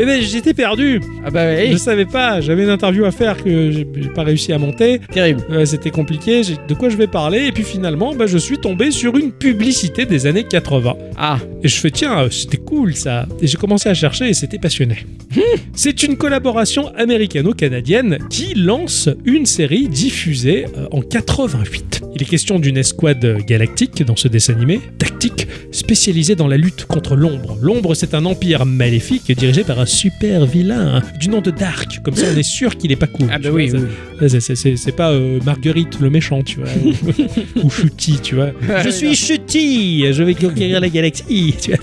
S1: Eh ben, j'étais perdu.
S2: Ah bah
S1: Je
S2: oui,
S1: savais pas. J'avais une interview à faire que j'ai j'ai pas réussi à monter.
S2: terrible.
S1: Euh, C'était compliqué. J'ai- De quoi je vais parler Et puis finalement, bah, je suis tombé sur une publicité des années 80.
S2: Ah,
S1: Et je fais tiens, euh, c'était cool ça. Et j'ai commencé à chercher et c'était passionné.
S2: Hmm.
S1: C'est une collaboration américano-canadienne qui lance une série diffusée euh, en 88. Il est question d'une escouade galactique dans ce dessin animé, tactique, spécialisée dans la lutte contre l'ombre. L'ombre, c'est un empire maléfique dirigé par un super vilain hein, du nom de Dark. Comme ça, on est sûr qu'il est pas cool.
S2: ah
S1: tu
S2: bah
S1: vois,
S2: oui,
S1: ça-
S2: oui.
S1: Ouais, c'est- C'est c'est- c'est pas euh, Marguerite le méchant, tu vois, ou- ou Chuty, tu vois. Je suis Chuty, je vais conquérir la galaxie. tu vois.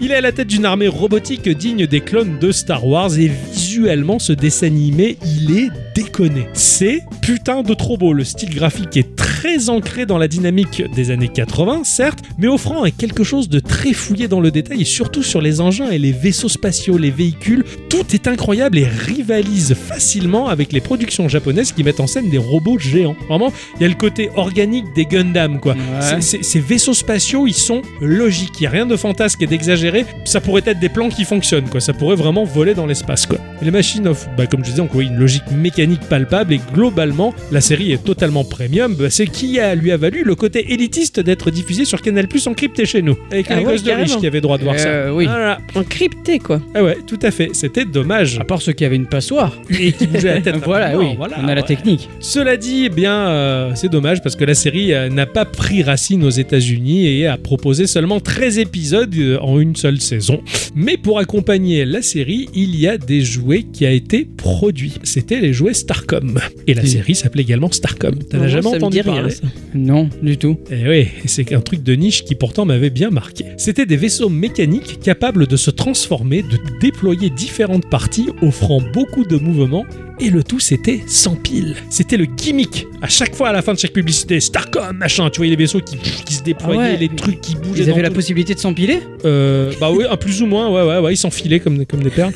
S1: Il est à la tête d'une armée robotique digne des clones de Star Wars et visuellement, ce dessin animé, il est déconné. C'est putain de trop beau. Le style graphique est très ancré dans la dynamique des années 80, certes, mais offrant un quelque chose de très fouillé dans le détail et surtout sur les engins et les vaisseaux spatiaux, les véhicules tout est incroyable et rivalise facilement avec les productions japonaises qui mettent en scène des robots géants. Vraiment, il y a le côté organique des Gundam, quoi.
S2: Ouais.
S1: C'est- c'est- Ces vaisseaux spatiaux, ils sont logiques. Il n'y a rien de fantasque et d'exagéré. Ça pourrait être des plans qui fonctionnent, quoi. Ça pourrait vraiment voler dans l'espace, quoi. Et les machines offrent, bah, comme je disais, encore une logique mécanique palpable et globalement, la série est totalement premium. Bah, c'est qui a, lui a valu le côté élitiste d'être diffusé sur Canal Plus encrypté chez nous. Avec
S3: Ah
S1: les
S3: ouais,
S1: gosses de riches
S3: carrément.
S1: qui avaient droit de voir ça.
S2: Euh, oui.
S1: Ah, là là.
S3: Encrypté, quoi.
S1: Ah ouais, tout à fait. C'était dommage
S2: À part ceux qui avaient une passoire.
S1: et qui bougeait la tête.
S2: voilà,
S1: rapidement,
S2: oui.
S1: voilà,
S2: on a la
S1: ouais.
S2: technique.
S1: Cela dit, eh bien, euh, c'est dommage parce que la série euh, n'a pas pris racine aux États-Unis et a proposé seulement 13 épisodes euh, en une seule saison. Mais pour accompagner la série, il y a des jouets qui a été produit. C'était les jouets Starcom. Et la
S2: Oui.
S1: série s'appelait également Starcom. T'as
S3: Vraiment,
S1: jamais
S3: ça me
S1: entendu
S3: dit rien,
S1: parler
S3: ça.
S2: Non, du tout.
S1: eh oui, c'est un truc de niche qui pourtant m'avait bien marqué. C'était des vaisseaux mécaniques capables de se transformer, de déployer différentes parties, offrant beaucoup de mouvements, et le tout c'était sans pile. C'était le gimmick. À chaque fois à la fin de chaque publicité, Starcom, machin, tu voyais les vaisseaux qui, qui se déployaient,
S2: Ah ouais.
S1: les trucs qui bougeaient.
S2: Ils avaient
S1: dans
S2: la
S1: tout.
S2: possibilité de s'empiler
S1: Euh, bah oui, un plus ou moins, ouais, ouais, ouais, ils s'enfilaient comme, comme des perles.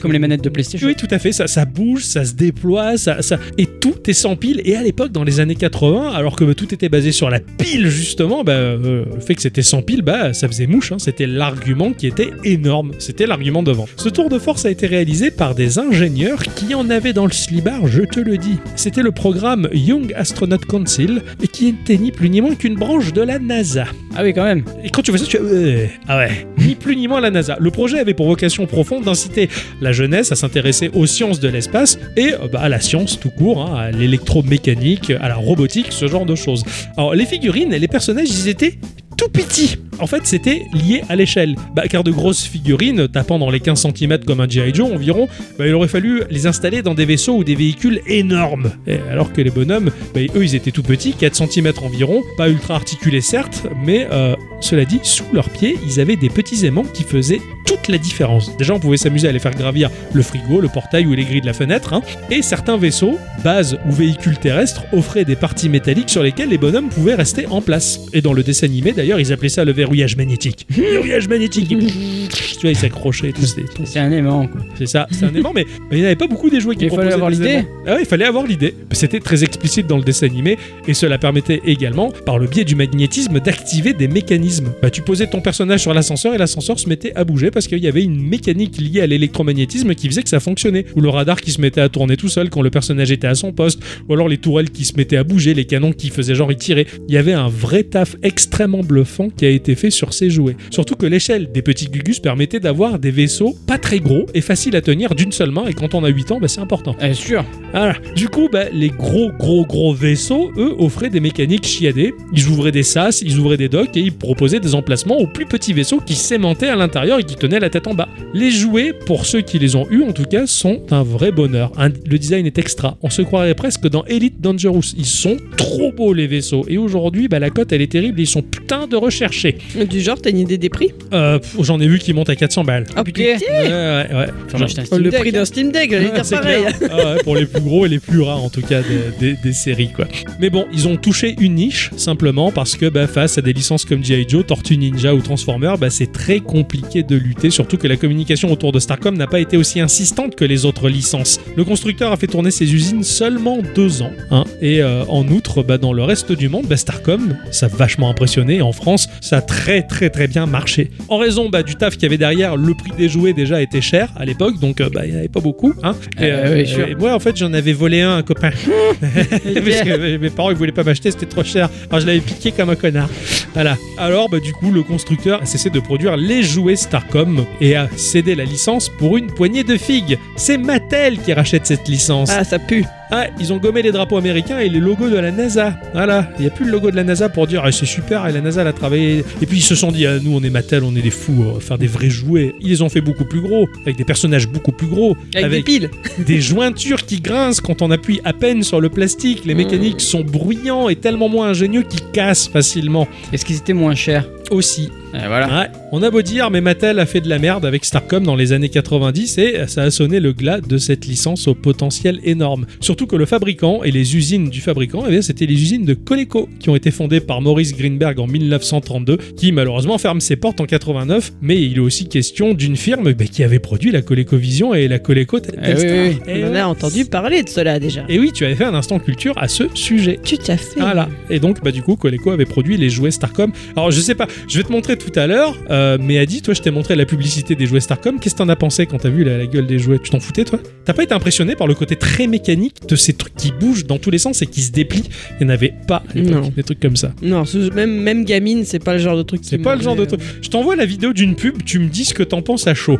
S2: Comme les manettes de PlayStation.
S1: Euh, Oui, tout à fait. Ça, ça bouge, ça se déploie, ça, ça... et tout est sans pile. Et à l'époque, dans les années 80, alors que tout était basé sur la pile, justement, bah, euh, le fait que c'était sans pile, bah, ça faisait mouche. hein. C'était l'argument qui était énorme. C'était l'argument devant. Ce tour de force a été réalisé par des ingénieurs qui en avaient dans le slibard, je te le dis. C'était le programme Young Astronaut Council, et qui était ni plus ni moins qu'une branche de la NASA.
S2: Ah oui, quand même.
S1: Et quand tu fais ça, tu fais, euh, ah ouais, ni plus ni moins la NASA. Le projet avait pour vocation profonde d'inciter la jeunesse à s'intéresser aux sciences de l'espace et euh, bah, à la science tout court, hein, à l'électromécanique, à la robotique, ce genre de choses. Alors les figurines et les personnages, ils étaient tout petit. En fait, c'était lié à l'échelle. Bah, car de grosses figurines, tapant dans les 15 cm comme un G.I. Joe environ, bah, il aurait fallu les installer dans des vaisseaux ou des véhicules énormes. Et alors que les bonhommes, bah, eux, ils étaient tout petits, 4 cm environ, pas ultra articulés certes, mais euh, cela dit, sous leurs pieds, ils avaient des petits aimants qui faisaient toute la différence. Déjà, on pouvait s'amuser à les faire gravir le frigo, le portail ou les grilles de la fenêtre, hein. et certains vaisseaux, bases ou véhicules terrestres, offraient des parties métalliques sur lesquelles les bonhommes pouvaient rester en place. Et dans le dessin animé, d'ailleurs, ils appelaient ça le verrouillage magnétique. Verrouillage magnétique il- Tu vois, ils s'accrochaient et tout. c'était-
S2: C'est un aimant, quoi.
S1: C'est ça, c'est un aimant, mais mais il n'y en avait pas beaucoup des jouets qui
S2: Il fallait
S1: proposaient
S2: avoir
S1: des
S2: l'idée.
S1: aimants. Ah ouais, il fallait avoir l'idée. C'était très explicite dans le dessin animé, et cela permettait également, par le biais du magnétisme, d'activer des mécanismes. Bah, tu posais ton personnage sur l'ascenseur et l'ascenseur se mettait à bouger parce qu'il y avait une mécanique liée à l'électromagnétisme qui faisait que ça fonctionnait. Ou le radar qui se mettait à tourner tout seul quand le personnage était à son poste, ou alors les tourelles qui se mettaient à bouger, les canons qui faisaient genre y tirer. Il y avait un vrai taf extrêmement bluffant qui a été fait sur ces jouets. Surtout que l'échelle des petits gugus permettait d'avoir des vaisseaux pas très gros et faciles à tenir d'une seule main, et quand on a 8 ans, bah, c'est important.
S2: Eh, sûr.
S1: Voilà. Du coup, bah, les gros, gros, gros vaisseaux, eux, offraient des mécaniques chiadées. Ils ouvraient des sas, ils ouvraient des docks et ils proposaient des emplacements aux plus petits vaisseaux qui s'aimantaient à l'intérieur et qui tenaient la tête en bas. Les jouets, pour ceux qui les ont eus en tout cas, sont un vrai bonheur. Un- le design est extra. On se croirait presque dans Elite Dangerous. Ils sont trop beaux, les vaisseaux. Et aujourd'hui, bah, la cote, elle est terrible. Ils sont putain de recherchés.
S3: Euh, Du genre, t'as une idée des prix
S1: Euh, pff, J'en ai vu qui montent à 400 balles.
S2: Ah, putain.
S3: Eh
S1: Ouais, ouais, ouais.
S2: J'en ai acheté un
S3: Oh,
S2: Steam
S3: Le
S2: Deck,
S3: prix
S2: hein.
S3: d'un Steam Deck, j'allais dire
S1: C'est
S3: pareil.
S1: clair. Ah ouais, pour les plus gros et les plus rares en tout cas des, des- des séries quoi. Mais bon, ils ont touché une niche simplement parce que bah, face à des licences comme G.I. Joe, Tortue Ninja ou Transformers, bah, c'est très compliqué de lutter, surtout que la communication autour de Starcom n'a pas été aussi insistante que les autres licences. Le constructeur a fait tourner ses usines seulement deux ans. hein. et euh, en outre, bah, dans le reste du monde, bah, Starcom, ça a vachement impressionné. Et En France, ça a très très très bien marché. En raison bah, du taf qu'il y avait derrière, le prix des jouets déjà était cher à l'époque, donc euh, bah, il n'y en avait pas beaucoup. hein. Et,
S2: Euh, oui, sûr.
S1: et moi, en fait, j'en avais volé un à un copain. Parce que mes parents, ils voulaient pas m'acheter, c'était trop cher. Alors, je l'avais piqué comme un connard. Voilà. Alors, bah, du coup, le constructeur a cessé de produire les jouets Starcom et a cédé la licence pour une poignée de figues. C'est Mattel qui rachète cette licence.
S3: Ah, ça pue.
S1: Ah, ils ont gommé les drapeaux américains et les logos de la NASA. Voilà, il n'y a plus le logo de la NASA pour dire Ah, c'est super et la NASA elle a travaillé. Et puis ils se sont dit ah, nous on est Mattel, on est des fous, euh, faire des vrais jouets. Ils les ont fait beaucoup plus gros, avec des personnages beaucoup plus gros,
S3: Avec, des piles.
S1: des jointures qui grincent quand on appuie à peine sur le plastique.
S2: Mmh.
S1: Les mécaniques sont bruyants et tellement moins ingénieux qu'ils cassent facilement
S2: Est-ce qu'ils étaient moins chers
S1: aussi.
S2: Eh, Voilà.
S1: Ouais, on a beau dire, mais Mattel a fait de la merde avec Starcom dans les années 90 et ça a sonné le glas de cette licence au potentiel énorme. Surtout que le fabricant et les usines du fabricant, eh bien, c'était les usines de Coleco qui ont été fondées par Maurice Greenberg en 1932, qui malheureusement ferme ses portes en 89. Mais il est aussi question d'une firme bah, qui avait produit la ColecoVision et la Coleco.
S2: Eh oui, oui, oui.
S1: Et,
S3: On en a entendu parler de cela déjà.
S1: et oui, tu avais fait un instant culture à ce sujet.
S3: Tu t'as fait.
S1: Voilà. Et donc, bah, du coup, Coleco avait produit les jouets Starcom. Alors, je sais pas, je vais te montrer tout à l'heure, euh, mais Adi, toi, je t'ai montré la publicité des jouets Starcom. Qu'est-ce que t'en as pensé quand t'as vu la, la gueule des jouets Tu t'en foutais, toi T'as pas été impressionné par le côté très mécanique de ces trucs qui bougent dans tous les sens et qui se déplient Il n'y en avait pas à l'époque,
S3: Non.
S1: des trucs comme ça.
S3: Non, ce- même, même gamine, c'est pas le genre de truc.
S1: C'est
S3: qui
S1: pas
S3: me-
S1: le genre de truc. Je t'envoie la vidéo d'une pub, tu me dis ce que t'en penses à chaud.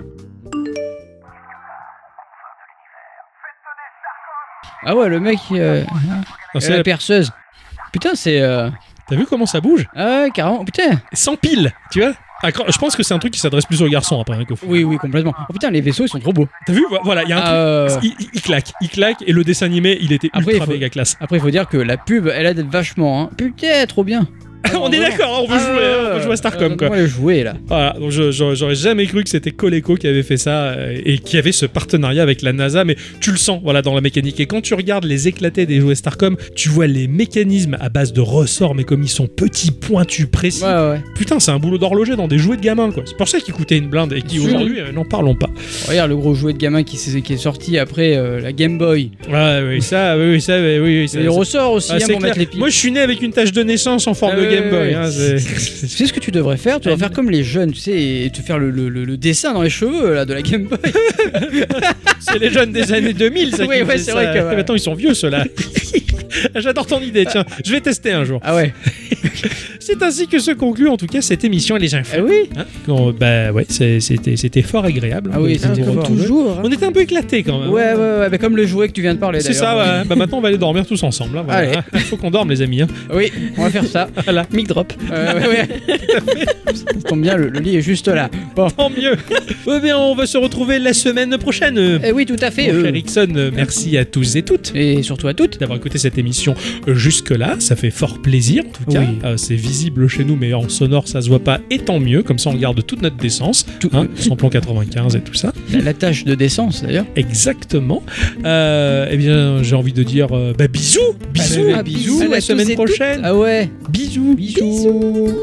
S2: Ah ouais, le mec, euh,
S1: Non,
S2: et
S1: c'est
S2: la
S1: la-
S2: perceuse. Putain, c'est. euh,
S1: T'as vu comment ça bouge
S2: Ah ouais, carrément. Putain.
S1: Sans pile, tu vois Ah, quand- je pense que c'est un truc qui s'adresse plus aux garçons après. hein, qu'aux filles.
S2: Oui, oui, complètement. Oh putain, les vaisseaux, ils sont trop beaux.
S1: T'as vu Voilà, il y a un truc.
S2: Ah, euh,
S1: Il, il- il claque, il claque, et le dessin animé, il était
S2: Après,
S1: ultra
S2: il faut-
S1: méga classe.
S2: Après, il faut dire que la pub, elle aide vachement. Hein. Putain, trop bien. Euh,
S1: on est d'accord, on veut jouer, hein, on veut jouer à Starcom quoi.
S2: On va jouer là.
S1: Voilà, donc je- je- j'aurais jamais cru que c'était Coleco qui avait fait ça euh, et qui avait ce partenariat avec la NASA, mais tu le sens, voilà, dans la mécanique. Et quand tu regardes les éclatés des jouets Starcom, tu vois les mécanismes à base de ressorts, mais comme ils sont petits, pointus, précis.
S2: Ouais, ouais.
S1: Putain, c'est un boulot d'horloger dans des jouets de gamin quoi. C'est pour ça qu'ils coûtaient une blinde et qui
S2: Sûr.
S1: aujourd'hui, euh, n'en parlons pas.
S2: Regarde le gros jouet de gamin qui, s'est- qui est sorti après euh, la Game Boy.
S1: Ouais, oui, ça, oui, oui, ça, oui, oui, ça-
S2: C'est les
S1: ça-
S2: ressorts aussi
S1: Ah,
S2: hein,
S1: c'est
S2: pour mettre
S1: clair.
S2: les piles.
S1: Moi, je suis né avec une tache de naissance en forme
S2: Ah,
S1: de
S2: oui, oui,
S1: Game Boy.
S2: oui.
S1: hein, c'est-
S2: Tu sais ce que tu devrais faire Tu devrais faire comme les jeunes, tu sais, et te faire le, le- le- le dessin dans les cheveux là, de la Game Boy.
S1: C'est les jeunes des années 2000, ça.
S2: Oui,
S1: qui
S2: ouais,
S1: faisaient
S2: c'est
S1: ça.
S2: vrai que, ouais.
S1: Attends, ils sont vieux, ceux-là. J'adore ton idée, tiens, je vais tester un jour.
S2: Ah ouais.
S1: C'est ainsi que se conclut en tout cas cette émission et les infos.
S2: Ah oui.
S1: Hein Qu'on- bah ouais, c'est- c'était c'était fort agréable. hein,
S2: Ah oui,
S1: de-
S2: c'était
S1: de-
S2: fort.
S1: de-
S3: Toujours. hein.
S1: On était un peu éclatés quand
S2: Ouais,
S1: même.
S2: ouais, ouais, bah, comme le jouet que tu viens de parler.
S1: C'est ça,
S2: d'ailleurs.
S1: ouais. bah maintenant on va aller dormir tous ensemble. hein, voilà.
S2: Allez.
S1: Il faut qu'on dorme, les amis. hein.
S2: Oui, on va faire ça.
S1: Voilà.
S3: Mic drop.
S2: Euh, ouais, ouais. Ça tombe bien, le, le lit est juste là. Bon.
S1: Tant mieux. Eh bien, on va se retrouver la semaine prochaine. euh,
S2: Eh oui, tout à fait.
S1: mon
S2: euh,
S1: cher Ixon. Euh, merci à tous et toutes
S2: Et surtout à toutes.
S1: d'avoir écouté cette émission euh, jusque-là. Ça fait fort plaisir, en tout cas.
S2: Oui.
S1: Euh, c'est visible chez nous, mais en sonore, ça se voit pas. Et tant mieux. Comme ça, on garde toute notre décence.
S2: Tout-
S1: Hein, sans plan 95 et tout ça.
S2: La, la tâche de décence, d'ailleurs.
S1: Exactement. Euh, eh bien, j'ai envie de dire euh, bah, bisous. Bisous.
S2: Ah, bisous
S1: à
S3: à
S1: la
S3: tous
S1: semaine
S3: et
S1: prochaine.
S2: Ah ouais.
S1: Bisous.
S2: Bisous.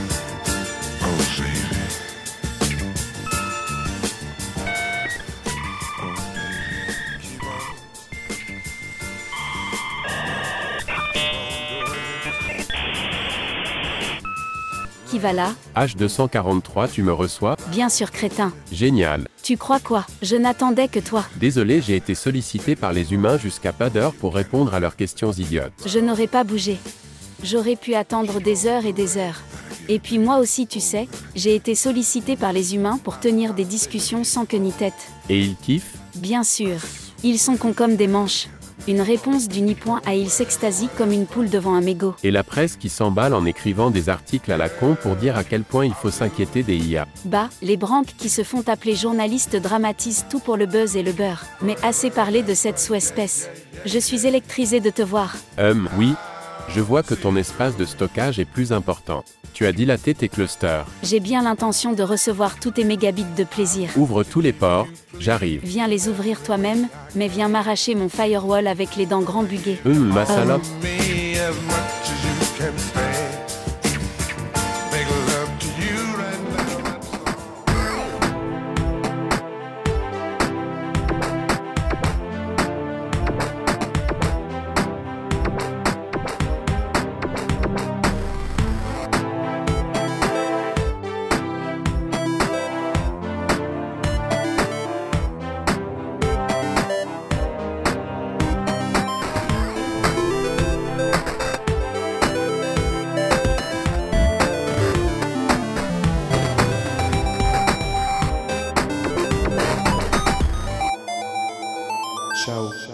S6: Oh, baby. Oh, baby. Keep on.
S10: Qui va là
S11: H243 tu me reçois
S10: Bien sûr, crétin.
S11: Génial.
S10: Tu crois quoi Je n'attendais que toi.
S11: Désolé j'ai été sollicité par les humains jusqu'à pas d'heure pour répondre à leurs questions idiotes.
S10: Je n'aurais pas bougé. J'aurais pu attendre des heures et des heures. Et puis moi aussi, tu sais, j'ai été sollicité par les humains pour tenir des discussions sans que ni tête.
S11: Et ils kiffent
S10: Bien sûr. Ils sont cons comme des manches. Une réponse du ni-point à ils s'extasient comme une poule devant un mégot.
S11: Et la presse qui s'emballe en écrivant des articles à la con pour dire à quel point il faut s'inquiéter des IA.
S10: Bah, les branques qui se font appeler journalistes dramatisent tout pour le buzz et le beurre. Mais assez parlé de cette sous-espèce. Je suis électrisée de te voir.
S11: Hum, oui. Je vois que ton espace de stockage est plus important. Tu as dilaté tes clusters.
S10: J'ai bien l'intention de recevoir tous tes mégabits de plaisir.
S11: Ouvre tous les ports. J'arrive.
S10: Viens les ouvrir toi-même, mais viens m'arracher mon firewall avec les dents grand buguées.
S11: Hum, ma salope.
S6: me as much as you can stand. Make love to you right now. That's all.
S5: Ciao.